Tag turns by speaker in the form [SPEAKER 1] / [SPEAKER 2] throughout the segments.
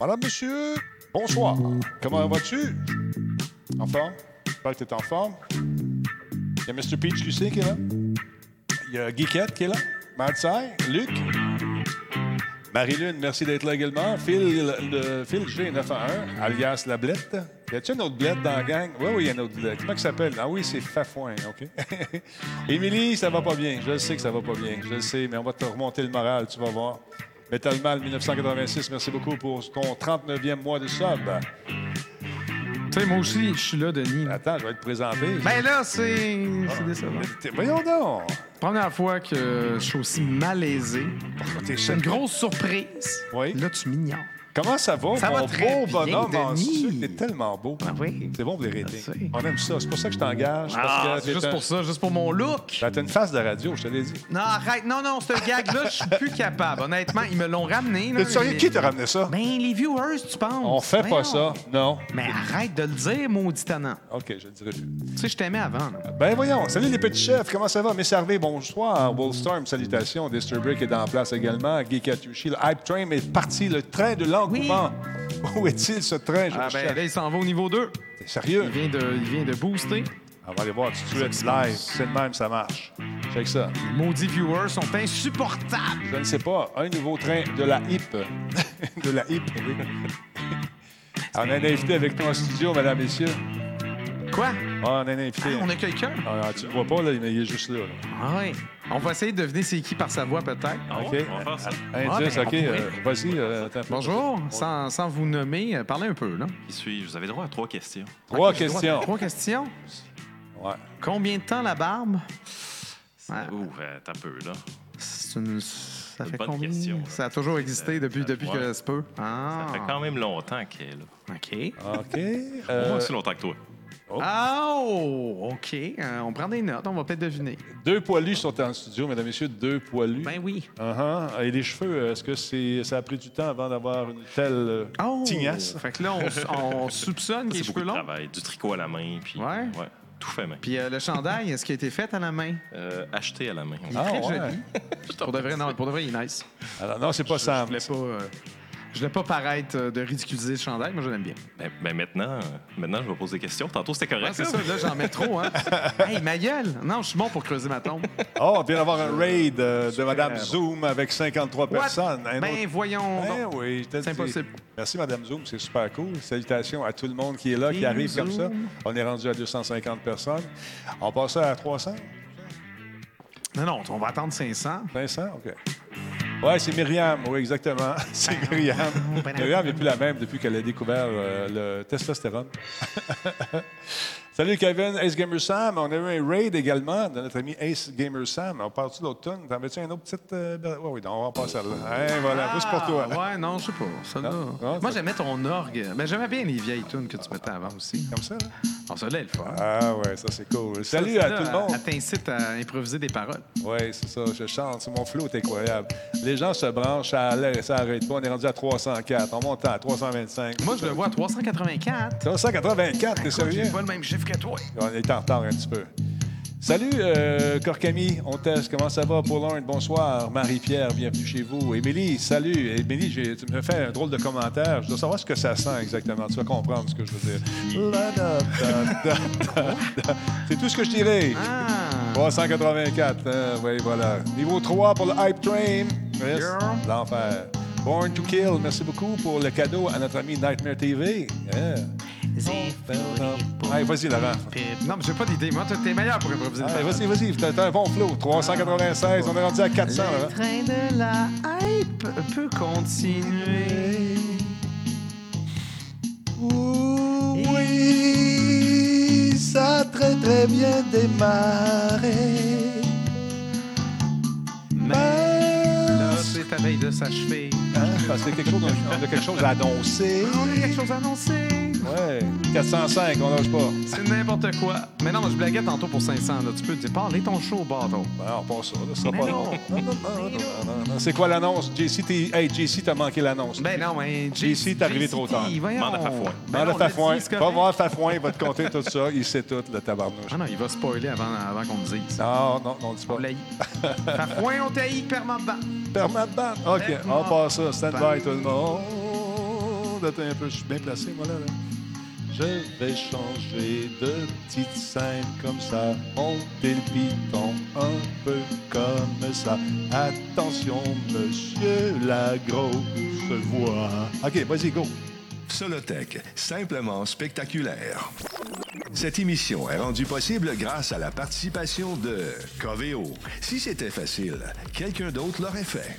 [SPEAKER 1] Madame, monsieur, bonsoir. Comment vas-tu? En forme? J'espère que tu es en forme. Il y a Mr. Peach QC qui est là. Il y a Guiquette qui est là. Madsai, Luc. Marie-Lune, merci d'être là également. Phil, le, Phil G901, alias La Blette. Y a-t-il une autre blette dans la gang? Oui, oui, il y a une autre blette. Comment il s'appelle? Ah oui, c'est Fafouin, OK. Émilie, ça va pas bien. Je le sais que ça va pas bien. Je le sais, mais on va te remonter le moral, tu vas voir. Metal Mal 1986, merci beaucoup pour ton 39e mois de sub.
[SPEAKER 2] Tu sais, moi aussi, je suis là, Denis.
[SPEAKER 1] Attends, je vais te présenter.
[SPEAKER 2] Ben là, c'est c'est décevant.
[SPEAKER 1] T'es- Voyons donc!
[SPEAKER 2] Première fois que je suis aussi malaisé.
[SPEAKER 1] T'es
[SPEAKER 2] C'est une grosse surprise.
[SPEAKER 1] Oui.
[SPEAKER 2] Là, tu m'ignores.
[SPEAKER 1] Comment ça va,
[SPEAKER 2] Ça
[SPEAKER 1] mon
[SPEAKER 2] va très
[SPEAKER 1] beau
[SPEAKER 2] bien,
[SPEAKER 1] bonhomme en
[SPEAKER 2] Denis.
[SPEAKER 1] sucre? T'es tellement beau.
[SPEAKER 2] Ah oui.
[SPEAKER 1] C'est bon pour les ratings.
[SPEAKER 2] Merci.
[SPEAKER 1] On aime ça. C'est pour ça que je t'engage.
[SPEAKER 2] Ah,
[SPEAKER 1] parce que
[SPEAKER 2] c'est
[SPEAKER 1] t'es
[SPEAKER 2] juste
[SPEAKER 1] un-
[SPEAKER 2] pour ça, juste pour mon look.
[SPEAKER 1] Ben, t'as une face de radio, je te l'ai dit.
[SPEAKER 2] Non, arrête. Non, non, ce gag-là, je suis plus capable. Honnêtement, ils me l'ont ramené. là.
[SPEAKER 1] T'as-tu rien-
[SPEAKER 2] Les-
[SPEAKER 1] Qui t'a ramené ça?
[SPEAKER 2] Ben, les viewers, tu penses.
[SPEAKER 1] On fait pas
[SPEAKER 2] Ah, Voyons.
[SPEAKER 1] ça. Non.
[SPEAKER 2] Mais arrête de le dire, maudit tannant.
[SPEAKER 1] OK, je le dirai plus.
[SPEAKER 2] Tu sais, je t'aimais avant. là.
[SPEAKER 1] Ben voyons, salut les petits chefs, comment ça va? Miss Harvey, bonsoir. Wolfstorm, salutations. Disturbrick est en place également. Guy Katushi, le hype train est parti, le train de l'engouement. Où est-il ce train? Je
[SPEAKER 2] Ah
[SPEAKER 1] le
[SPEAKER 2] ben,
[SPEAKER 1] cherche.
[SPEAKER 2] là, il s'en va au niveau 2.
[SPEAKER 1] T'es
[SPEAKER 2] Il
[SPEAKER 1] sérieux?
[SPEAKER 2] vient de, il vient de booster.
[SPEAKER 1] On va aller voir tout de suite live. C'est le même, ça marche. Check ça.
[SPEAKER 2] Les maudits viewers sont insupportables.
[SPEAKER 1] Je ne sais pas, un nouveau train de la HIP. de la HIP, oui. On a un invité avec nous en studio, mesdames, messieurs.
[SPEAKER 2] Quoi?
[SPEAKER 1] Ah, on a un invité.
[SPEAKER 2] Ah, on a quelqu'un?
[SPEAKER 1] Ah, ah, tu le vois pas, là, mais il est juste là. là.
[SPEAKER 2] Ah ouais. On va essayer de deviner c'est qui par sa voix, peut-être.
[SPEAKER 3] Ah
[SPEAKER 1] OK.
[SPEAKER 3] ouais, on va faire ça.
[SPEAKER 1] Indice,
[SPEAKER 2] Ah, ben,
[SPEAKER 1] OK.
[SPEAKER 2] oui.
[SPEAKER 1] euh, Vas-y, euh, attends un peu.
[SPEAKER 2] Bonjour, sans, sans vous nommer, euh, parlez un peu, là.
[SPEAKER 3] Qui suis-je? Vous avez droit à trois questions.
[SPEAKER 1] Trois
[SPEAKER 2] Ok, je dois-
[SPEAKER 1] questions.
[SPEAKER 2] Trois questions.
[SPEAKER 1] Ouais.
[SPEAKER 2] Combien de temps la barbe? Ouais.
[SPEAKER 3] Ouh, euh, t'as peu, là.
[SPEAKER 2] C'est une... Ça
[SPEAKER 3] Une
[SPEAKER 2] fait
[SPEAKER 3] bonne
[SPEAKER 2] combien?
[SPEAKER 3] question. hein.
[SPEAKER 2] Ça a toujours existé
[SPEAKER 3] Ça-
[SPEAKER 2] depuis,
[SPEAKER 3] ça-
[SPEAKER 2] depuis
[SPEAKER 3] ouais.
[SPEAKER 2] que se peut. Ah,
[SPEAKER 3] Ça fait quand même longtemps qu'elle est là.
[SPEAKER 2] OK.
[SPEAKER 1] OK.
[SPEAKER 3] Au moins
[SPEAKER 1] euh,
[SPEAKER 3] aussi longtemps que toi.
[SPEAKER 2] Ah, Oh, OK. Euh, on prend des notes, on va peut-être deviner.
[SPEAKER 1] deux poilus sont en studio, mesdames et messieurs, deux poilus.
[SPEAKER 2] Ben oui.
[SPEAKER 1] Uh-huh. Et les cheveux, est-ce que c'est, ça a pris du temps avant d'avoir une telle euh,
[SPEAKER 2] Oh!
[SPEAKER 1] tignasse?
[SPEAKER 2] Fait que là, on, on soupçonne qu'il y a les
[SPEAKER 3] C'est
[SPEAKER 2] cheveux
[SPEAKER 3] beaucoup de
[SPEAKER 2] longs.
[SPEAKER 3] travail. Du tricot à la main, puis...
[SPEAKER 2] Ouais.
[SPEAKER 3] Tout fait main.
[SPEAKER 2] Puis euh, le chandail, est-ce qu'il a été fait à la main?
[SPEAKER 3] Euh, acheté à la main.
[SPEAKER 2] Il est
[SPEAKER 1] Ah,
[SPEAKER 2] très
[SPEAKER 1] ouais.
[SPEAKER 2] joli. Pour de vrai, non, pour de vrai, il est nice.
[SPEAKER 1] Alors, non, c'est pas
[SPEAKER 2] Je-
[SPEAKER 1] ça.
[SPEAKER 2] Je voulais pas, euh, je voulais pas paraître euh, de ridiculiser ce chandail, moi je l'aime bien.
[SPEAKER 3] Ben, ben maintenant, euh, maintenant, je vais poser des questions. Tantôt, c'était correct.
[SPEAKER 2] Ah, c'est
[SPEAKER 3] là.
[SPEAKER 2] ça, là j'en mets trop, hein. hey, ma gueule! Non, je suis bon pour creuser ma tombe.
[SPEAKER 1] Oh, on vient d'avoir un raid euh, de Madame Zoom avec 53
[SPEAKER 2] What?
[SPEAKER 1] personnes. Un
[SPEAKER 2] ben
[SPEAKER 1] autre-
[SPEAKER 2] voyons.
[SPEAKER 1] Ben
[SPEAKER 2] donc.
[SPEAKER 1] oui, je te le
[SPEAKER 2] C'est
[SPEAKER 1] dis.
[SPEAKER 2] impossible.
[SPEAKER 1] Merci, Madame Zoom, c'est super cool. Salutations à tout le monde qui est là, qui
[SPEAKER 2] Team
[SPEAKER 1] arrive comme ça.
[SPEAKER 2] Zoom.
[SPEAKER 1] On est rendu à 250 personnes. On passe à 300,
[SPEAKER 2] Non, non, on va attendre 500.
[SPEAKER 1] 500, OK. Ouais, c'est Myriam, oui, exactement. C'est Myriam.
[SPEAKER 2] ben non.
[SPEAKER 1] Myriam n'est plus la même depuis qu'elle a découvert euh, le testostérone. Salut Kevin, Ace Gamer Sam. On a eu un raid également de notre ami Ace Gamer Sam. On part-tu de l'autre tune? T'en veux-tu un autre petit... Oui, oui, non, on va en passer à là. Hein, voilà, juste pour toi.
[SPEAKER 2] Ah, ouais, non, je sais pas. Celle-là.
[SPEAKER 1] Non, non,
[SPEAKER 2] moi
[SPEAKER 1] ça-
[SPEAKER 2] j'aimais ton orgue. Ben j'aimais bien les vieilles tunes que tu mettais avant aussi.
[SPEAKER 1] Comme ça, là.
[SPEAKER 2] On se lève fort.
[SPEAKER 1] Ah ouais, ça c'est cool. Salut à tout le monde.
[SPEAKER 2] Elle t'incite à improviser des paroles.
[SPEAKER 1] Oui, c'est ça, je chante. C'est mon flow est incroyable. Les gens se branchent, ça allait, ça arrête pas. On est rendu à 304, on monte à 325.
[SPEAKER 2] Moi je le vois à 384.
[SPEAKER 1] 384, t'es sérieux?
[SPEAKER 2] J'ai pas le même chiffre que toi.
[SPEAKER 1] On est en retard un petit peu. Salut, euh, Corcami, on teste. Comment ça va, Paul Horn? Bonsoir. Marie-Pierre, bienvenue chez vous. Émilie, salut. Émilie, j'ai- tu me fais un drôle de commentaire. Je dois savoir ce que ça sent exactement. Tu vas comprendre ce que je veux dire. La, da, da, da, da. C'est tout ce que je dirais.
[SPEAKER 2] Ah!
[SPEAKER 1] 384, hein, oui, voilà. Niveau 3 pour le Hype Train. Yes,
[SPEAKER 2] Yeah.
[SPEAKER 1] L'enfer. Born to Kill, merci beaucoup pour le cadeau à notre ami Nightmare TV. Yeah. Allez, vas-y, Laurent.
[SPEAKER 2] Non, mais j'ai pas d'idée. Moi, t'es meilleur pour improviser.
[SPEAKER 1] Allez, Ah, ben, vas-y, vas-y, t'as t'as un bon flow. 396, on est rendu à 400,
[SPEAKER 2] Le
[SPEAKER 1] Laurent.
[SPEAKER 2] train de la hype peut continuer.
[SPEAKER 4] Oui, ça a très très bien démarré.
[SPEAKER 2] Mais là, c'est ta veille de s'achever.
[SPEAKER 1] Hein, Parce que quelque chose, on a quelque chose à annoncer.
[SPEAKER 2] On a quelque chose à annoncer.
[SPEAKER 1] Ouais. 405, on lâche pas.
[SPEAKER 2] C'est n'importe quoi. Mais non, je blaguais tantôt pour 500. Là. Tu peux dire, parlez ton show, bâton.
[SPEAKER 1] Ben, on passe ça, là, ce sera
[SPEAKER 2] Mais
[SPEAKER 1] pas
[SPEAKER 2] non.
[SPEAKER 1] long. Non, non, non, non, non, non. C'est quoi l'annonce? JC, t'es- hey, JC, t'as manqué l'annonce.
[SPEAKER 2] Ben non, mais.
[SPEAKER 1] JC, t'es arrivé trop tard.
[SPEAKER 3] Demande à Fafouin.
[SPEAKER 2] Ben
[SPEAKER 1] Dans le Fafouin, va
[SPEAKER 2] voir.
[SPEAKER 1] voir Fafouin, il va te compter tout ça. Il sait tout, le tabarnouche.
[SPEAKER 2] Ah non, il va spoiler avant, avant qu'on le dise.
[SPEAKER 1] Non, non, non, dis pas.
[SPEAKER 2] On l'haït. Fafouin, on t'haït, permanent.
[SPEAKER 1] Permanent. OK, on
[SPEAKER 2] Permanent.
[SPEAKER 1] passe ça. Stand by, tout le monde. Attends un peu, je suis bien placé, moi, là. là. Je vais changer de petite scène comme ça. Monter le piton un peu comme ça. Attention, monsieur la grosse voix. OK, vas-y, go.
[SPEAKER 5] Solotech, simplement spectaculaire. Cette émission est rendue possible grâce à la participation de Coveo. Si c'était facile, quelqu'un d'autre l'aurait fait.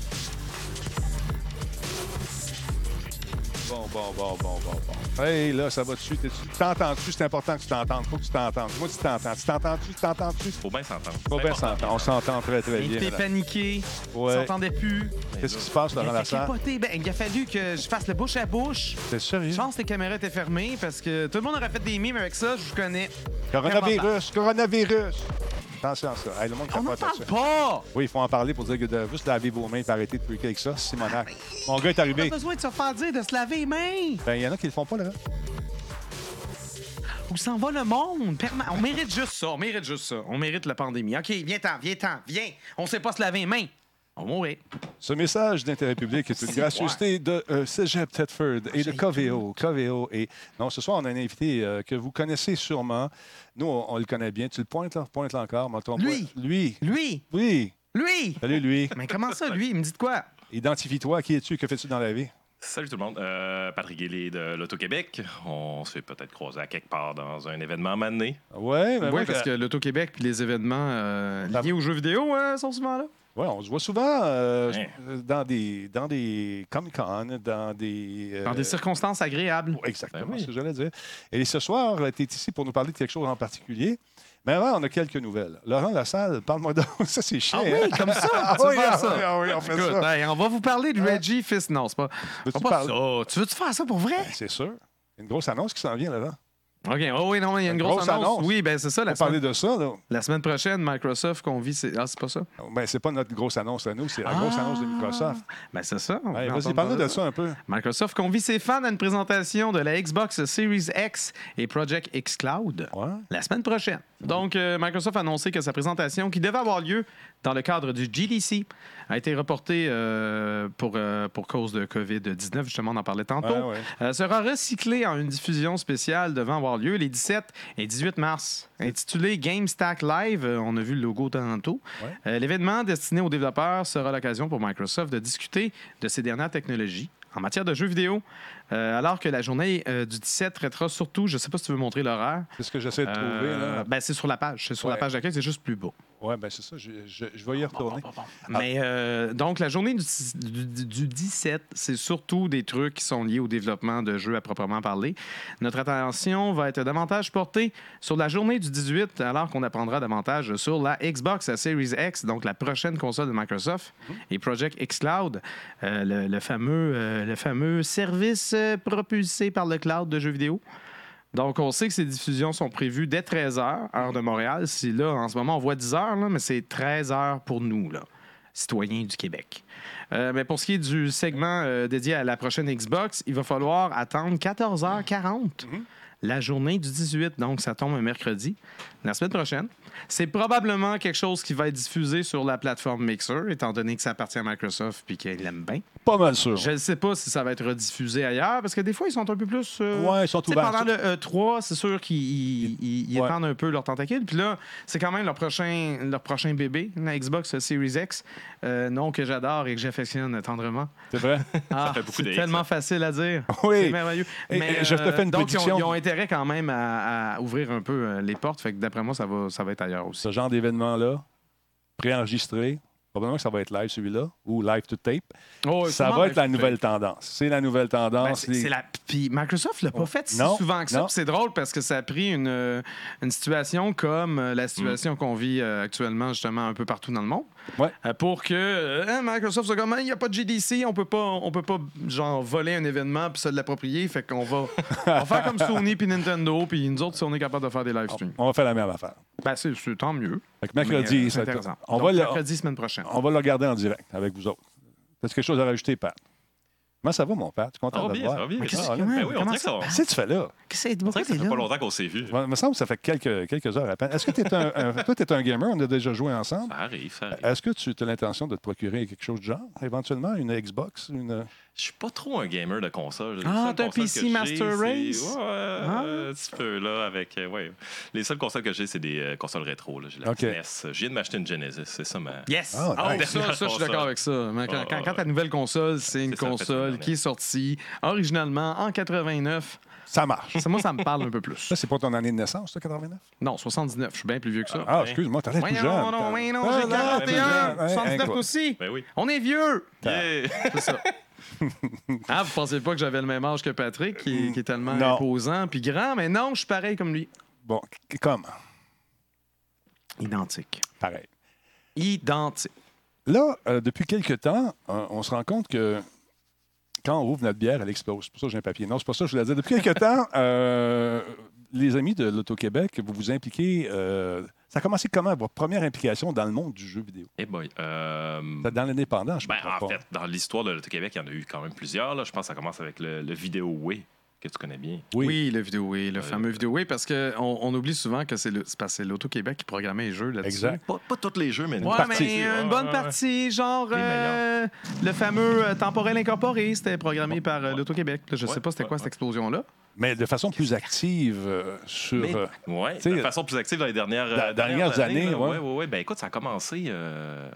[SPEAKER 1] Bon, bon, bon, bon, bon, bon. Hey, là, ça va dessus. T'es-tu- T'entends-tu? C'est important que tu t'entendes. Faut que tu t'entendes. Moi, tu t'entends. Tu t'entends-tu? Tu t'entends-tu?
[SPEAKER 3] Faut bien s'entendre.
[SPEAKER 1] Pas bien s'entendre. Ben, On s'entend très, très
[SPEAKER 2] Il
[SPEAKER 1] bien.
[SPEAKER 2] était
[SPEAKER 1] madame.
[SPEAKER 2] paniqué.
[SPEAKER 1] Ouais.
[SPEAKER 2] Il s'entendait plus.
[SPEAKER 1] Qu'est-ce qui se passe,
[SPEAKER 2] Il
[SPEAKER 1] Laurent
[SPEAKER 2] a
[SPEAKER 1] Lassalle?
[SPEAKER 2] capoté. Ben, il a fallu que je fasse le bouche à bouche.
[SPEAKER 1] T'es sérieux?
[SPEAKER 2] Je pense que les caméras étaient fermées parce que tout le monde aurait fait des mimes avec ça, je vous connais.
[SPEAKER 1] Coronavirus, coronavirus. Attention à ça. Hey, le monde
[SPEAKER 2] On n'en
[SPEAKER 1] capote
[SPEAKER 2] parle
[SPEAKER 1] là-dessus.
[SPEAKER 2] pas!
[SPEAKER 1] Oui, il faut en parler pour dire que de juste laver vos mains et arrêter de tweaker avec ça.
[SPEAKER 2] Ah,
[SPEAKER 1] Simonac. Mon gars est
[SPEAKER 2] Pas
[SPEAKER 1] arrivé.
[SPEAKER 2] besoin de se faire dire de se laver les mains!
[SPEAKER 1] Ben, il y en a qui le font pas, là.
[SPEAKER 2] Où s'en va le monde? Perma- On mérite juste ça, on mérite juste ça. On mérite la pandémie. OK, viens-t'en, viens-t'en, viens! On sait pas se laver les mains! On mourait.
[SPEAKER 1] Ce message d'intérêt public est une
[SPEAKER 2] C'est
[SPEAKER 1] gracieuseté de euh, Cégep Thetford et de Coveo. Coveo et non, ce soir on a un invité euh, que vous connaissez sûrement. Nous, on, on le connaît bien. Tu le pointes, là, pointe encore. mais on tombe
[SPEAKER 2] Lui.
[SPEAKER 1] pas- lui,
[SPEAKER 2] Lui!
[SPEAKER 1] oui.
[SPEAKER 2] Lui!
[SPEAKER 1] Salut lui.
[SPEAKER 2] Mais comment ça, lui? Il me dit de quoi?
[SPEAKER 1] Identifie-toi. Qui es-tu Que fais-tu dans la vie
[SPEAKER 3] Salut tout le monde. Euh, Patrick Guélé de l'Auto-Québec. On se fait peut-être croiser à quelque part dans un événement mané.
[SPEAKER 1] Ouais, ben,
[SPEAKER 2] Oui,
[SPEAKER 1] moi,
[SPEAKER 2] parce
[SPEAKER 1] je-
[SPEAKER 2] que l'Auto-Québec puis les événements euh,
[SPEAKER 1] Ça-
[SPEAKER 2] liés aux jeux vidéo hein, sont souvent là.
[SPEAKER 1] Ouais, on se voit souvent euh,
[SPEAKER 3] Ouais.
[SPEAKER 1] je- dans des dans des Comic Con, dans des euh,
[SPEAKER 2] Dans des circonstances agréables.
[SPEAKER 1] Ouais, Exactement,
[SPEAKER 3] Ben oui.
[SPEAKER 1] c'est ce que j'allais dire. Et ce soir, tu es ici pour nous parler de quelque chose en particulier. Mais avant, on a quelques nouvelles. Laurent Lassalle, parle-moi donc. Ça, c'est chiant.
[SPEAKER 2] Ah
[SPEAKER 1] hein?
[SPEAKER 2] oui, comme ça,
[SPEAKER 1] Ah
[SPEAKER 2] tu veux
[SPEAKER 1] oui,
[SPEAKER 2] faire
[SPEAKER 1] ah
[SPEAKER 2] ça. Euh,
[SPEAKER 1] oui, ah oui, on fait
[SPEAKER 2] Écoute,
[SPEAKER 1] ça.
[SPEAKER 2] hey, on va vous parler de Reggie Fils. Non, c'est pas.
[SPEAKER 1] Veux-tu
[SPEAKER 2] on va pas
[SPEAKER 1] parler- Ben,
[SPEAKER 2] ça. Tu veux-tu faire ça pour vrai?
[SPEAKER 1] C'est sûr. Il y a Une grosse annonce qui s'en vient, Laurent.
[SPEAKER 2] OK. Oh oui, non, il y a une, grosse, annonce. Oui, ben c'est ça.
[SPEAKER 1] On
[SPEAKER 2] La
[SPEAKER 1] parler
[SPEAKER 2] semaine,
[SPEAKER 1] de ça, là.
[SPEAKER 2] la semaine prochaine, Microsoft qu'on vit. c'est- Ah, c'est pas ça?
[SPEAKER 1] Ben, c'est pas notre grosse annonce à nous, c'est la grosse
[SPEAKER 2] Ah.
[SPEAKER 1] annonce de Microsoft.
[SPEAKER 2] Ben c'est ça. on
[SPEAKER 1] Hey, Vas-y,
[SPEAKER 2] va entendre
[SPEAKER 1] parle-nous
[SPEAKER 2] parler
[SPEAKER 1] de ça un peu.
[SPEAKER 2] Microsoft convie ses fans à une présentation de la Xbox Series X et Project X Cloud.
[SPEAKER 1] Ouais.
[SPEAKER 2] la semaine prochaine. Donc, euh, Microsoft a annoncé que sa présentation, qui devait avoir lieu dans le cadre du GDC, a été reportée euh, pour, euh, pour cause de COVID-19, justement, on en parlait tantôt,
[SPEAKER 1] Ouais, ouais.
[SPEAKER 2] Euh, sera recyclée en une diffusion spéciale devant avoir lieu les 17 et 18 mars, intitulée GameStack Live. Euh, on a vu le logo tantôt.
[SPEAKER 1] Ouais.
[SPEAKER 2] Euh, L'événement destiné aux développeurs sera l'occasion pour Microsoft de discuter de ces dernières technologies en matière de jeux vidéo, euh, alors que la journée euh, du 17 traitera surtout, je ne sais pas si tu veux montrer l'horaire,
[SPEAKER 1] C'est ce que j'essaie de trouver,
[SPEAKER 2] euh,
[SPEAKER 1] là.
[SPEAKER 2] ben, c'est sur la page. C'est sur
[SPEAKER 1] Ouais.
[SPEAKER 2] la page d'accueil, c'est juste plus beau.
[SPEAKER 1] Ouais, ben, c'est ça. Je, je- je vais y retourner.
[SPEAKER 2] Mais euh, donc, la journée du, du- du 17, c'est surtout des trucs qui sont liés au développement de jeux à proprement parler. Notre attention va être davantage portée sur la journée du 18, alors qu'on apprendra davantage sur la Xbox la Series X, donc la prochaine console de Microsoft, et Project xCloud, euh, le, le fameux, euh, le fameux service euh, propulsé par le cloud de jeux vidéo. Donc, on sait que ces diffusions sont prévues dès 13h, heure de Montréal. Si là, en ce moment, on voit 10h, là, mais c'est 13h pour nous, là, citoyens du Québec. Euh, mais pour ce qui est du segment euh, dédié à la prochaine Xbox, il va falloir attendre 14h40, la journée du 18. Donc, ça tombe un mercredi, la semaine prochaine. C'est probablement quelque chose qui va être diffusé sur la plateforme Mixer, étant donné que ça appartient à Microsoft puis qu'ils l'aiment bien.
[SPEAKER 1] Pas mal sûr.
[SPEAKER 2] Je ne sais pas si ça va être rediffusé ailleurs, parce que des fois, ils sont un peu plus. euh,
[SPEAKER 1] Ouais, ils sont
[SPEAKER 2] tu sais,
[SPEAKER 1] ouverts.
[SPEAKER 2] Pendant le E3, c'est sûr qu'ils ils- ils- ils
[SPEAKER 1] Ouais.
[SPEAKER 2] étendent un peu leurs tentacules. Puis là, c'est quand même leur prochain, leur prochain bébé, la Xbox Series X, euh, nom que j'adore et que j'affectionne tendrement.
[SPEAKER 1] C'est vrai?
[SPEAKER 2] Ah,
[SPEAKER 3] fait beaucoup
[SPEAKER 2] c'est
[SPEAKER 3] de X,
[SPEAKER 2] tellement facile à dire.
[SPEAKER 1] Oui.
[SPEAKER 2] C'est merveilleux. euh,
[SPEAKER 1] Et- et je te fais une
[SPEAKER 2] donc, ils ont-
[SPEAKER 1] prédiction.
[SPEAKER 2] Ils ont, été verrait quand même à, à ouvrir un peu euh, les portes. Fait que d'après moi, ça va, ça va être ailleurs aussi.
[SPEAKER 1] Ce genre d'événement-là, préenregistré, probablement que ça va être live celui-là, ou live to tape,
[SPEAKER 2] Oh,
[SPEAKER 1] ça
[SPEAKER 2] sûrement,
[SPEAKER 1] va être la
[SPEAKER 2] mais-
[SPEAKER 1] nouvelle tendance. C'est la nouvelle
[SPEAKER 2] Ben,
[SPEAKER 1] tendance.
[SPEAKER 2] c'est-
[SPEAKER 1] les-
[SPEAKER 2] c'est la... Puis Microsoft l'a pas fait si
[SPEAKER 1] Non,
[SPEAKER 2] souvent que ça.
[SPEAKER 1] non.
[SPEAKER 2] Puis C'est drôle parce que ça a pris une, euh, une situation comme euh, la situation qu'on vit euh, actuellement justement un peu partout dans le monde.
[SPEAKER 1] Ouais.
[SPEAKER 2] Euh, pour que euh, hein, Microsoft soit comme Hein, il n'y a pas de GDC, on peut pas, on peut pas genre voler un événement puis se l'approprier. Fait qu'on va, on va faire comme Sony puis Nintendo puis nous autres si on est capable de faire des live streams.
[SPEAKER 1] On va faire la même affaire.
[SPEAKER 2] Ben, c'est c'est- tant mieux.
[SPEAKER 1] Fait que mercredi,
[SPEAKER 2] Mais, euh,
[SPEAKER 1] ça
[SPEAKER 2] c'est
[SPEAKER 1] va être-
[SPEAKER 2] intéressant.
[SPEAKER 1] on,
[SPEAKER 2] Donc,
[SPEAKER 1] va le, Ah,
[SPEAKER 2] mercredi semaine prochaine.
[SPEAKER 1] on va le regarder en direct avec vous autres. T'as quelque chose à rajouter, Pat? Comment ça va, mon Pat? Tu es
[SPEAKER 3] Ça
[SPEAKER 1] content
[SPEAKER 3] va
[SPEAKER 1] de te
[SPEAKER 3] bien,
[SPEAKER 1] voir?
[SPEAKER 3] ça va bien.
[SPEAKER 1] Ah,
[SPEAKER 3] qu'est-ce
[SPEAKER 1] là,
[SPEAKER 3] que- Ben oui, on dirait que ça- on
[SPEAKER 1] Qu'est-ce que tu fais là?
[SPEAKER 3] dirait que ça fait pas longtemps qu'on s'est vu.
[SPEAKER 1] Il me semble que ça fait quelques, quelques heures à peine. Est-ce que tu es un, un- toi, t'es un gamer? On a déjà joué ensemble.
[SPEAKER 3] Ça arrive, ça arrive.
[SPEAKER 1] Est-ce que tu as l'intention de te procurer quelque chose de genre, éventuellement? Une Xbox? Une...
[SPEAKER 3] Je suis pas trop un gamer de console. Les
[SPEAKER 2] Ah,
[SPEAKER 3] seules
[SPEAKER 2] t'as un
[SPEAKER 3] consoles
[SPEAKER 2] PC
[SPEAKER 3] que j'ai,
[SPEAKER 2] Master
[SPEAKER 3] c'est-
[SPEAKER 2] Race? Ah.
[SPEAKER 3] Ouais, euh, un petit peu, là, avec... euh, ouais. Les seules consoles que j'ai, c'est des euh, consoles rétro. là. J'ai la
[SPEAKER 1] Ok.
[SPEAKER 3] NES. Je viens de m'acheter une Genesis, c'est ça, ma...
[SPEAKER 2] Yes!
[SPEAKER 1] Ah,
[SPEAKER 2] Ah,
[SPEAKER 3] nice.
[SPEAKER 2] ça, ça, je suis d'accord avec ça. Mais quand,
[SPEAKER 3] Ah,
[SPEAKER 2] quand-
[SPEAKER 3] ouais.
[SPEAKER 2] quand ta nouvelle console, c'est une
[SPEAKER 3] C'est ça, le fait de
[SPEAKER 2] console
[SPEAKER 3] l'année.
[SPEAKER 2] qui est sortie originalement en 89,
[SPEAKER 1] Ça marche.
[SPEAKER 2] ça, moi, ça me parle un peu plus.
[SPEAKER 1] Ça, c'est pas ton année de naissance, ça, 89?
[SPEAKER 2] Non, 79, je suis bien plus vieux que ça.
[SPEAKER 1] Ah,
[SPEAKER 3] Ouais.
[SPEAKER 1] excuse-moi, t'as l'air tout
[SPEAKER 2] Voyons,
[SPEAKER 1] jeune.
[SPEAKER 2] non, oui, non,
[SPEAKER 1] Ah,
[SPEAKER 2] j'ai
[SPEAKER 1] là, t'es jeune.
[SPEAKER 2] 41,
[SPEAKER 1] Ouais,
[SPEAKER 2] 79
[SPEAKER 1] incroyable.
[SPEAKER 2] aussi.
[SPEAKER 3] Ben oui.
[SPEAKER 2] On est vieux!
[SPEAKER 3] Yeah!
[SPEAKER 2] C'est ça. Ah, vous pensez pas que j'avais le même âge que Patrick, qui, est- qui est tellement
[SPEAKER 1] Non.
[SPEAKER 2] imposant puis grand, mais non, je suis pareil comme lui.
[SPEAKER 1] Bon, c- comme,
[SPEAKER 2] Identique.
[SPEAKER 1] pareil.
[SPEAKER 2] Identique.
[SPEAKER 1] Là, euh, depuis quelques temps, euh, on se rend compte que quand on ouvre notre bière, elle explose. C'est pour ça que j'ai un papier. Non, c'est pas ça que je voulais dire. Depuis quelques temps, euh, les amis de l'Auto-Québec, vous vous impliquez. euh, ça a commencé comment, votre première implication dans le monde du jeu vidéo?
[SPEAKER 3] Eh boy. euh,
[SPEAKER 1] Dans l'indépendant, je
[SPEAKER 3] ben,
[SPEAKER 1] me
[SPEAKER 3] en
[SPEAKER 1] trompe pas.
[SPEAKER 3] fait, dans l'histoire de l'Auto-Québec, il y en a eu quand même plusieurs. Là. Je pense que ça commence avec le, le vidéo Way, que tu connais bien.
[SPEAKER 1] Oui.
[SPEAKER 2] Oui. le vidéo, oui, le
[SPEAKER 3] Euh,
[SPEAKER 2] fameux vidéo, oui, parce qu'on on oublie souvent que c'est le- c'est parce que c'est l'Auto-Québec qui programmait les jeux là-dessus.
[SPEAKER 1] Exact.
[SPEAKER 3] Pas, pas tous les jeux, mais...
[SPEAKER 2] Ouais,
[SPEAKER 1] partie.
[SPEAKER 2] mais euh, une bonne partie, genre
[SPEAKER 3] Les
[SPEAKER 2] euh, le fameux euh, temporel incorporé, c'était programmé par euh, l'Auto-Québec. Là, Je
[SPEAKER 3] Ouais,
[SPEAKER 2] sais pas c'était
[SPEAKER 3] ouais,
[SPEAKER 2] quoi cette
[SPEAKER 3] ouais.
[SPEAKER 2] explosion-là.
[SPEAKER 1] Mais de façon plus active euh, sur.
[SPEAKER 3] Mais-
[SPEAKER 1] euh,
[SPEAKER 3] Oui,
[SPEAKER 1] T'sais,
[SPEAKER 3] de façon plus active dans les dernières,
[SPEAKER 1] dans-
[SPEAKER 3] euh,
[SPEAKER 1] dernières années,
[SPEAKER 3] là.
[SPEAKER 1] ouais.
[SPEAKER 3] Ouais, ouais, ouais. Ben, écoute, ça a commencé. euh,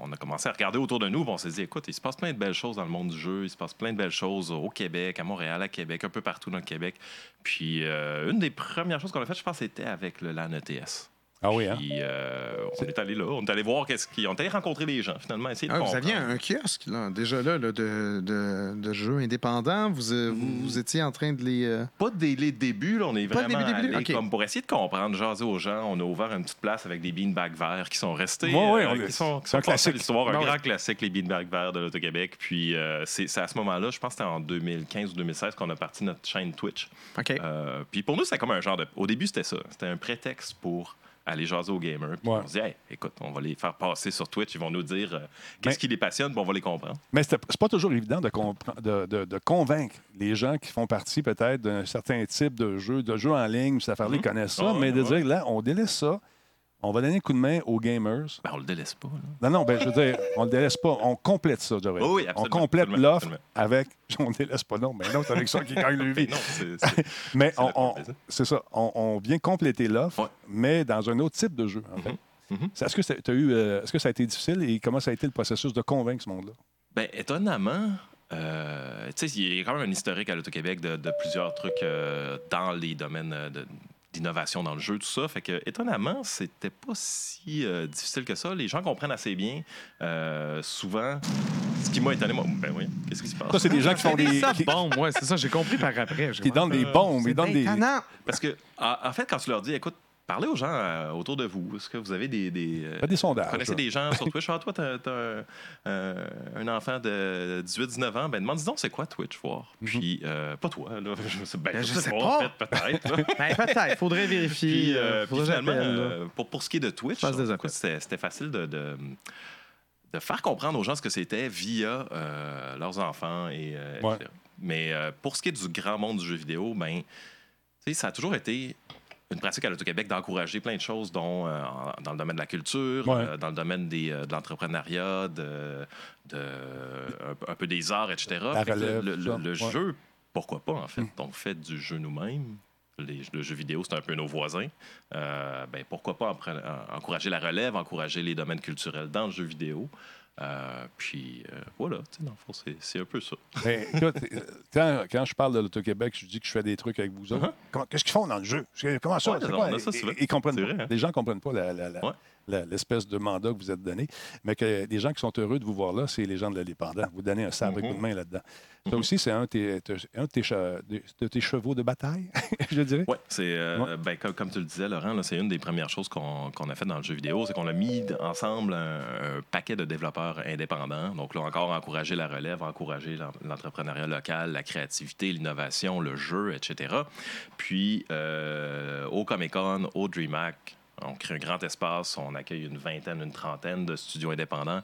[SPEAKER 3] on, on a commencé à regarder autour de nous. puis On s'est dit, écoute, il se passe plein de belles choses dans le monde du jeu. Il se passe plein de belles choses au Québec, à Montréal, à Québec, un peu partout dans le Québec. Puis, euh, une des premières choses qu'on a faites, je pense, c'était avec le LAN ETS.
[SPEAKER 1] Ah oui, hein?
[SPEAKER 3] Puis, euh, on est allé là, on est allé voir qu'est-ce qui. On est allé rencontrer les gens, finalement, essayer de
[SPEAKER 2] Ah, vous
[SPEAKER 3] comprendre.
[SPEAKER 2] aviez un kiosque, déjà là, de, jeux indépendants. Vous,
[SPEAKER 3] Hmm.
[SPEAKER 2] étiez en train de les. euh,
[SPEAKER 3] Pas dès les débuts, là, on est
[SPEAKER 2] Pas le
[SPEAKER 3] vraiment
[SPEAKER 2] début, début,
[SPEAKER 3] allé
[SPEAKER 2] début, ok.
[SPEAKER 3] comme pour essayer de comprendre, jaser aux gens. On a ouvert une petite place avec des beanbags verts qui sont restés, euh,
[SPEAKER 1] Ouais, ouais, on
[SPEAKER 3] qui
[SPEAKER 1] les-
[SPEAKER 3] sont, qui
[SPEAKER 1] c'est un
[SPEAKER 3] sont passés à
[SPEAKER 1] classique.
[SPEAKER 3] l'histoire, un
[SPEAKER 2] Ben
[SPEAKER 3] grand
[SPEAKER 2] ouais.
[SPEAKER 3] classique, les beanbags verts de l'Auto-Québec. Puis euh, c'est c'est à ce moment-là, je pense que c'était en 2015 ou 2016 qu'on a parti notre chaîne Twitch.
[SPEAKER 2] OK.
[SPEAKER 3] Euh, puis pour nous, c'était comme un genre de. Au début, c'était ça. C'était un prétexte pour aller jaser aux gamers. Puis
[SPEAKER 1] Ouais.
[SPEAKER 3] on se dit, Hey, écoute, on va les faire passer sur Twitch. Ils vont nous dire euh, qu'est-ce
[SPEAKER 1] Ben-
[SPEAKER 3] qui les passionne, puis on va les comprendre.
[SPEAKER 1] Mais c'est c'est pas toujours évident de, compre- de, de- de convaincre les gens qui font partie peut-être d'un certain type de jeu, de jeu en ligne, ça faire les
[SPEAKER 3] Mhm.
[SPEAKER 1] connaissent ça,
[SPEAKER 3] Ah ouais,
[SPEAKER 1] mais de
[SPEAKER 3] ouais.
[SPEAKER 1] dire là, on délaisse ça, on va donner un coup de main aux gamers.
[SPEAKER 3] Ben, on le délaisse pas. là.
[SPEAKER 1] Non, non, ben, je veux dire, on le délaisse pas, on complète ça, j'aurais
[SPEAKER 3] Oui, oui,
[SPEAKER 1] dit. On
[SPEAKER 3] absolument,
[SPEAKER 1] complète
[SPEAKER 3] absolument,
[SPEAKER 1] l'offre
[SPEAKER 3] absolument.
[SPEAKER 1] avec, on délaisse pas, non, mais non, c'est avec ça qui gagne le vie.
[SPEAKER 3] Ben non, c'est- c'est-
[SPEAKER 1] Mais
[SPEAKER 3] c'est
[SPEAKER 1] on,
[SPEAKER 3] le
[SPEAKER 1] on-
[SPEAKER 3] plaisir.
[SPEAKER 1] c'est ça, on, on vient compléter l'offre,
[SPEAKER 3] Ouais.
[SPEAKER 1] mais dans un autre type de jeu, en fait.
[SPEAKER 3] mhm.
[SPEAKER 1] C'est- Est-ce que, ça- t'as eu, euh, est-ce que ça a été difficile et comment ça a été le processus de convaincre ce monde-là?
[SPEAKER 3] Ben, étonnamment, euh, tu sais, il y a quand même un historique à l'Auto-Québec de, de plusieurs trucs euh, dans les domaines euh, de- d'innovation dans le jeu, tout ça. Fait que, étonnamment, c'était pas si euh, difficile que ça. Les gens comprennent assez bien. Euh, souvent, ce qui m'a étonné, moi, ben oui, qu'est-ce qui se
[SPEAKER 1] Ça,
[SPEAKER 3] passe?
[SPEAKER 1] c'est des gens qui font des.
[SPEAKER 2] ça,
[SPEAKER 1] qui-
[SPEAKER 2] bon, ouais, c'est ça, j'ai compris par après.
[SPEAKER 1] Ils donnent des bombes, ils donnent des.
[SPEAKER 3] Parce que, en, en fait, quand tu leur dis, écoute, parlez aux gens euh, autour de vous. Est-ce que vous avez des. des euh,
[SPEAKER 1] Fais des sondages.
[SPEAKER 3] connaissez des gens sur Twitch. Ah, toi, t'as t'as un, euh, un enfant de 18-19 ans. Ben, demande-dis donc, c'est quoi Twitch, voir? Puis, euh, pas toi, là. Je sais, ben,
[SPEAKER 2] Ben, je
[SPEAKER 3] sais
[SPEAKER 2] sais
[SPEAKER 3] pas,
[SPEAKER 2] pas.
[SPEAKER 3] peut- peut-être. là.
[SPEAKER 2] Ben, peut-être, faudrait
[SPEAKER 3] Puis,
[SPEAKER 2] vérifier.
[SPEAKER 3] euh,
[SPEAKER 2] euh,
[SPEAKER 3] puis
[SPEAKER 2] faudrait que
[SPEAKER 3] finalement,
[SPEAKER 2] j'appelle, là.
[SPEAKER 3] euh, pour, pour ce qui est de Twitch,
[SPEAKER 2] Passe des
[SPEAKER 3] en tout
[SPEAKER 2] appels.
[SPEAKER 3] cas, c'était c'était facile de, de- de faire comprendre aux gens ce que c'était via euh, leurs enfants. Et, euh,
[SPEAKER 1] Ouais.
[SPEAKER 3] etc. Mais euh, pour ce qui est du grand monde du jeu vidéo, ben, tu sais, ça a toujours été une pratique à l'Auto-Québec d'encourager plein de choses, dont euh, en- dans le domaine de la culture,
[SPEAKER 1] Ouais.
[SPEAKER 3] euh, dans le domaine des, euh, de l'entrepreneuriat, de, de- un, peu- un peu des arts, etc. Fait que le-
[SPEAKER 1] relève,
[SPEAKER 3] le
[SPEAKER 1] tout ça.
[SPEAKER 3] le- le
[SPEAKER 1] Ouais. Hmm.
[SPEAKER 3] jeu, pourquoi pas, en fait. On fait du jeu nous-mêmes. Les- le jeu vidéo, c'est un peu nos voisins. Euh, ben, pourquoi pas en pre- en- encourager la relève, encourager les domaines culturels dans le jeu vidéo. Euh, puis euh, voilà, tu sais, dans le fond, c'est- c'est un peu ça.
[SPEAKER 1] Ben, écoute, euh, quand, quand je parle de l'Auto-Québec, je dis que je fais des trucs avec vous autres. Uh-huh. Comment- Qu'est-ce qu'ils font dans le jeu? C'est- Comment ça?
[SPEAKER 3] Ouais,
[SPEAKER 1] C'est
[SPEAKER 3] on
[SPEAKER 1] quoi?
[SPEAKER 3] a ça
[SPEAKER 1] Ils-
[SPEAKER 3] souvent.
[SPEAKER 1] ils comprennent
[SPEAKER 3] C'est
[SPEAKER 1] pas.
[SPEAKER 3] vrai, hein?
[SPEAKER 1] Les gens ne comprennent pas la- la- la-
[SPEAKER 3] Ouais.
[SPEAKER 1] la- l'espèce de mandat que vous êtes donné. Mais que les gens qui sont heureux de vous voir là, c'est les gens de l'indépendant. Vous donnez un
[SPEAKER 3] Mm-hmm.
[SPEAKER 1] sabre et coup de main là-dedans. Ça aussi, c'est un, de tes- te- un de, tes che- de- de tes chevaux de bataille, je dirais.
[SPEAKER 3] Oui, c'est euh,
[SPEAKER 1] Ouais.
[SPEAKER 3] ben, comme, comme tu le disais, Laurent, là, c'est une des premières choses qu'on qu'on a fait dans le jeu vidéo, c'est qu'on a mis ensemble un, un paquet de développeurs indépendants. Donc là encore, encourager la relève, encourager l'en- l'entrepreneuriat local, la créativité, l'innovation, le jeu, etc. Puis euh, au Comic Con, au DreamHack, on crée un grand espace, on accueille une vingtaine, une trentaine de studios indépendants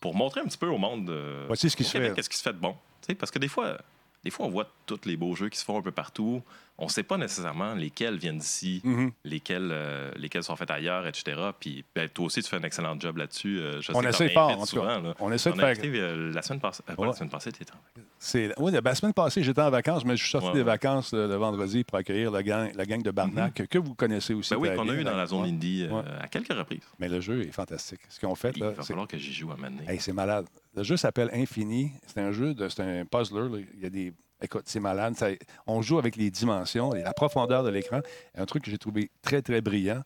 [SPEAKER 3] pour montrer un petit peu au monde euh,
[SPEAKER 1] Voici ce qui
[SPEAKER 3] au
[SPEAKER 1] se
[SPEAKER 3] Québec,
[SPEAKER 1] fait.
[SPEAKER 3] qu'est-ce qui se fait de bon. Tu sais, parce que des fois, des fois, on voit tous les beaux jeux qui se font un peu partout. On ne sait pas nécessairement lesquels viennent d'ici,
[SPEAKER 1] Mhm.
[SPEAKER 3] lesquels, euh, lesquels sont faits ailleurs, etc. Puis ben, toi aussi, tu fais un excellent job là-dessus. Euh, je
[SPEAKER 1] On
[SPEAKER 3] sais que
[SPEAKER 1] essaie
[SPEAKER 3] t'en
[SPEAKER 1] fort,
[SPEAKER 3] invites
[SPEAKER 1] en tout
[SPEAKER 3] souvent,
[SPEAKER 1] cas.
[SPEAKER 3] là.
[SPEAKER 1] On essaie de
[SPEAKER 3] T'en as
[SPEAKER 1] faire-
[SPEAKER 3] invité, euh, la semaine passée. euh, pas la
[SPEAKER 1] Ouais.
[SPEAKER 3] semaine passée, t'étais en-
[SPEAKER 1] C'est- Oui, ben, la semaine passée, j'étais en vacances, mais je suis sorti
[SPEAKER 3] Ouais,
[SPEAKER 1] des
[SPEAKER 3] ouais.
[SPEAKER 1] vacances euh, le, vendredi pour accueillir la gang, la gang de Barnac, que vous connaissez aussi.
[SPEAKER 3] Ben oui,
[SPEAKER 1] très
[SPEAKER 3] qu'on a
[SPEAKER 1] bien,
[SPEAKER 3] eu dans la zone
[SPEAKER 1] Ouais.
[SPEAKER 3] indie euh,
[SPEAKER 1] Ouais.
[SPEAKER 3] à quelques reprises.
[SPEAKER 1] Mais le jeu est fantastique. Ce qu'ils ont fait,
[SPEAKER 3] Il
[SPEAKER 1] là,
[SPEAKER 3] va
[SPEAKER 1] c'est
[SPEAKER 3] falloir que j'y joue à un moment donné.
[SPEAKER 1] Hey, c'est malade. Le jeu s'appelle Infini. C'est un jeu de. C'est un puzzler. là. Il y a des. Écoute, c'est malade. Ça- on joue avec les dimensions et la profondeur de l'écran. Un truc que j'ai trouvé très, très brillant.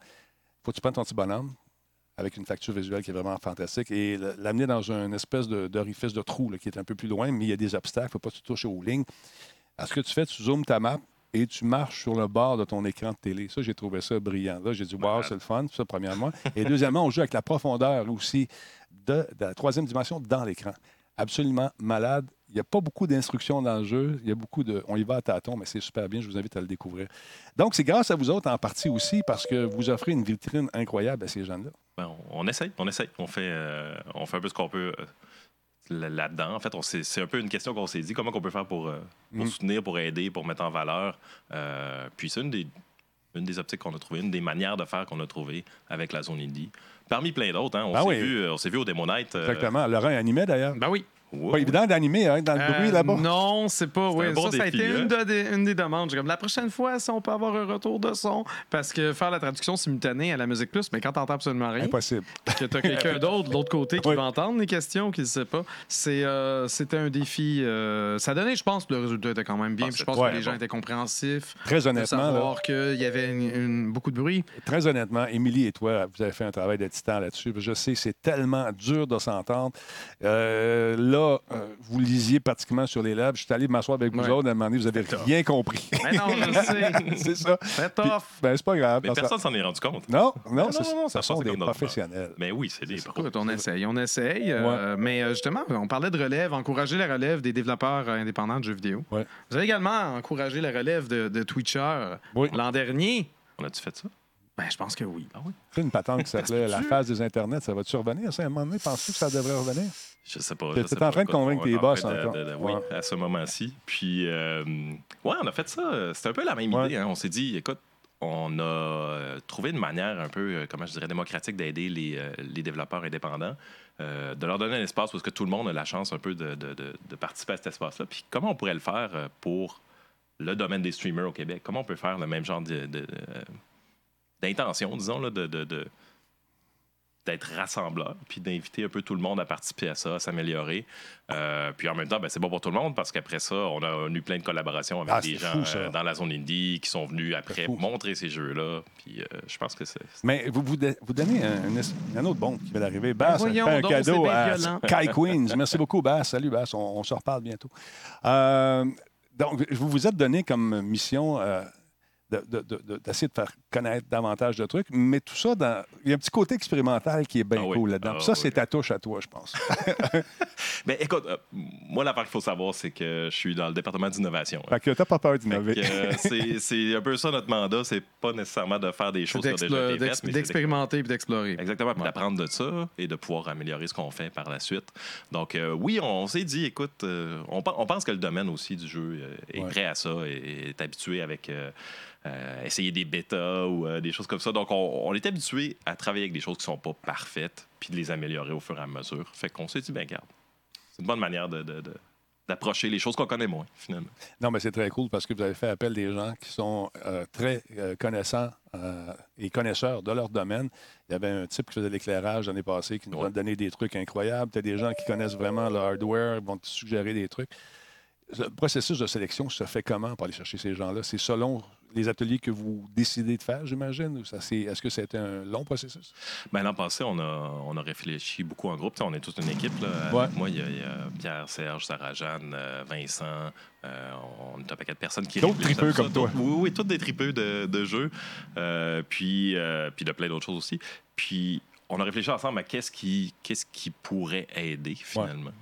[SPEAKER 1] Faut que tu prennes ton petit bonhomme avec une facture visuelle qui est vraiment fantastique et le- l'amener dans une espèce de- d'orifice de, trou là, qui est un peu plus loin, mais il y a des obstacles. Faut pas que tu touches aux lignes. Alors, ce que tu fais, tu zoomes ta map et tu marches sur le bord de ton écran de télé. Ça, j'ai trouvé ça brillant. Là, j'ai dit, wow, c'est le fun, ça, premièrement. Et deuxièmement, on joue avec la profondeur aussi de, de la troisième dimension dans l'écran. Absolument malade. Il n'y a pas beaucoup d'instructions dans le jeu. Il y a beaucoup de. On y va à tâtons, mais c'est super bien. Je vous invite à le découvrir. Donc, c'est grâce à vous autres en partie aussi parce que vous offrez une vitrine incroyable à ces gens-là.
[SPEAKER 2] Euh,
[SPEAKER 3] Ben, on, on essaye, on essaye. On fait, euh, on fait un peu ce qu'on peut euh, là- là-dedans. En fait, on s'est- c'est un peu une question qu'on s'est dit comment on peut faire pour, euh, pour
[SPEAKER 1] Mm.
[SPEAKER 3] soutenir, pour aider, pour mettre en valeur. Euh, puis c'est une des, une des optiques qu'on a trouvées, une des manières de faire qu'on a trouvées avec la zone indie. Parmi plein d'autres, hein. on
[SPEAKER 1] Ben
[SPEAKER 3] s'est
[SPEAKER 1] oui.
[SPEAKER 3] vu, euh, on s'est vu au Demo Night. euh,
[SPEAKER 1] Exactement. Laurent animait d'ailleurs.
[SPEAKER 2] Ben oui.
[SPEAKER 3] wow.
[SPEAKER 1] Pas évident d'animer hein, dans le
[SPEAKER 2] Euh,
[SPEAKER 1] bruit là-bas.
[SPEAKER 2] Non, c'est pas.
[SPEAKER 3] C'est
[SPEAKER 2] Oui.
[SPEAKER 3] un bon
[SPEAKER 2] ça, ça a
[SPEAKER 3] défi,
[SPEAKER 2] été
[SPEAKER 3] hein.
[SPEAKER 2] une, de- des- une des demandes. J'ai Comme, la prochaine fois, si on peut avoir un retour de son, parce que faire la traduction simultanée à la musique plus, mais quand t'entends absolument rien,
[SPEAKER 1] Impossible.
[SPEAKER 2] que t'as quelqu'un d'autre de l'autre côté qui
[SPEAKER 1] Oui.
[SPEAKER 2] va entendre les questions qu'il sait pas, c'est euh, c'était un défi. euh, ça donnait, je pense, le résultat était quand même bien.
[SPEAKER 3] Ah,
[SPEAKER 2] puis je
[SPEAKER 3] c'est-
[SPEAKER 2] pense
[SPEAKER 1] ouais,
[SPEAKER 2] que les gens
[SPEAKER 3] bon.
[SPEAKER 2] étaient compréhensifs.
[SPEAKER 1] Très
[SPEAKER 2] De
[SPEAKER 1] honnêtement, là,
[SPEAKER 2] savoir qu'il y avait une- une- beaucoup de bruit.
[SPEAKER 1] très honnêtement, Émilie et toi, vous avez fait un travail de titan là-dessus. Je sais, c'est tellement dur de s'entendre. Euh, là, euh, vous lisiez pratiquement sur les lèvres. Je suis allé m'asseoir avec vous
[SPEAKER 2] Ouais.
[SPEAKER 1] autres à un moment donné, vous avez rien compris.
[SPEAKER 2] Mais non, je sais.
[SPEAKER 1] c'est ça.
[SPEAKER 2] C'est
[SPEAKER 1] Puis,
[SPEAKER 2] tough.
[SPEAKER 1] ben, c'est pas grave.
[SPEAKER 3] Mais
[SPEAKER 1] Parce-
[SPEAKER 3] personne s'en est rendu compte.
[SPEAKER 1] Non, non,
[SPEAKER 3] non,
[SPEAKER 1] c'est-
[SPEAKER 3] non, ça
[SPEAKER 1] ce sont
[SPEAKER 3] passe
[SPEAKER 1] des
[SPEAKER 3] comme normal.
[SPEAKER 1] professionnels.
[SPEAKER 3] Mais oui, c'est des pros.
[SPEAKER 2] Écoute, on essaye, on essaye. euh, mais euh, justement, on parlait de relève, encourager la relève des développeurs euh, indépendants de jeux vidéo.
[SPEAKER 1] Ouais.
[SPEAKER 2] Vous avez également encouragé la relève de, de Twitchers
[SPEAKER 1] Oui.
[SPEAKER 2] l'an dernier.
[SPEAKER 3] On a-tu fait ça?
[SPEAKER 2] Ben, je pense que oui.
[SPEAKER 3] Ah
[SPEAKER 1] C'est une patente qui s'appelait la phase des Internets. Ça va-tu revenir? Ça, à un moment donné, penses-tu que ça devrait revenir?
[SPEAKER 3] Je sais pas.
[SPEAKER 1] T'es-
[SPEAKER 3] je
[SPEAKER 1] t'es
[SPEAKER 3] sais
[SPEAKER 1] en
[SPEAKER 3] pas.
[SPEAKER 1] train de convaincre
[SPEAKER 3] On
[SPEAKER 1] tes
[SPEAKER 3] est en
[SPEAKER 1] boss
[SPEAKER 3] train de-
[SPEAKER 1] encore.
[SPEAKER 3] de- de- oui,
[SPEAKER 1] Ouais.
[SPEAKER 3] à ce moment-ci. Puis, euh, ouais, on a fait ça. C'était un peu la même
[SPEAKER 1] Ouais.
[SPEAKER 3] idée. hein. On s'est dit, écoute, on a euh, trouvé une manière un peu, euh, comment je dirais, démocratique d'aider les, euh, les développeurs indépendants, euh, de leur donner un espace où est-ce que tout le monde a la chance un peu de, de- de- de participer à cet espace-là. Puis, comment on pourrait le faire euh, pour le domaine des streamers au Québec? Comment on peut faire le même genre de- de- euh, d'intention, disons, là, de- de- de d'être rassembleur, puis d'inviter un peu tout le monde à participer à ça, à s'améliorer. Euh, puis en même temps, ben, c'est bon pour tout le monde parce qu'après ça, on a, on a eu plein de collaborations avec
[SPEAKER 1] Ah,
[SPEAKER 3] des
[SPEAKER 1] c'est
[SPEAKER 3] gens
[SPEAKER 1] fou, ça.
[SPEAKER 3] euh, dans la zone indie qui sont venus après
[SPEAKER 1] fou.
[SPEAKER 3] montrer ces jeux-là. Puis euh, je pense que c'est.
[SPEAKER 1] Mais vous, vous, de- vous donnez un, une es- un autre bombe qui va d'arriver.
[SPEAKER 3] Ben,
[SPEAKER 1] Bass, on te fait
[SPEAKER 2] voyons
[SPEAKER 1] un
[SPEAKER 2] donc, c'est
[SPEAKER 1] cadeau
[SPEAKER 2] bien
[SPEAKER 1] à
[SPEAKER 2] violent.
[SPEAKER 1] Sky Queens. Merci beaucoup, Bass. Salut, Bass. On, on se reparle bientôt. Euh, donc, vous vous êtes donné comme mission euh, de- de- de- de- d'essayer de, faire connaître davantage de trucs, mais tout ça, dans... il y a un petit côté expérimental qui est bien
[SPEAKER 3] Ah oui.
[SPEAKER 1] cool là-dedans.
[SPEAKER 3] Ah
[SPEAKER 1] Puis ça,
[SPEAKER 3] oui.
[SPEAKER 1] c'est ta touche à toi, je pense.
[SPEAKER 3] Mais écoute, euh, moi, l'affaire qu'il faut savoir, c'est que je suis dans le département d'innovation. hein.
[SPEAKER 1] fait que t'as pas peur
[SPEAKER 3] Fait
[SPEAKER 1] d'innover.
[SPEAKER 3] que, euh, c'est- c'est un peu ça notre mandat, c'est pas nécessairement de faire
[SPEAKER 2] C'est
[SPEAKER 3] des choses qui ont déjà
[SPEAKER 2] d'explo-
[SPEAKER 3] été
[SPEAKER 2] d'ex-
[SPEAKER 3] faites. mais c'est d'ex-
[SPEAKER 2] D'expérimenter puis d'explorer.
[SPEAKER 3] Exactement, puis
[SPEAKER 2] Ouais.
[SPEAKER 3] d'apprendre de ça et de pouvoir améliorer ce qu'on fait par la suite. Donc, euh, oui, on, s'est dit, écoute, euh, on, pen- on pense que le domaine aussi du jeu euh, est
[SPEAKER 1] Ouais.
[SPEAKER 3] prêt à ça et est habitué avec euh, euh, essayer des bêtas ou euh, des choses comme ça. Donc, on, on est habitué à travailler avec des choses qui sont pas parfaites puis de les améliorer au fur et à mesure. Fait qu'on s'est dit, ben, garde, c'est une bonne manière de, de- de- d'approcher les choses qu'on connaît moins, finalement.
[SPEAKER 1] Non, mais c'est très cool parce que vous avez fait appel des gens qui sont euh, très euh, connaissants euh, et connaisseurs de leur domaine. Il y avait un type qui faisait l'éclairage l'année passée qui nous a donné des trucs incroyables. Tu as des gens qui connaissent vraiment le hardware, vont te suggérer des trucs. Le processus de sélection se fait comment pour aller chercher ces gens-là? C'est selon les ateliers que vous décidez de faire, j'imagine? ou ça, c'est- Est-ce que c'était un long processus?
[SPEAKER 3] Ben, L'an passé, on a, on a réfléchi beaucoup en groupe. Tu sais, on est toute une équipe. Là. Avec
[SPEAKER 1] Ouais.
[SPEAKER 3] Moi, il y, a- il y a Pierre, Serge, Sarah-Jeanne, euh, Vincent. euh, on est un paquet de personnes qui...
[SPEAKER 1] D'autres
[SPEAKER 3] réfléchissent à
[SPEAKER 1] tripeux
[SPEAKER 3] tout ça.
[SPEAKER 1] comme toi.
[SPEAKER 3] Oui, oui, toutes des tripeux de, de jeux. Euh, puis, euh, puis de plein d'autres choses aussi. Puis on a réfléchi ensemble à qu'est-ce qui, qu'est-ce qui pourrait aider, finalement.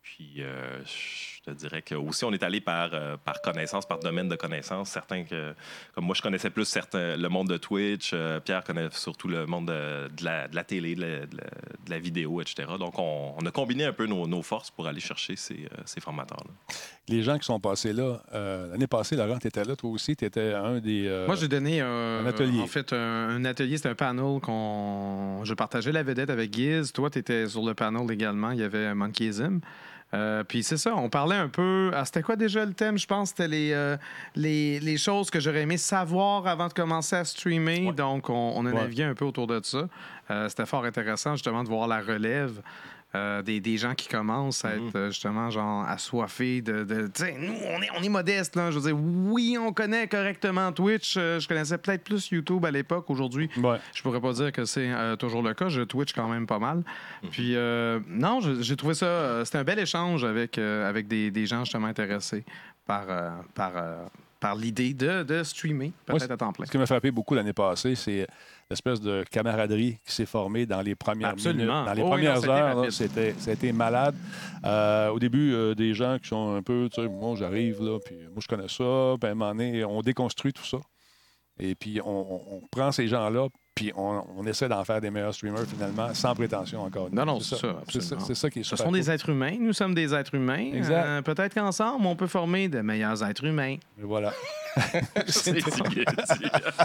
[SPEAKER 3] Puis euh, je te dirais que aussi, on est allé par, euh, par connaissance, par domaine de connaissance. Certains que, comme moi, je connaissais plus certains, le monde de Twitch. euh, Pierre connaît surtout le monde de, de la, de la télé, de la, de la- de la vidéo, etc. Donc, on, on a combiné un peu nos, nos forces pour aller chercher ces, euh, ces formateurs-là.
[SPEAKER 1] Les gens qui sont passés là, euh, l'année passée, Laurent, tu étais là, toi aussi, tu étais un des. euh,
[SPEAKER 2] Moi, j'ai donné un,
[SPEAKER 1] un atelier.
[SPEAKER 2] En fait, un, un atelier, c'était un panel qu'on. Je partageais la vedette avec Giz. Toi, tu étais sur le panel également. Il y avait Monkeyism. Euh, puis c'est ça, on parlait un peu. Ah, c'était quoi déjà le thème? Je pense que c'était les, euh, les, les choses que j'aurais aimé savoir avant de commencer à streamer. Donc, on, on a
[SPEAKER 1] Ouais.
[SPEAKER 2] navigué un peu autour de ça. Euh, c'était fort intéressant, justement, de voir la relève. euh, des, des gens qui commencent
[SPEAKER 1] Mm.
[SPEAKER 2] à être euh, justement genre assoiffés de, de tu sais, nous on est on est modeste là je veux dire oui on connaît correctement Twitch Euh, je connaissais peut-être plus YouTube à l'époque aujourd'hui
[SPEAKER 1] Ouais.
[SPEAKER 2] je pourrais pas dire que c'est euh, toujours le cas. Je Twitch quand même pas mal.
[SPEAKER 1] Mm-hmm.
[SPEAKER 2] Puis, euh, non, je- j'ai trouvé ça. euh, C'était un bel échange avec, euh, avec des, des gens justement intéressés par, euh, par, euh, par l'idée de, de streamer, peut-être
[SPEAKER 1] c'est-
[SPEAKER 2] à temps plein.
[SPEAKER 1] Ce qui m'a frappé beaucoup l'année passée, c'est l'espèce de camaraderie qui s'est formée dans les premières
[SPEAKER 2] Absolument.
[SPEAKER 1] minutes, dans les
[SPEAKER 2] Oh oui,
[SPEAKER 1] premières
[SPEAKER 2] non, c'était
[SPEAKER 1] heures. là,
[SPEAKER 2] rapide.
[SPEAKER 1] C'était, c'était malade. Euh, au début, euh, des gens qui sont un peu, tu sais, moi j'arrive là, puis moi je connais ça, puis à un moment donné, on déconstruit tout ça. Et puis on, on- on prend ces gens-là, puis on, on essaie d'en faire des meilleurs streamers finalement, sans prétention encore. une
[SPEAKER 2] Non,
[SPEAKER 1] fois.
[SPEAKER 2] non, c'est ça,
[SPEAKER 1] C'est ça,
[SPEAKER 2] absolument.
[SPEAKER 1] c'est ça qui est
[SPEAKER 2] Ce
[SPEAKER 1] super
[SPEAKER 2] sont des êtres humains. Nous sommes des êtres humains.
[SPEAKER 1] Exact.
[SPEAKER 2] Euh, peut-être qu'ensemble, on peut former de meilleurs êtres humains.
[SPEAKER 1] cool. Voilà.
[SPEAKER 3] C'est bien dit.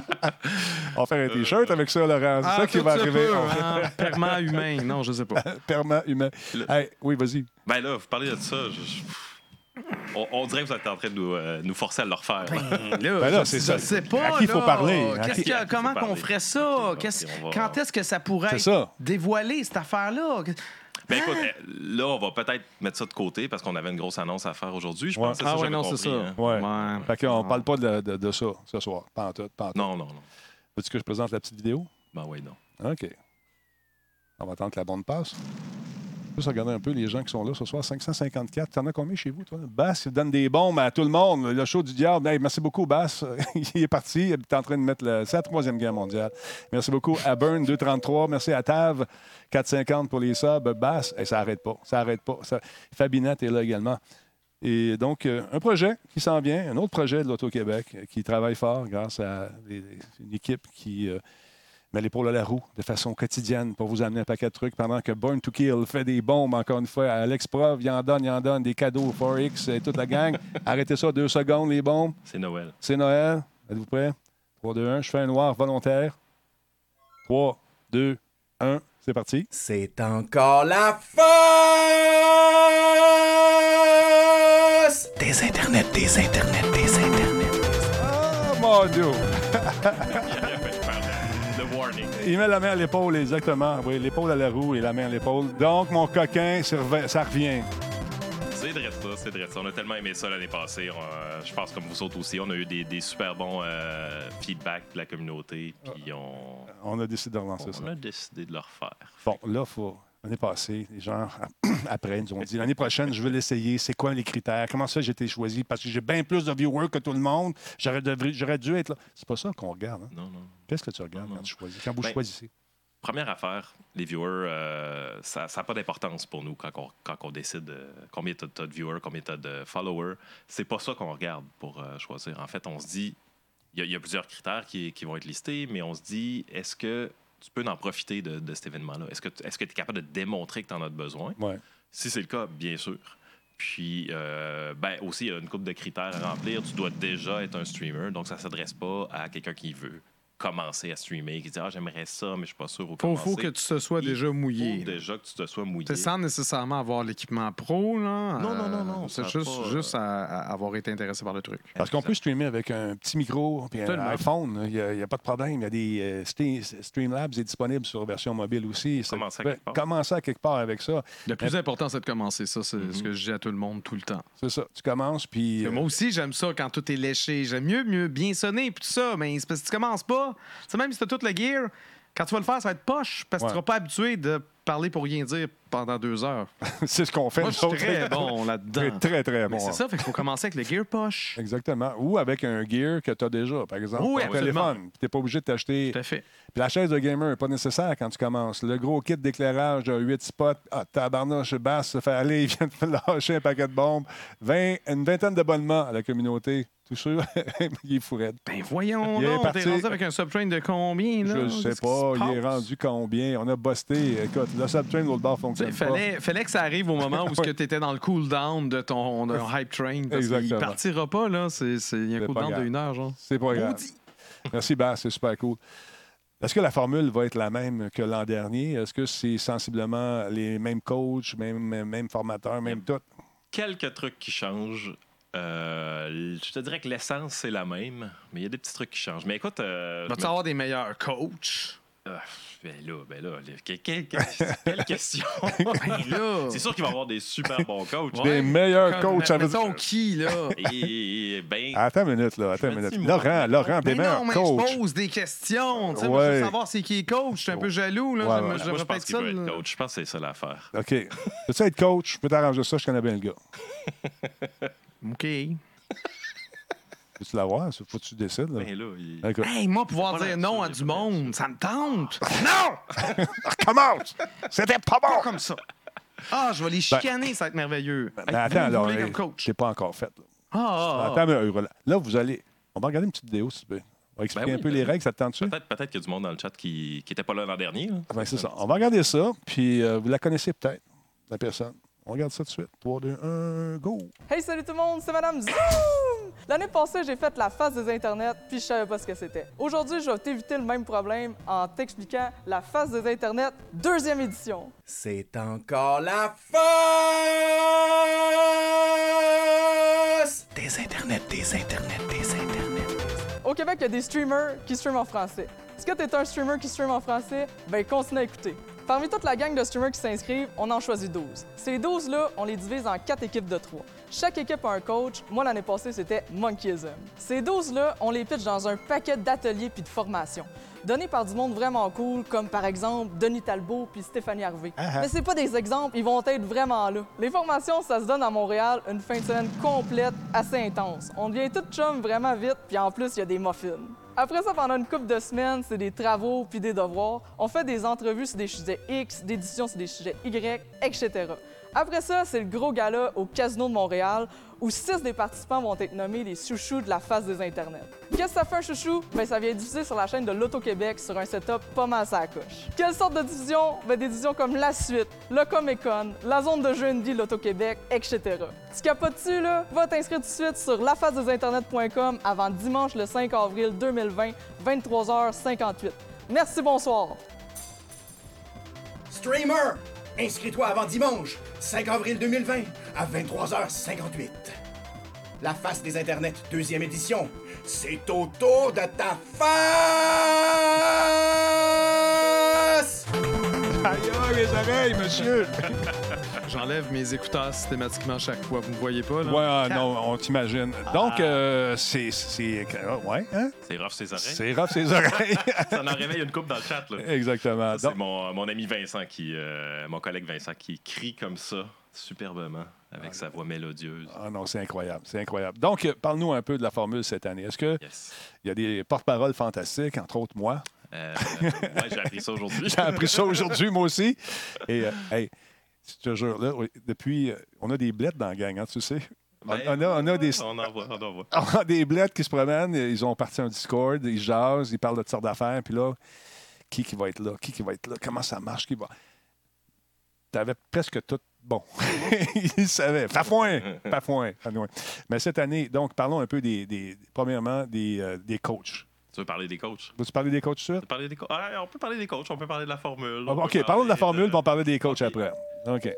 [SPEAKER 1] On va faire un T-shirt avec ça, Laurent. C'est ça qui
[SPEAKER 2] Euh, ah, tout
[SPEAKER 1] va
[SPEAKER 2] se
[SPEAKER 1] arriver. Ben
[SPEAKER 2] peut,
[SPEAKER 1] On fait
[SPEAKER 3] Ah,
[SPEAKER 2] hein, permanent humain. Non, je sais pas.
[SPEAKER 1] Permanent humain.
[SPEAKER 3] Le-
[SPEAKER 1] Hey, oui, vas-y.
[SPEAKER 3] Ben là, vous parlez de ça. je- je- On, on dirait que vous êtes en train de nous, euh, nous forcer à le refaire. là.
[SPEAKER 2] Là,
[SPEAKER 1] Ben là,
[SPEAKER 2] je-
[SPEAKER 1] c'est
[SPEAKER 2] je
[SPEAKER 1] ça.
[SPEAKER 2] sais pas,
[SPEAKER 1] À qui il faut
[SPEAKER 2] là.
[SPEAKER 1] parler? À
[SPEAKER 2] Qu'est-ce
[SPEAKER 1] qui-
[SPEAKER 2] que-
[SPEAKER 3] à qui il faut
[SPEAKER 2] comment qu'on
[SPEAKER 3] parler?
[SPEAKER 2] ferait
[SPEAKER 3] Absolument.
[SPEAKER 2] ça? Qu'est-ce-
[SPEAKER 3] Puis on va-
[SPEAKER 2] Quand est-ce que ça pourrait
[SPEAKER 1] C'est
[SPEAKER 2] être
[SPEAKER 1] ça.
[SPEAKER 2] dévoilé, cette affaire-là?
[SPEAKER 3] Ben écoute, euh, là, on va peut-être mettre ça de côté parce qu'on avait une grosse annonce à faire aujourd'hui. Je
[SPEAKER 1] Ouais.
[SPEAKER 3] pense que
[SPEAKER 2] Ah
[SPEAKER 3] ça,
[SPEAKER 2] ouais,
[SPEAKER 3] j'avais
[SPEAKER 2] non,
[SPEAKER 3] compris,
[SPEAKER 2] c'est ça.
[SPEAKER 3] hein.
[SPEAKER 1] Ouais.
[SPEAKER 2] Ouais.
[SPEAKER 1] Fait qu'on parle pas de, de- de ça ce soir. Pas en tout, pas en tout.
[SPEAKER 3] Non, non, non.
[SPEAKER 1] Veux-tu que je présente la petite vidéo?
[SPEAKER 3] Ben oui, non.
[SPEAKER 1] OK. On va attendre que la bande passe. Juste regarder un peu les gens qui sont là ce soir. 554. T'en as combien chez vous, toi? Bass, il donne des bombes à tout le monde. Le show du diable. Hey, merci beaucoup, Bass. il est parti. Il est en train de mettre le... C'est la troisième guerre mondiale. Merci beaucoup à Burn 233. Merci à Tav 450 pour les subs. Bass, et ça arrête pas. Ça arrête pas. Ça... Fabinette est là également. Et donc, euh, un projet qui s'en vient, un autre projet de l'Auto-Québec euh, qui travaille fort grâce à des- des- une équipe qui euh, met l'épaule à la roue de façon quotidienne pour vous amener un paquet de trucs pendant que Born to Kill fait des bombes, encore une fois. à Alex Prov, il en donne, il en donne, des cadeaux, 4X et toute la gang. Arrêtez ça deux secondes, les bombes.
[SPEAKER 3] C'est Noël.
[SPEAKER 1] C'est Noël. Êtes-vous prêts? 3, 2, 1. Je fais un noir volontaire. 3, 2, 1. C'est parti.
[SPEAKER 6] C'est encore la fosse! Des internets, des internets, des internets.
[SPEAKER 1] Ah, mon Dieu!
[SPEAKER 3] Le warning.
[SPEAKER 1] Il met la main à l'épaule, exactement. Oui, l'épaule à la roue et la main à l'épaule. Donc, mon coquin, ça revient- ça revient.
[SPEAKER 3] C'est vrai ça, c'est vrai ça. On a tellement aimé ça l'année passée. On, euh, je pense comme vous autres aussi, on a eu des, des super bons euh, feedbacks de la communauté. Puis on,
[SPEAKER 1] On a décidé de relancer ça.
[SPEAKER 3] on a décidé de le refaire.
[SPEAKER 1] Bon, là, faut... l'année passée, les gens, après, nous ont dit l'année prochaine, je veux l'essayer. C'est quoi les critères? Comment ça, j'ai été choisi? Parce que j'ai bien plus de viewers que tout le monde. J'aurais, devri- j'aurais dû être là. C'est pas ça qu'on regarde. hein.
[SPEAKER 3] Non, non.
[SPEAKER 1] Qu'est-ce que tu regardes
[SPEAKER 3] Non, non.
[SPEAKER 1] quand tu choisis? Quand vous
[SPEAKER 3] Ben,
[SPEAKER 1] choisissez.
[SPEAKER 3] Première affaire, les viewers, euh, ça n'a pas d'importance pour nous quand on, quand on décide euh, combien tu as de viewers, combien tu as de followers. C'est pas ça qu'on regarde pour euh, choisir. En fait, on se dit, il y a- il y, a plusieurs critères qui, qui vont être listés, mais on se dit, est-ce que tu peux en profiter de, de cet événement-là? Est-ce que tu es capable de démontrer que tu en as de besoin?
[SPEAKER 1] Ouais.
[SPEAKER 3] Si c'est le cas, bien sûr. Puis, euh, ben aussi, il y a une coupe de critères à remplir. Tu dois déjà être un streamer, donc ça s'adresse pas à quelqu'un qui veut commencé à streamer, qui disent Ah, j'aimerais ça, mais je suis pas sûr où
[SPEAKER 2] Faut,
[SPEAKER 3] commencer.
[SPEAKER 2] faut que tu te sois
[SPEAKER 3] Il
[SPEAKER 2] déjà
[SPEAKER 3] Faut
[SPEAKER 2] mouillé.
[SPEAKER 3] déjà que tu te sois mouillé.
[SPEAKER 2] C'est sans nécessairement avoir l'équipement pro, là.
[SPEAKER 3] Non, non, non,
[SPEAKER 2] Euh,
[SPEAKER 3] non,
[SPEAKER 2] C'est
[SPEAKER 3] ça
[SPEAKER 2] juste,
[SPEAKER 3] pas, euh,
[SPEAKER 2] juste à, à avoir été intéressé par le truc.
[SPEAKER 1] Parce qu'on peut streamer avec un petit micro puis un
[SPEAKER 2] Tellement.
[SPEAKER 1] iPhone. Il n'y a, il y a pas de problème. Il y a des euh, Ste- Streamlabs est disponible sur version mobile aussi. Ça-
[SPEAKER 3] Commencer à
[SPEAKER 1] ben,
[SPEAKER 3] quelque part.
[SPEAKER 1] Commencer à quelque part avec ça.
[SPEAKER 2] Le plus important, c'est de commencer ça. C'est
[SPEAKER 3] Mm-hmm.
[SPEAKER 2] ce que je dis à tout le monde tout le temps.
[SPEAKER 1] C'est ça. Tu commences, puis
[SPEAKER 2] Moi aussi, j'aime ça quand tout est léché. J'aime mieux, mieux bien sonner puis tout ça. Mais c'est parce que tu commences pas. Tu sais, même si tu as toute la gear, quand tu vas le faire, ça va être poche parce que
[SPEAKER 1] Ouais.
[SPEAKER 2] tu seras pas habitué de parler pour rien dire pendant deux heures.
[SPEAKER 1] euh, c'est ce qu'on fait.
[SPEAKER 2] Moi, je suis
[SPEAKER 1] nous autres.
[SPEAKER 2] très bon
[SPEAKER 1] Très,
[SPEAKER 2] là-dedans.
[SPEAKER 1] très, très
[SPEAKER 2] Mais
[SPEAKER 1] bon.
[SPEAKER 2] c'est ça, fait qu'il faut commencer avec le gear poche.
[SPEAKER 1] Exactement. Ou avec un gear que tu as déjà, par exemple,
[SPEAKER 2] Oui,
[SPEAKER 1] ton
[SPEAKER 2] absolument.
[SPEAKER 1] téléphone. Tu n'es pas obligé de t'acheter.
[SPEAKER 2] Tout à fait.
[SPEAKER 1] Puis la chaise de gamer n'est pas nécessaire quand tu commences. Le gros kit d'éclairage de 8 spots, ah, tabarnouche basse se fait aller, il vient de me lâcher un paquet de bombes. 20, une vingtaine d'abonnements à la communauté. Tout sûr, il est fourré.
[SPEAKER 2] Ben voyons,
[SPEAKER 1] Il est
[SPEAKER 2] non, t'es
[SPEAKER 1] parti.
[SPEAKER 2] rendu avec un subtrain de combien,
[SPEAKER 1] Je
[SPEAKER 2] là?
[SPEAKER 1] ne sais
[SPEAKER 2] Qu'est-ce qui se
[SPEAKER 1] pas, il est
[SPEAKER 2] passe?
[SPEAKER 1] rendu combien. On a busté. Écoute, le subtrain de l'autre bord fonctionne
[SPEAKER 2] Il fallait, fallait que ça arrive au moment où tu étais dans le cool-down de ton de ton hype train. Parce qu'il
[SPEAKER 1] Exactement.
[SPEAKER 2] partira pas, là. C'est, c'est- il y a un
[SPEAKER 1] C'est pas
[SPEAKER 2] cool-down
[SPEAKER 1] grave.
[SPEAKER 2] de une heure, genre.
[SPEAKER 1] pas. C'est pas grave. Merci, Bass, c'est super cool. Est-ce que la formule va être la même que l'an dernier? Est-ce que c'est sensiblement les mêmes coachs, même, même formateurs, même tout?
[SPEAKER 3] Quelques trucs qui changent. Euh, je te dirais que l'essence, c'est la même, mais il y a des petits trucs qui changent. Mais écoute, euh,
[SPEAKER 2] Vas-tu
[SPEAKER 3] je me-
[SPEAKER 2] avoir des meilleurs coachs?
[SPEAKER 3] Ah, ben là, ben là, là, que- que- que- belle question.
[SPEAKER 2] Ben là!
[SPEAKER 3] c'est sûr qu'il va y avoir des super bons coachs.
[SPEAKER 2] Ouais.
[SPEAKER 1] Des meilleurs
[SPEAKER 2] Comme,
[SPEAKER 1] coachs. ça veut dire-
[SPEAKER 2] mettons qui, là?
[SPEAKER 3] Et, ben,
[SPEAKER 1] Attends une minute, là. Attends
[SPEAKER 3] me
[SPEAKER 1] une minute.
[SPEAKER 3] dis, moi,
[SPEAKER 1] Laurent, Laurent, des
[SPEAKER 2] Mais Ben
[SPEAKER 1] meilleurs
[SPEAKER 2] non, mais
[SPEAKER 1] coachs.
[SPEAKER 2] je pose des questions. tu sais, Moi, je veux
[SPEAKER 1] Ouais.
[SPEAKER 2] savoir c'est qui est coach. Je suis un peu jaloux, là.
[SPEAKER 1] Ouais,
[SPEAKER 2] je me-
[SPEAKER 1] ouais.
[SPEAKER 2] je
[SPEAKER 3] Ben, Ah, moi, je
[SPEAKER 2] répète
[SPEAKER 3] pense qu'il
[SPEAKER 2] ça,
[SPEAKER 3] peut être
[SPEAKER 2] là.
[SPEAKER 3] coach. Je pense que c'est ça l'affaire.
[SPEAKER 1] OK. Peux-tu être coach? Je peux t'arranger ça, je connais bien le gars.
[SPEAKER 2] OK. Hey,
[SPEAKER 1] Peux-tu l'avoir? Ça, Faut que tu décides, là. Ah,
[SPEAKER 3] Ben là, il-
[SPEAKER 1] Écoute,
[SPEAKER 2] moi, pouvoir
[SPEAKER 3] Pas
[SPEAKER 2] dire
[SPEAKER 3] là-dessus,
[SPEAKER 2] non à
[SPEAKER 3] il est
[SPEAKER 2] du
[SPEAKER 3] pas
[SPEAKER 2] monde, ça me tente.
[SPEAKER 1] recommence! Ah, C'était pas bon!
[SPEAKER 2] Comme ça. Ah, je vais les chicaner, ça va être merveilleux.
[SPEAKER 1] Mais
[SPEAKER 2] Hey,
[SPEAKER 1] Ben, attends, euh,
[SPEAKER 2] vous
[SPEAKER 1] là,
[SPEAKER 2] voulez
[SPEAKER 1] hey,
[SPEAKER 2] comme coach.
[SPEAKER 1] j'ai pas encore fait. là.
[SPEAKER 2] Ah, ah,
[SPEAKER 1] Attends, mais, euh, là, vous allez... On va regarder une petite vidéo, s'il te plaît. On va expliquer
[SPEAKER 3] Ben oui,
[SPEAKER 1] un peu
[SPEAKER 3] ben
[SPEAKER 1] les
[SPEAKER 3] oui.
[SPEAKER 1] règles, ça te tente-tu?
[SPEAKER 3] peut-être peut-être qu'il y a du monde dans le chat qui n'était pas là l'an dernier. là.
[SPEAKER 1] Ben, c'est ça. On va regarder ça, puis euh, vous la connaissez peut-être, la personne. On regarde ça tout de suite. 3, 2, 1, go!
[SPEAKER 7] Hey, salut tout le monde, c'est Madame Zoom! L'année passée, j'ai fait la face des Internet, puis je savais pas ce que c'était. Aujourd'hui, je vais t'éviter le même problème en t'expliquant la face des Internet, deuxième édition.
[SPEAKER 6] C'est encore la face des internets, des internets, des internets.
[SPEAKER 7] Au Québec, il y a des streamers qui streament en français. Est-ce que t'es un streamer qui stream en français? Ben, continue à écouter. Parmi toute la gang de streamers qui s'inscrivent, on en choisit 12. Ces 12-là, on les divise en 4 équipes de 3. Chaque équipe a un coach. Moi, l'année passée, c'était Monkeyism. Ces 12-là, on les pitch dans un paquet d'ateliers puis de formations, donnés par du monde vraiment cool, comme par exemple Denis Talbot puis Stéphanie Harvey. Mais c'est pas des exemples, ils vont être vraiment là. Les formations, ça se donne à Montréal une fin de semaine complète, assez intense. On devient tout chum vraiment vite, puis en plus, il y a des muffins. Après ça, pendant une couple de semaines, c'est des travaux puis des devoirs. On fait des entrevues sur des sujets X, des discussions sur des sujets Y, etc. Après ça, c'est le gros gala au Casino de Montréal où six des participants vont être nommés les chouchous de la face des internets. Qu'est-ce que ça fait un chouchou? Ben, ça vient diffuser sur la chaîne de l'Auto-Québec sur un setup pas mal à la coche. Quelle sorte de diffusion? Ben, des diffusions comme La Suite, le Comic-Con, la zone de jeu indie de l'Auto-Québec, etc. Tu capotes-tu, là? Va t'inscrire tout de suite sur lafacedesinternet.com avant dimanche le 5 avril 2020, 23h58. Merci, bonsoir!
[SPEAKER 8] Streamer, inscris-toi avant dimanche, 5 avril 2020, à 23h58. La face des internets, deuxième édition. C'est au tour de ta face!
[SPEAKER 1] Aïe, aïe, les oreilles, monsieur!
[SPEAKER 2] J'enlève mes écouteurs systématiquement chaque fois. Vous ne voyez pas, là?
[SPEAKER 1] Ouais, ah, non, on t'imagine. Donc, euh, c'est. c'est- ah, Ouais, hein?
[SPEAKER 3] C'est rough ses oreilles.
[SPEAKER 1] C'est Eh, rough, ses oreilles.
[SPEAKER 3] Ça en réveille une coupe dans le chat. Là.
[SPEAKER 1] Exactement.
[SPEAKER 3] Ça, C'est
[SPEAKER 1] Donc,
[SPEAKER 3] mon, mon ami Vincent, qui, euh, mon collègue Vincent, qui crie comme ça, superbement, avec sa voix mélodieuse.
[SPEAKER 1] ah non, c'est incroyable, c'est incroyable. Donc, euh, parle-nous un peu de la formule cette année. Est-ce qu'il
[SPEAKER 3] Yes.
[SPEAKER 1] y a des porte-paroles fantastiques, entre autres moi?
[SPEAKER 3] Euh, ouais, j'ai appris ça aujourd'hui.
[SPEAKER 1] J'ai appris ça aujourd'hui, moi aussi. Et, euh, hey, je te jure, là, oui, depuis, euh, on a des blettes dans la gang, hein, tu sais. On,
[SPEAKER 3] Ben,
[SPEAKER 1] on a, on a des,
[SPEAKER 3] On en voit, on en voit.
[SPEAKER 1] on a des blettes qui se promènent, ils ont parti un Discord, ils jasent, ils parlent de sortes d'affaires, puis là, qui qui va être là, qui qui va être là, comment ça marche, qui va... T'avais presque tout bon. ils savaient. Pafouin! Pafouin! Anyway. Mais cette année, donc, parlons un peu des, des- premièrement, des, euh, des coachs.
[SPEAKER 3] Tu veux parler des coachs?
[SPEAKER 1] Veux-tu parler des coachs tout de
[SPEAKER 3] Tu veux
[SPEAKER 1] suite?
[SPEAKER 3] parler des co- Ah, on peut parler des coachs, on peut parler de la formule. on
[SPEAKER 1] Ah,
[SPEAKER 3] peut
[SPEAKER 1] OK, parlons de la formule, puis on parler des coachs
[SPEAKER 3] Ok.
[SPEAKER 1] après. OK.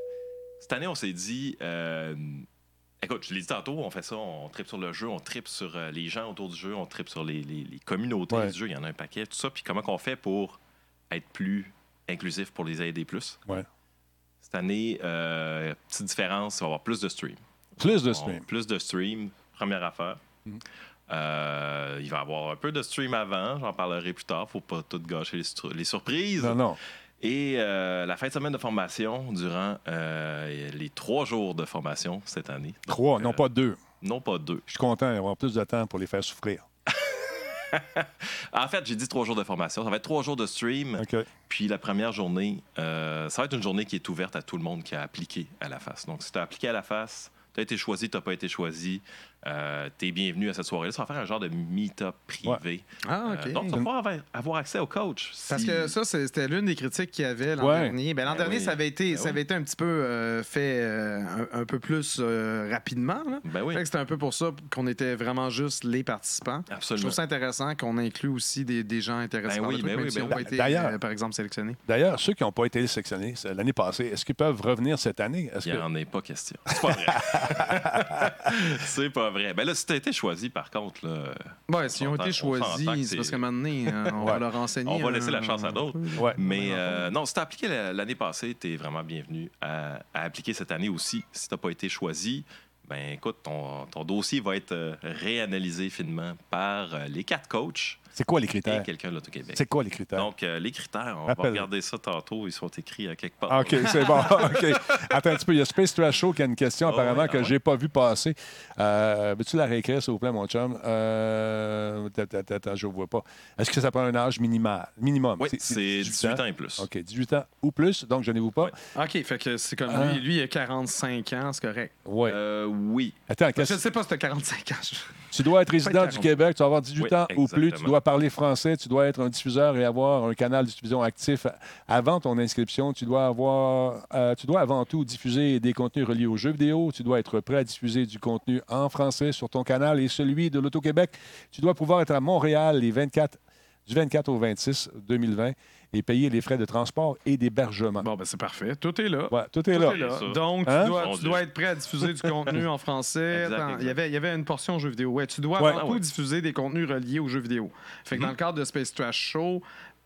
[SPEAKER 3] Cette année, on s'est dit, euh, écoute, je l'ai dit tantôt, on fait ça, on tripe sur le jeu, on tripe sur euh, les gens autour du jeu, on tripe sur les, les- les communautés
[SPEAKER 1] Ouais.
[SPEAKER 3] du jeu, il y en a un paquet, tout ça. Puis comment qu'on fait pour être plus inclusif pour les aider plus?
[SPEAKER 1] Ouais.
[SPEAKER 3] Cette année, euh, petite différence, il va y avoir plus de streams.
[SPEAKER 1] Plus de Mhm.
[SPEAKER 3] On-
[SPEAKER 1] stream.
[SPEAKER 3] Plus de stream, première affaire. Euh, il va y avoir un peu de stream avant, j'en parlerai plus tard, faut pas tout gâcher les, stru- les surprises.
[SPEAKER 1] Non, non.
[SPEAKER 3] Et euh, la fin de semaine de formation, durant euh, les trois jours de formation cette année,
[SPEAKER 1] Trois, non
[SPEAKER 3] euh,
[SPEAKER 1] pas deux.
[SPEAKER 3] non pas deux.
[SPEAKER 1] Je suis content d'avoir plus de temps pour les faire souffrir.
[SPEAKER 3] En fait, j'ai dit trois jours de formation, ça va être trois jours de stream,
[SPEAKER 1] OK.
[SPEAKER 3] puis la première journée, euh, ça va être une journée qui est ouverte à tout le monde qui a appliqué à la face. Donc si tu as appliqué à la face, tu as été choisi, tu n'as pas été choisi, euh, tu es bienvenu à cette soirée-là. Ça va faire un genre de meet-up privé.
[SPEAKER 2] Ah, OK.
[SPEAKER 3] Euh, donc, tu vas pouvoir avoir, avoir accès au coach. si-
[SPEAKER 2] Parce que ça, c'est- c'était l'une des critiques qu'il y avait l'an
[SPEAKER 1] Ouais.
[SPEAKER 2] dernier. Ben, l'an
[SPEAKER 3] Ben
[SPEAKER 2] dernier,
[SPEAKER 3] oui.
[SPEAKER 2] ça, avait été,
[SPEAKER 3] Ben
[SPEAKER 2] ça avait été un petit peu euh, fait euh, un, un peu plus euh, rapidement. là.
[SPEAKER 3] Ben oui,
[SPEAKER 2] Fait que c'était un peu pour ça qu'on était vraiment juste les participants. Je
[SPEAKER 3] absolument.
[SPEAKER 2] trouve ça intéressant qu'on inclue aussi des, des gens intéressants.
[SPEAKER 3] Ben oui,
[SPEAKER 2] dans le truc,
[SPEAKER 3] ben
[SPEAKER 2] même
[SPEAKER 3] oui,
[SPEAKER 2] s'ils
[SPEAKER 3] ben
[SPEAKER 2] ont
[SPEAKER 3] oui.
[SPEAKER 2] pas été,
[SPEAKER 1] D'ailleurs-
[SPEAKER 2] euh, par exemple, sélectionnés.
[SPEAKER 1] D'ailleurs, ceux qui n'ont pas été sélectionnés c'est l'année passée, est-ce qu'ils peuvent revenir cette année? Est-ce
[SPEAKER 3] Il
[SPEAKER 1] que...
[SPEAKER 3] n'en est pas question. C'est pas vrai. c'est pas vrai. Ben là, si t'as été choisi, par contre, là,
[SPEAKER 2] Ouais, s'ils ont
[SPEAKER 3] s'entend-
[SPEAKER 2] été
[SPEAKER 3] on s'entend que
[SPEAKER 2] choisis, c'est
[SPEAKER 3] c'est-
[SPEAKER 2] parce qu'à un moment donné, euh, on va
[SPEAKER 1] Ouais.
[SPEAKER 2] leur enseigner.
[SPEAKER 3] on va
[SPEAKER 2] un-
[SPEAKER 3] laisser la chance à d'autres.
[SPEAKER 1] Ouais.
[SPEAKER 3] Mais euh, non, si t'as appliqué la- l'année passée, t'es vraiment bienvenu à, à appliquer cette année aussi. Si t'as pas été choisi, ben écoute, ton, ton dossier va être euh, réanalysé finement par euh, les quatre coachs
[SPEAKER 1] C'est quoi les
[SPEAKER 3] et
[SPEAKER 1] critères?
[SPEAKER 3] quelqu'un de l'Auto-Québec.
[SPEAKER 1] C'est quoi les critères?
[SPEAKER 3] Donc, euh, les critères, on
[SPEAKER 1] Rappelle.
[SPEAKER 3] va regarder ça tantôt. Ils sont écrits à quelque part.
[SPEAKER 1] Ah, OK, c'est bon. OK. Attends un petit peu. Il y a Space Trash Show qui a une question
[SPEAKER 3] Ah ouais,
[SPEAKER 1] apparemment
[SPEAKER 3] ah
[SPEAKER 1] que
[SPEAKER 3] ouais.
[SPEAKER 1] j'ai pas vu passer. Euh, Veux-tu la réécrire, s'il vous plaît, mon chum? Euh, attends, attends, attends, je ne vois pas. Est-ce que ça prend un âge minimal, minimum?
[SPEAKER 3] Oui, c'est 18 ans et plus.
[SPEAKER 1] OK, 18 ans ou plus, donc je n'ai vous pas.
[SPEAKER 3] Ouais.
[SPEAKER 2] OK, fait que c'est comme
[SPEAKER 1] Ah.
[SPEAKER 2] lui, lui, il a 45 ans, c'est correct.
[SPEAKER 1] Ouais.
[SPEAKER 3] Euh, oui,
[SPEAKER 1] Attends, qu'est-ce-
[SPEAKER 2] Je sais pas si t'as 45 ans.
[SPEAKER 1] tu dois être résident du
[SPEAKER 2] quarante.
[SPEAKER 1] Québec, tu dois avoir 18
[SPEAKER 3] Oui,
[SPEAKER 1] ans ou plus, tu
[SPEAKER 3] exactement.
[SPEAKER 1] dois parler français, tu dois être un diffuseur et avoir un canal de diffusion actif avant ton inscription, tu dois avoir euh, tu dois avant tout diffuser des contenus reliés aux jeux vidéo, tu dois être prêt à diffuser du contenu en français sur ton canal et celui de l'Auto-Québec. Tu dois pouvoir être à Montréal les 24 du 24 au 26 2020 et payer les frais de transport et d'hébergement.
[SPEAKER 2] Bon, ben c'est parfait. Tout est là.
[SPEAKER 1] Ouais, tout est
[SPEAKER 2] Tout
[SPEAKER 1] là.
[SPEAKER 2] est là.
[SPEAKER 3] Ça.
[SPEAKER 2] Donc,
[SPEAKER 1] Hein?
[SPEAKER 2] tu, dois,
[SPEAKER 3] Mon
[SPEAKER 2] tu
[SPEAKER 3] Dieu.
[SPEAKER 2] dois être prêt à diffuser du contenu en français.
[SPEAKER 3] Exact,
[SPEAKER 2] Attends,
[SPEAKER 3] exact.
[SPEAKER 2] Il, y avait, il y avait une portion jeux vidéo. Ouais, tu dois
[SPEAKER 1] Ouais.
[SPEAKER 2] avant
[SPEAKER 3] Ah
[SPEAKER 2] tout
[SPEAKER 3] ouais. Mhm.
[SPEAKER 2] diffuser des contenus reliés aux jeux vidéo. Fait que dans le cadre de Space Trash Show,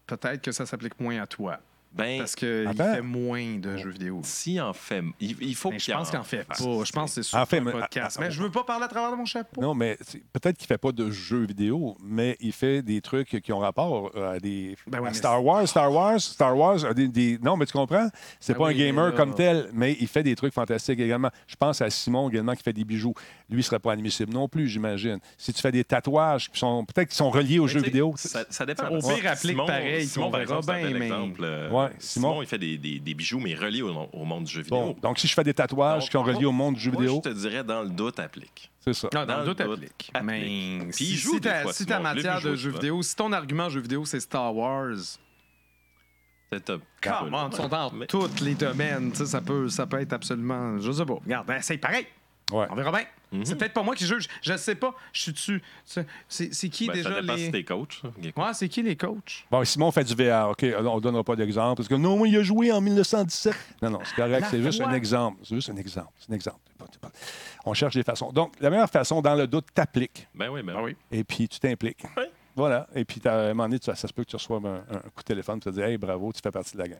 [SPEAKER 2] peut-être que ça s'applique moins à toi.
[SPEAKER 3] ben,
[SPEAKER 2] Parce qu'il
[SPEAKER 1] Attends.
[SPEAKER 2] fait moins de jeux vidéo.
[SPEAKER 3] si en fait, il, il faut
[SPEAKER 2] Mais Ben, je
[SPEAKER 3] qu'il
[SPEAKER 2] pense qu'il en fait pas. Je pense que c'est sur
[SPEAKER 1] En fait,
[SPEAKER 2] un
[SPEAKER 1] mais-
[SPEAKER 2] podcast.
[SPEAKER 1] ah, ah,
[SPEAKER 2] Mais je veux pas parler à travers de mon chapeau.
[SPEAKER 1] Non, mais c'est- peut-être qu'il fait pas de jeux vidéo, mais il fait des trucs qui ont rapport euh, à des
[SPEAKER 2] Ben
[SPEAKER 1] à
[SPEAKER 2] oui, mais
[SPEAKER 1] Star Wars, Star Wars, Star Wars. euh, Des, des- Non, mais tu comprends? C'est
[SPEAKER 2] Ben
[SPEAKER 1] pas
[SPEAKER 2] oui,
[SPEAKER 1] un
[SPEAKER 2] mais
[SPEAKER 1] gamer
[SPEAKER 2] là-
[SPEAKER 1] comme tel, mais il fait des trucs fantastiques également. Je pense à Simon également qui fait des bijoux. Lui, il serait pas admissible non plus, j'imagine. Si tu fais des tatouages, qui sont peut-être qu'ils sont reliés aux
[SPEAKER 3] Mais
[SPEAKER 1] jeux
[SPEAKER 3] tu sais,
[SPEAKER 1] vidéo.
[SPEAKER 3] Ça, ça dépend.
[SPEAKER 2] Au
[SPEAKER 3] parce que
[SPEAKER 2] pire, applique pareil,
[SPEAKER 3] Simon,
[SPEAKER 2] qu'on
[SPEAKER 3] par
[SPEAKER 2] verra
[SPEAKER 3] exemple, c'est un
[SPEAKER 2] bien,
[SPEAKER 3] bel
[SPEAKER 2] mais-
[SPEAKER 3] exemple. Euh,
[SPEAKER 1] Ouais, Simon.
[SPEAKER 3] Simon. il fait des, des- des bijoux, mais reliés au, au monde du jeu
[SPEAKER 1] Bon,
[SPEAKER 3] vidéo.
[SPEAKER 1] donc si je fais des tatouages
[SPEAKER 3] Donc,
[SPEAKER 1] qui sont reliés au monde du jeu
[SPEAKER 3] moi,
[SPEAKER 1] vidéo,
[SPEAKER 3] je te dirais, dans le doute, applique.
[SPEAKER 1] c'est ça.
[SPEAKER 2] Non,
[SPEAKER 3] Dans
[SPEAKER 2] dans le
[SPEAKER 3] le
[SPEAKER 2] doute,
[SPEAKER 3] doute,
[SPEAKER 2] applique.
[SPEAKER 3] applique.
[SPEAKER 2] Mais
[SPEAKER 3] Puis
[SPEAKER 2] si,
[SPEAKER 3] il joue
[SPEAKER 2] si
[SPEAKER 3] des
[SPEAKER 2] ta,
[SPEAKER 3] fois,
[SPEAKER 2] si
[SPEAKER 3] Simon.
[SPEAKER 2] ta
[SPEAKER 3] Je l'ai vu
[SPEAKER 2] matière
[SPEAKER 3] jouer
[SPEAKER 2] de
[SPEAKER 3] souvent.
[SPEAKER 2] jeu vidéo, si ton argument jeu vidéo, c'est Star Wars,
[SPEAKER 3] C'est top.
[SPEAKER 2] comment tu sont dans
[SPEAKER 3] Mais-
[SPEAKER 2] tous les domaines. tu sais, Ça peut, ça peut être absolument... Je sais pas. Regarde, ben, c'est pareil.
[SPEAKER 1] Ouais. Mhm.
[SPEAKER 2] On verra bien. C'est peut-être pas moi qui juge. Je sais pas. Je suis dessus. C'est c'est qui
[SPEAKER 3] Ben, ça
[SPEAKER 2] déjà
[SPEAKER 3] dépend
[SPEAKER 2] les...
[SPEAKER 3] si t'es coach. ça. Ok.
[SPEAKER 2] Ouais, c'est qui les coachs?
[SPEAKER 1] Bon, Simon fait du VR, OK, euh, on donnera pas d'exemple. Parce que non, moi, il a joué en 1917. Non, non, c'est correct,
[SPEAKER 2] La
[SPEAKER 1] c'est juste
[SPEAKER 2] foi.
[SPEAKER 1] un exemple. C'est juste un exemple. C'est un exemple. C'est pas- c'est pas- On cherche des façons. Donc, la meilleure façon, dans le doute, t'appliques
[SPEAKER 3] Ben oui, ben
[SPEAKER 2] Ah oui.
[SPEAKER 3] oui.
[SPEAKER 1] et puis tu t'impliques.
[SPEAKER 3] Oui.
[SPEAKER 1] Voilà. Et puis, t'as- à un moment donné, tu- ça se peut que tu reçoives un, un coup de téléphone et tu te dis Hey, bravo, tu fais partie de la gang.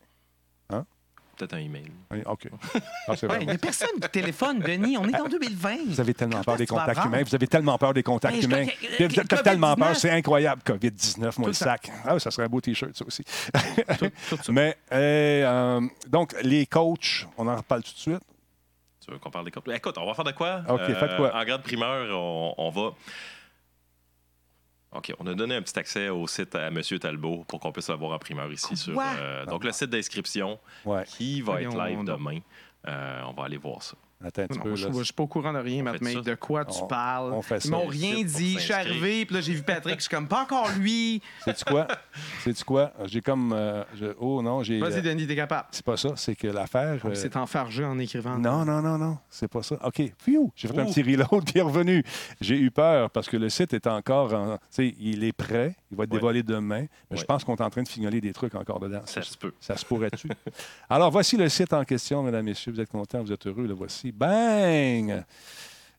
[SPEAKER 3] Peut-être un email.
[SPEAKER 1] Oui, OK. Ah, c'est
[SPEAKER 9] Ouais,
[SPEAKER 1] vrai.
[SPEAKER 9] il n'y a personne qui téléphone, Denis. On est en 2020.
[SPEAKER 1] Vous avez tellement peur des
[SPEAKER 9] tu vas
[SPEAKER 1] contacts
[SPEAKER 9] apprendre?
[SPEAKER 1] humains. Vous avez tellement peur des contacts
[SPEAKER 9] Mais je
[SPEAKER 1] humains.
[SPEAKER 9] te-
[SPEAKER 1] Vous avez tellement peur,
[SPEAKER 9] COVID-19.
[SPEAKER 1] c'est incroyable. COVID-19, moi, le sac. Ah, oui, ça serait un beau T-shirt, ça aussi. Mais, euh, donc, les coachs, on en reparle tout de suite.
[SPEAKER 3] Tu veux qu'on parle des coachs? Écoute, on va faire de quoi? Euh,
[SPEAKER 1] Ok, faites quoi?
[SPEAKER 3] En grande primeur, on, on va. OK, on a donné un petit accès au site à M. Talbot pour qu'on puisse l'avoir en primeur ici. sur euh, Donc, le site d'inscription
[SPEAKER 1] Ouais.
[SPEAKER 3] qui va
[SPEAKER 2] Voyons
[SPEAKER 3] être live
[SPEAKER 2] donc.
[SPEAKER 3] demain. Euh, on va aller voir ça.
[SPEAKER 1] Attends un petit
[SPEAKER 2] Non,
[SPEAKER 1] peu,
[SPEAKER 2] moi, je
[SPEAKER 1] là.
[SPEAKER 2] je suis pas au courant de rien, Matt
[SPEAKER 3] fait
[SPEAKER 2] Mate.
[SPEAKER 3] ça.
[SPEAKER 2] De quoi tu
[SPEAKER 1] On-
[SPEAKER 2] parles?
[SPEAKER 1] on fait ça
[SPEAKER 2] Ils m'ont
[SPEAKER 1] ici
[SPEAKER 2] rien
[SPEAKER 3] pour
[SPEAKER 2] dit. Je suis
[SPEAKER 3] s'inscrire.
[SPEAKER 2] arrivé, puis là, j'ai vu Patrick. Je suis comme, pas encore lui.
[SPEAKER 1] Sais-tu quoi? Sais-tu quoi? J'ai comme. euh, je- Oh non, j'ai.
[SPEAKER 2] Vas-y,
[SPEAKER 1] euh,
[SPEAKER 2] Denis, t'es capable.
[SPEAKER 1] C'est pas ça, c'est que l'affaire.
[SPEAKER 3] Ah,
[SPEAKER 1] euh,
[SPEAKER 2] C'est enfargé en écrivant.
[SPEAKER 1] Non, non, non, non, c'est pas ça. OK, Pfiou! j'ai
[SPEAKER 3] Oh.
[SPEAKER 1] fait un petit reload, puis il est revenu. J'ai eu peur parce que le site est encore en. Tu sais, il est prêt, il va être
[SPEAKER 3] Ouais.
[SPEAKER 1] dévoilé demain, mais je
[SPEAKER 3] Ouais.
[SPEAKER 1] pense qu'on est en train de fignoler des trucs encore dedans.
[SPEAKER 3] Ça se peut.
[SPEAKER 1] Ça se pourrait-tu? Alors, voici le site en question, mesdames, messieurs. Vous êtes contents, vous êtes heureux, le voici. Bang!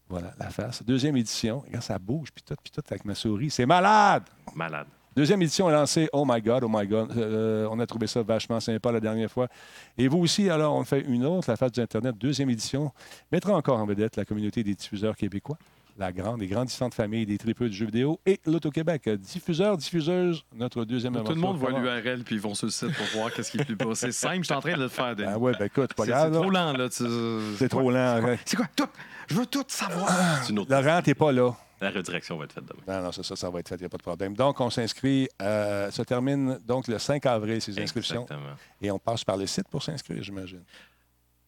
[SPEAKER 1] Voilà, la face. Deuxième édition. Regarde, ça bouge, puis tout, puis tout, avec ma souris. C'est malade!
[SPEAKER 3] Malade.
[SPEAKER 1] Deuxième édition est lancée. Oh my God, oh my God. Euh, on a trouvé ça vachement sympa la dernière fois. Et vous aussi, alors, on fait une autre, la face du Internet, deuxième édition. Mettra encore en vedette la communauté des diffuseurs québécois, la grande et grandissante famille des tripeux de jeux vidéo et l'Auto-Québec. Diffuseurs, diffuseuses, notre deuxième
[SPEAKER 2] Tout le
[SPEAKER 1] aventure
[SPEAKER 2] monde voit
[SPEAKER 1] commence.
[SPEAKER 2] l'URL, puis ils vont sur le site pour voir qu'est-ce qui est plus bas. C'est simple, je suis en train de le faire, Denis.
[SPEAKER 1] Ah ouais, ben écoute, pas
[SPEAKER 2] C'est
[SPEAKER 1] grave.
[SPEAKER 2] c'est
[SPEAKER 1] là.
[SPEAKER 2] trop lent, là. tu-
[SPEAKER 1] C'est trop lent. hein.
[SPEAKER 2] C'est quoi? Tout. Je veux tout savoir.
[SPEAKER 1] Ah.
[SPEAKER 3] C'est une autre.
[SPEAKER 1] Laurent, t'es pas là.
[SPEAKER 3] La redirection va être faite demain.
[SPEAKER 1] Non, non, c'est ça, ça va être fait, il n'y a pas de problème. Donc, on s'inscrit, euh, ça termine donc le 5 avril, ces inscriptions,
[SPEAKER 3] Exactement.
[SPEAKER 1] et on passe par le site pour s'inscrire, j'imagine.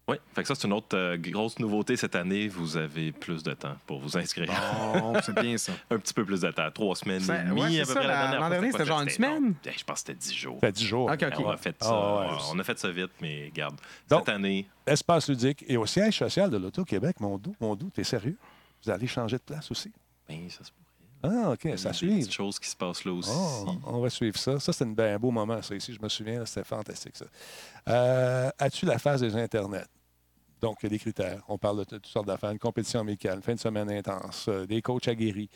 [SPEAKER 3] Oui, fait que ça, c'est une autre euh, grosse nouveauté cette année. Vous avez plus de temps pour vous inscrire.
[SPEAKER 2] Bon, Oh, c'est bien ça.
[SPEAKER 3] un petit peu plus de temps. Trois semaines
[SPEAKER 2] Ça-
[SPEAKER 3] et demie,
[SPEAKER 2] ouais, c'est
[SPEAKER 3] à peu
[SPEAKER 2] ça,
[SPEAKER 3] près.
[SPEAKER 2] la-
[SPEAKER 3] dernière
[SPEAKER 2] l'an
[SPEAKER 3] fois,
[SPEAKER 2] dernier,
[SPEAKER 3] pas
[SPEAKER 2] c'était
[SPEAKER 3] ça,
[SPEAKER 2] genre une
[SPEAKER 3] long.
[SPEAKER 2] semaine?
[SPEAKER 3] Eh, Je pense que c'était dix jours.
[SPEAKER 1] Ça fait 10 jours.
[SPEAKER 2] OK, OK.
[SPEAKER 3] On a fait
[SPEAKER 1] Ah,
[SPEAKER 3] ça,
[SPEAKER 1] ouais.
[SPEAKER 3] ouais, on a fait ça vite, mais regarde,
[SPEAKER 1] Donc-
[SPEAKER 3] cette année,
[SPEAKER 1] Ah. Espace ludique et au siège social de l'Auto-Québec, mon doux, mon doux, t'es sérieux? Vous allez changer de place aussi?
[SPEAKER 3] ben, ça se pourrait.
[SPEAKER 1] Ah,
[SPEAKER 3] Il y
[SPEAKER 1] OK,
[SPEAKER 3] a
[SPEAKER 1] ça
[SPEAKER 3] des
[SPEAKER 1] suit.
[SPEAKER 3] petites choses qui se passent là aussi. Ah
[SPEAKER 1] Oh, on va suivre ça. Ça, c'est un bien beau moment, ça, ici. Je me souviens, là, c'était fantastique, ça. Euh, As-tu la phase des Internet? Donc, les critères. On parle de t- toutes sortes d'affaires. Une compétition amicale, fin de semaine intense, euh, des coachs aguerris,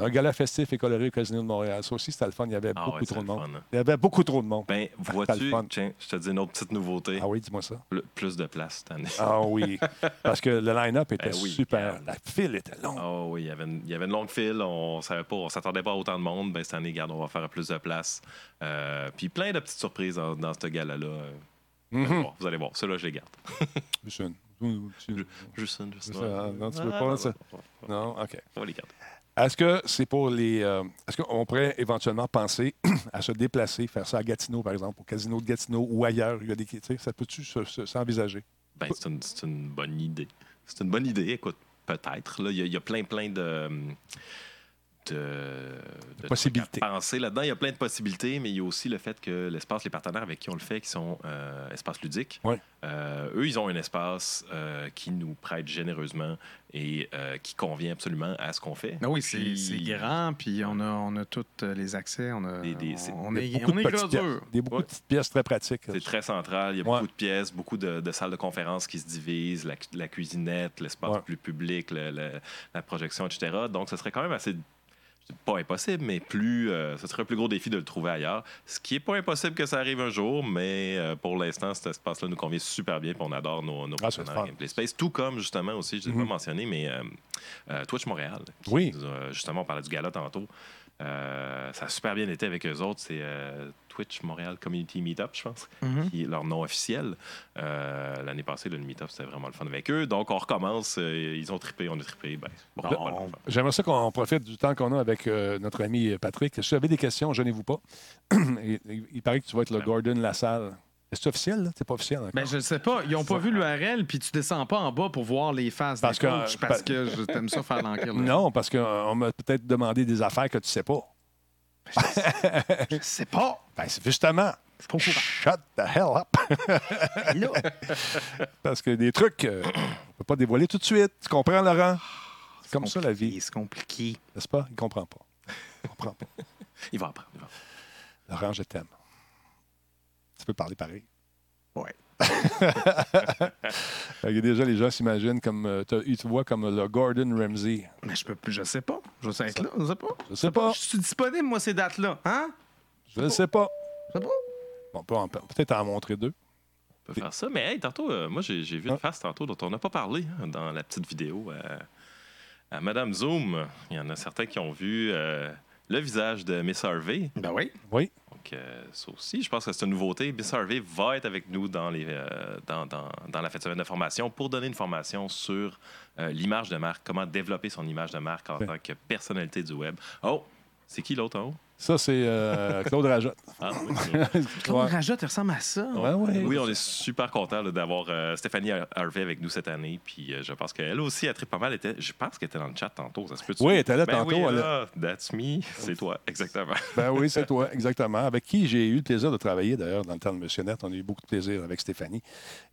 [SPEAKER 1] un gala festif et coloré au Casino de Montréal. Ça aussi, c'était le fun. Il y avait
[SPEAKER 3] Ah
[SPEAKER 1] beaucoup
[SPEAKER 3] ouais,
[SPEAKER 1] trop de
[SPEAKER 3] c'est le
[SPEAKER 1] monde.
[SPEAKER 3] fun, hein.
[SPEAKER 1] Il y avait beaucoup trop de monde.
[SPEAKER 3] Ben,
[SPEAKER 1] T'as le
[SPEAKER 3] vois-tu,
[SPEAKER 1] fun.
[SPEAKER 3] tiens, je te dis une autre petite nouveauté.
[SPEAKER 1] Ah oui, dis-moi ça.
[SPEAKER 3] Pl- Plus de place cette année. Ah
[SPEAKER 1] Ah oui, parce que le line-up était
[SPEAKER 3] Ben oui,
[SPEAKER 1] super.
[SPEAKER 3] regarde.
[SPEAKER 1] La file était longue.
[SPEAKER 3] Ah oui, il y, avait une, il y avait une longue file, on savait pas, on s'attendait pas à autant de monde. Ben, cette année, regarde, on va faire plus de place. Euh, puis plein de petites surprises dans, dans ce gala-là. Euh, vous allez
[SPEAKER 1] Mhm.
[SPEAKER 3] voir, Vous allez voir, ceux-là, je les garde.
[SPEAKER 1] Juste une. Une- une-
[SPEAKER 3] Juste une, juste
[SPEAKER 1] Juste
[SPEAKER 3] une.
[SPEAKER 1] un- non, tu veux
[SPEAKER 3] Ah,
[SPEAKER 1] pas,
[SPEAKER 3] non,
[SPEAKER 1] ça?
[SPEAKER 3] non, non, non,
[SPEAKER 1] Non, OK.
[SPEAKER 3] On va les garder.
[SPEAKER 1] Est-ce que c'est pour les. euh, Est-ce qu'on pourrait éventuellement penser à se déplacer, faire ça à Gatineau, par exemple, au casino de Gatineau ou ailleurs? Il y a des, tu sais, ça peut-tu se- se- s'envisager?
[SPEAKER 3] Ben, c'est une, c'est une bonne idée. C'est une bonne idée, écoute, peut-être. là. Il y, a- il y a plein, plein de. de, de
[SPEAKER 1] possibilités.
[SPEAKER 3] trucs à penser là-dedans. Il y a plein de possibilités, mais il y a aussi le fait que l'espace, les partenaires avec qui on le fait, qui sont euh, Espace Ludique,
[SPEAKER 1] Ouais.
[SPEAKER 3] euh, eux, ils ont un espace euh, qui nous prête généreusement et euh, qui convient absolument à ce qu'on fait.
[SPEAKER 2] Ah oui, c'est
[SPEAKER 3] Puis-
[SPEAKER 2] c'est grand, puis on a, on a tous euh, les accès. On, a,
[SPEAKER 3] Des- des- c'est-
[SPEAKER 2] on, on
[SPEAKER 1] Il y a
[SPEAKER 2] est,
[SPEAKER 1] beaucoup
[SPEAKER 2] on
[SPEAKER 1] de
[SPEAKER 2] est
[SPEAKER 1] petites pièces.
[SPEAKER 2] gradure.
[SPEAKER 1] Des beaucoup
[SPEAKER 3] Ouais.
[SPEAKER 1] de petites pièces très pratiques.
[SPEAKER 3] C'est très central. Il y a
[SPEAKER 1] Ouais.
[SPEAKER 3] beaucoup de pièces, beaucoup de, de salles de conférences qui se divisent, la, cu- la cuisinette, l'espace
[SPEAKER 1] Ouais.
[SPEAKER 3] plus public, le- le- la projection, etc. Donc, ce serait quand même assez. je dis Pas impossible, mais plus, euh, ce serait un plus gros défi de le trouver ailleurs. Ce qui est pas impossible que ça arrive un jour, mais euh, pour l'instant, cet espace-là nous convient super bien, puis on adore nos, nos
[SPEAKER 1] Ah, c'est
[SPEAKER 3] partenaires
[SPEAKER 1] fun.
[SPEAKER 3] Gameplay Space. Tout comme, justement, aussi, je ne l'ai
[SPEAKER 1] Mhm.
[SPEAKER 3] pas mentionné, mais euh, euh, Twitch Montréal. qui
[SPEAKER 1] Oui.
[SPEAKER 3] nous a- justement, on parlait du gala tantôt. Euh, ça a super bien été avec eux autres. C'est euh, Twitch Montréal Community Meetup, je pense
[SPEAKER 2] Mhm.
[SPEAKER 3] qui est leur nom officiel. Euh, L'année passée, le meet-up, c'était vraiment le fun avec eux. Donc, on recommence. euh, ils ont trippé, on a trippé. Ben, pourquoi pas le faire?
[SPEAKER 1] J'aimerais ça qu'on profite du temps qu'on a avec euh, notre ami Patrick. Si vous avez des questions, gênez-vous pas. il, il- il paraît que tu vas être le Gordon Lassalle. Est-ce que c'est officiel, là? C'est pas officiel encore.
[SPEAKER 2] Ben, je sais pas. Ils ont pas vu l'URL, puis tu descends pas en bas pour voir les faces
[SPEAKER 1] Parce
[SPEAKER 2] parce
[SPEAKER 1] que- ben,
[SPEAKER 2] des coachs, parce que je t'aime ça faire l'enquête. là.
[SPEAKER 1] Euh, Non, parce qu'on m'a peut-être demandé des affaires que tu sais pas.
[SPEAKER 2] Je sais pas.
[SPEAKER 1] Ben, c'est justement.
[SPEAKER 2] Je suis pas au courant.
[SPEAKER 1] Shut the hell up! Parce que des trucs, euh, on peut pas dévoiler tout de suite. Tu comprends, Laurent? C'est comme ça la vie,
[SPEAKER 2] C'est compliqué.
[SPEAKER 1] n'est-ce pas? Il comprend pas. Il comprend pas.
[SPEAKER 3] Ils vont apprendre. ils vont apprendre.
[SPEAKER 1] Laurent, je t'aime. Tu peux parler pareil.
[SPEAKER 2] Ouais.
[SPEAKER 1] Fait que déjà, les gens s'imaginent comme. euh, t'as- Ils te voient comme le Gordon Ramsay.
[SPEAKER 2] Mais je peux plus, je sais pas. Je sais être là, je sais pas.
[SPEAKER 1] Je sais pas.
[SPEAKER 2] Je suis disponible, moi, ces dates-là. Hein?
[SPEAKER 1] Je ne sais pas.
[SPEAKER 2] Je sais pas.
[SPEAKER 1] On peut en- peut-être en montrer deux.
[SPEAKER 3] On peut faire ça. Mais hey, tantôt, euh, moi, j'ai j'ai vu une face tantôt dont on n'a pas parlé hein, dans la petite vidéo euh, à Madame Zoom. Il y en a certains qui ont vu euh, le visage de Miss Harvey.
[SPEAKER 2] Ben oui.
[SPEAKER 1] Oui.
[SPEAKER 3] Donc, euh, ça aussi, je pense que c'est une nouveauté. Miss Harvey va être avec nous dans, les, euh, dans, dans- dans la fête semaine de formation pour donner une formation sur euh, l'image de marque, comment développer son image de marque en
[SPEAKER 1] Ouais.
[SPEAKER 3] tant que personnalité du web. Oh, c'est qui l'autre en haut?
[SPEAKER 1] Ça, c'est euh, Claude Rajotte.
[SPEAKER 3] Ah, oui.
[SPEAKER 2] Claude
[SPEAKER 1] Ouais.
[SPEAKER 2] Rajotte, il ressemble à ça.
[SPEAKER 1] Ouais, Ah ouais.
[SPEAKER 3] Oui, on est super content là, d'avoir euh, Stéphanie Har- Harvey avec nous cette année. Puis euh, je pense qu'elle aussi a très pas mal. Était, je pense qu'elle était dans le chat tantôt. Ça se peut
[SPEAKER 1] Oui, elle était là tantôt,
[SPEAKER 3] Oui,
[SPEAKER 1] elle
[SPEAKER 3] là. That's me. C'est toi, exactement.
[SPEAKER 1] Ben oui, c'est toi, exactement. Avec qui j'ai eu le plaisir de travailler, d'ailleurs, dans le temps de Monsieur Net. On a eu beaucoup de plaisir avec Stéphanie.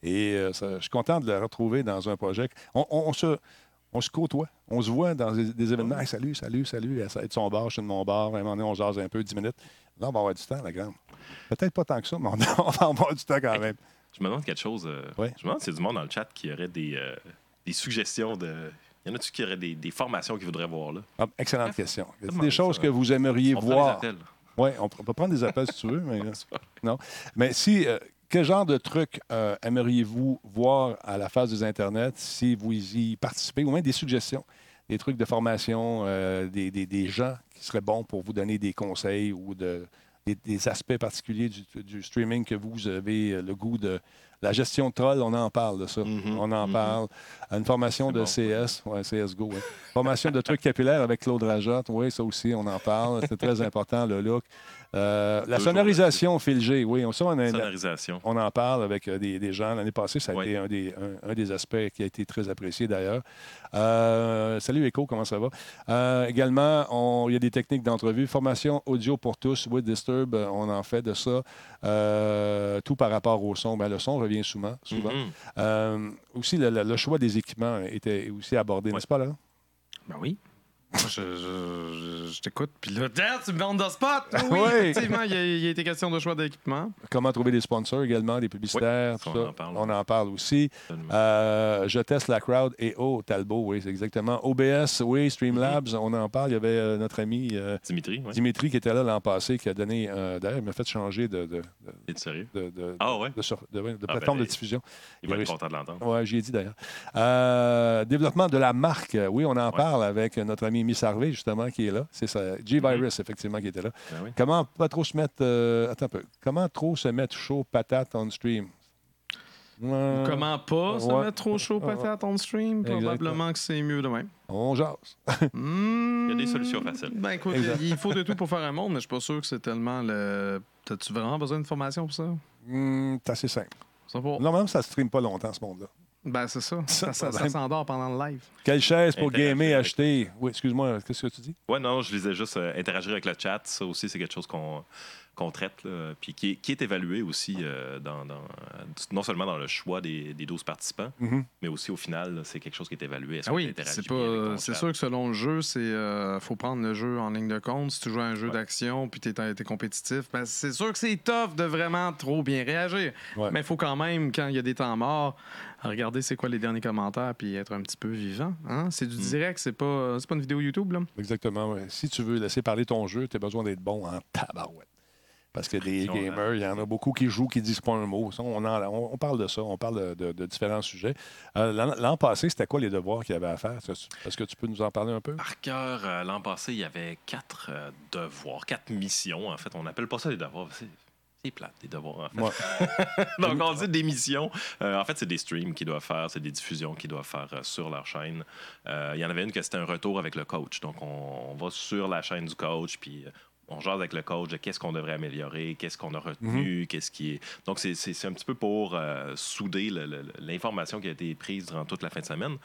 [SPEAKER 1] Et euh, ça- je suis content de la retrouver dans un projet. On, on- on se, on se côtoie. On se voit dans des, des événements. Hey, salut, salut, salut. Elle est de son bar, je suis de mon bar. À un moment donné, on jase un peu, 10 minutes. Là, on va avoir du temps, la grande. Peut-être pas tant que ça, mais on, on va avoir du temps quand même.
[SPEAKER 3] Je me demande quelque chose. euh,
[SPEAKER 1] Ouais.
[SPEAKER 3] Je me demande s'il y a du monde dans le chat qui aurait des, euh, des suggestions de. Il y en a-tu qui auraient des, des formations qu'ils voudraient voir là?
[SPEAKER 1] Ah, excellente question. Y a-t-il
[SPEAKER 3] Demande
[SPEAKER 1] des choses
[SPEAKER 3] ça.
[SPEAKER 1] que vous aimeriez
[SPEAKER 3] On prend les
[SPEAKER 1] voir?
[SPEAKER 3] appels.
[SPEAKER 1] Oui, on pr- peut prendre des appels si tu veux, mais non. Mais si euh, quel genre de truc euh, aimeriez-vous voir à la phase des Internet si vous y participez, ou même des suggestions, des trucs de formation, euh, des, des- des gens qui seraient bons pour vous donner des conseils ou de, des, des aspects particuliers du, du streaming que vous avez euh, le goût de. La gestion de troll, on en parle de ça. On en parle. Une formation de CS, ouais, CSGO, ouais. Formation de trucs capillaires avec Claude Rajotte, oui, ça aussi, on en parle. C'est très important, le look. Euh, la
[SPEAKER 3] Deux jours
[SPEAKER 1] sonorisation, Phil G, oui, on, ça, on, a-
[SPEAKER 3] Sonorisation.
[SPEAKER 1] on en parle avec euh, des, des gens. L'année passée, ça a
[SPEAKER 3] Ouais.
[SPEAKER 1] été un des, un, un des aspects qui a été très apprécié d'ailleurs. Euh, salut Echo, comment ça va? Euh, également, on- il y a des techniques d'entrevue. Formation audio pour tous, with Disturb, euh, on en fait de ça. Euh, tout par rapport au son. Ben, le son revient souvent. souvent.
[SPEAKER 3] Mhm.
[SPEAKER 1] Euh, aussi, le, le- le choix des équipements était aussi abordé, n'est-ce pas, là?
[SPEAKER 2] Ben oui. Moi, je, je- je- je t'écoute, puis là, Dad, tu me donnes de spot! Oui,
[SPEAKER 1] Ouais.
[SPEAKER 2] effectivement, il y a, il y a été question de choix d'équipement.
[SPEAKER 1] Comment trouver des sponsors également, des publicitaires,
[SPEAKER 3] ça,
[SPEAKER 1] tout
[SPEAKER 3] on
[SPEAKER 1] ça.
[SPEAKER 3] en parle.
[SPEAKER 1] On en parle aussi.
[SPEAKER 3] Absolument.
[SPEAKER 1] Euh, je teste la crowd et oh, Talbot, oui, c'est exactement. OBS, oui, Streamlabs,
[SPEAKER 3] Mhm.
[SPEAKER 1] on en parle. Il y avait euh, notre ami euh,
[SPEAKER 3] Dimitri, oui.
[SPEAKER 1] Dimitri qui était là l'an passé, qui a donné. euh, D'ailleurs, il m'a fait changer de, de,
[SPEAKER 3] T'es sérieux?
[SPEAKER 1] de- de-
[SPEAKER 3] Ah ouais?
[SPEAKER 1] de sur- de- de
[SPEAKER 3] Ah,
[SPEAKER 1] plateforme
[SPEAKER 3] ben,
[SPEAKER 1] de diffusion.
[SPEAKER 3] Il va
[SPEAKER 1] Il
[SPEAKER 3] être
[SPEAKER 1] a
[SPEAKER 3] content de l'entendre.
[SPEAKER 1] Oui, j'y ai dit d'ailleurs. Euh, développement de la marque. Oui, on en
[SPEAKER 3] Ouais.
[SPEAKER 1] parle avec notre ami Miss Harvey, justement, qui est là. C'est ça. G-Virus, effectivement, qui était là.
[SPEAKER 3] Mhm. Ben oui.
[SPEAKER 1] Comment pas trop se mettre. euh, attends un peu. Comment trop se mettre chaud patate on stream? Euh,
[SPEAKER 2] Comment pas se
[SPEAKER 1] ouais.
[SPEAKER 2] mettre trop chaud patate on stream?
[SPEAKER 1] Exactement.
[SPEAKER 2] Probablement que c'est mieux de même.
[SPEAKER 1] Mmh, On jase.
[SPEAKER 2] Il
[SPEAKER 3] y a des solutions faciles.
[SPEAKER 2] Ben écoute,
[SPEAKER 1] Exact.
[SPEAKER 2] il faut de tout pour faire un monde, mais je suis pas sûr que c'est tellement le. T'as-tu vraiment besoin d'une formation pour ça?
[SPEAKER 1] Hmm, c'est assez simple.
[SPEAKER 2] Ça va.
[SPEAKER 1] Normalement, ça ne stream pas longtemps, ce monde-là.
[SPEAKER 2] Ben c'est ça. Ça, ça- ça
[SPEAKER 1] problème.
[SPEAKER 2] s'endort pendant le live.
[SPEAKER 1] Quelle chaise pour
[SPEAKER 3] Interagir
[SPEAKER 1] gamer
[SPEAKER 3] avec-
[SPEAKER 1] acheter? Oui, excuse-moi, qu'est-ce que tu dis?
[SPEAKER 3] Ouais, non, je lisais juste euh, interagir avec le chat. Ça aussi, c'est quelque chose qu'on qu'on traite, là, puis qui, est- qui est évalué aussi, euh, dans, dans, euh, non seulement dans le choix des, des 12 participants,
[SPEAKER 1] Mhm.
[SPEAKER 3] mais aussi au final, là, c'est quelque chose qui est évalué. Est-ce
[SPEAKER 2] Ah
[SPEAKER 3] que
[SPEAKER 2] oui,
[SPEAKER 3] t'interagis
[SPEAKER 2] c'est
[SPEAKER 3] bien avec
[SPEAKER 2] pas.
[SPEAKER 3] ton
[SPEAKER 2] C'est
[SPEAKER 3] chat?
[SPEAKER 2] sûr que selon le jeu, c'est euh, faut prendre le jeu en ligne de compte. Si tu joues à un jeu
[SPEAKER 3] Ouais.
[SPEAKER 2] d'action puis t'es, t'es compétitif, ben c'est sûr que c'est tough de vraiment trop bien réagir.
[SPEAKER 1] Ouais.
[SPEAKER 2] Mais il faut quand même, quand il y a des temps morts, regarder c'est quoi les derniers commentaires puis être un petit peu vivant. hein. C'est
[SPEAKER 1] Hmm.
[SPEAKER 2] du direct, c'est pas, c'est pas une vidéo YouTube là.
[SPEAKER 1] Exactement. ouais. Si tu veux laisser parler ton jeu, tu as besoin d'être bon en tabarouette. Parce que des
[SPEAKER 3] Si on a-
[SPEAKER 1] gamers, il y en a beaucoup qui jouent, qui disent pas un mot. Ça, on, en- on- on parle de ça, on parle de, de- de différents sujets. Euh, l'an, l'an passé, c'était quoi les devoirs qu'il y avait à faire? Est-ce que tu- Est-ce que tu peux nous en parler un peu?
[SPEAKER 3] Par cœur, euh, l'an passé, il y avait quatre euh, devoirs, quatre missions. En fait, on n'appelle pas ça des devoirs. C'est c'est plate, des devoirs, en fait.
[SPEAKER 1] Ouais.
[SPEAKER 3] Donc, on dit des missions. Euh, en fait, c'est des streams qu'ils doivent faire, c'est des diffusions qu'ils doivent faire euh, sur leur chaîne. Euh, Il y en avait une que c'était un retour avec le coach. Donc, on, on va sur la chaîne du coach, puis euh, on jase avec le coach de qu'est-ce qu'on devrait améliorer, qu'est-ce qu'on a retenu, qu'est-ce qui est. Donc, c'est- c'est c'est un petit peu pour euh, souder le- le- le- l'information qui a été prise durant toute la fin de semaine.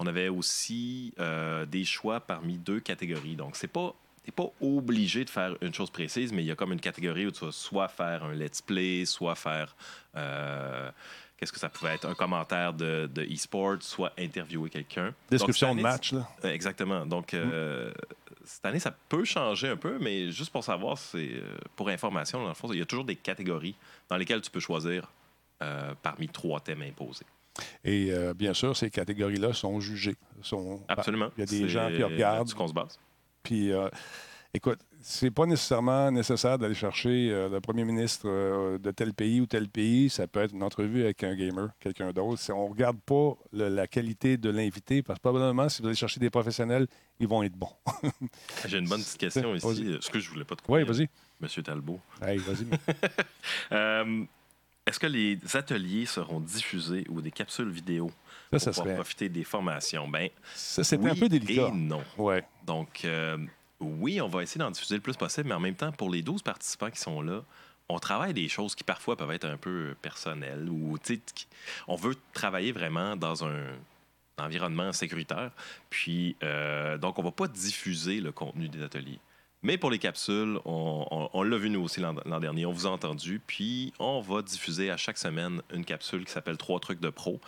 [SPEAKER 3] On avait aussi euh, des choix parmi deux catégories. Donc, c'est pas. T'es pas obligé de faire une chose précise, mais il y a comme une catégorie où tu vas soit faire un let's play, soit faire euh, qu'est-ce que ça pouvait être, un commentaire de, de e-sport, soit interviewer quelqu'un.
[SPEAKER 1] Description
[SPEAKER 3] Donc,
[SPEAKER 1] de
[SPEAKER 3] cette année,
[SPEAKER 1] match, là.
[SPEAKER 3] euh, Exactement. Donc, euh, cette année, ça peut changer un peu, mais juste pour savoir, c'est euh, pour information, dans le fond, il y a toujours des catégories dans lesquelles tu peux choisir euh, parmi trois thèmes imposés.
[SPEAKER 1] Et euh, bien sûr, ces catégories-là sont jugées. Sont,
[SPEAKER 3] Absolument.
[SPEAKER 1] Ah, Il y a des
[SPEAKER 3] C'est
[SPEAKER 1] gens qui regardent.
[SPEAKER 3] là-dessus qu'on se base.
[SPEAKER 1] Puis, euh, écoute, c'est pas nécessairement nécessaire d'aller chercher euh, le premier ministre euh, de tel pays ou tel pays. Ça peut être une entrevue avec un gamer, quelqu'un d'autre. C'est- On regarde pas le- la qualité de l'invité parce que probablement, si vous allez chercher des professionnels, ils vont être bons.
[SPEAKER 3] J'ai une bonne petite question
[SPEAKER 1] Vas-y.
[SPEAKER 3] ici. Est-ce que je voulais pas te couper, euh,
[SPEAKER 1] Oui, vas-y.
[SPEAKER 3] Monsieur Talbot.
[SPEAKER 1] Hey, vas-y.
[SPEAKER 3] Euh, Est-ce que les ateliers seront diffusés ou des capsules vidéo
[SPEAKER 1] Ça, ça
[SPEAKER 3] pour pouvoir
[SPEAKER 1] serait.
[SPEAKER 3] profiter des formations? Ben,
[SPEAKER 1] Ça, c'était
[SPEAKER 3] oui
[SPEAKER 1] un peu délicat.
[SPEAKER 3] et non.
[SPEAKER 1] Ouais.
[SPEAKER 3] Donc, euh, oui, on va essayer d'en diffuser le plus possible, mais en même temps, pour les 12 participants qui sont là, on travaille des choses qui parfois peuvent être un peu euh, personnelles ou tu sais, qui- on veut travailler vraiment dans un environnement sécuritaire. Puis, euh, donc, on va pas diffuser le contenu des ateliers. Mais pour les capsules, on, on- on l'a vu nous aussi l'an l'an dernier, on vous a entendu. Puis, on va diffuser à chaque semaine une capsule qui s'appelle Trois trucs de pro.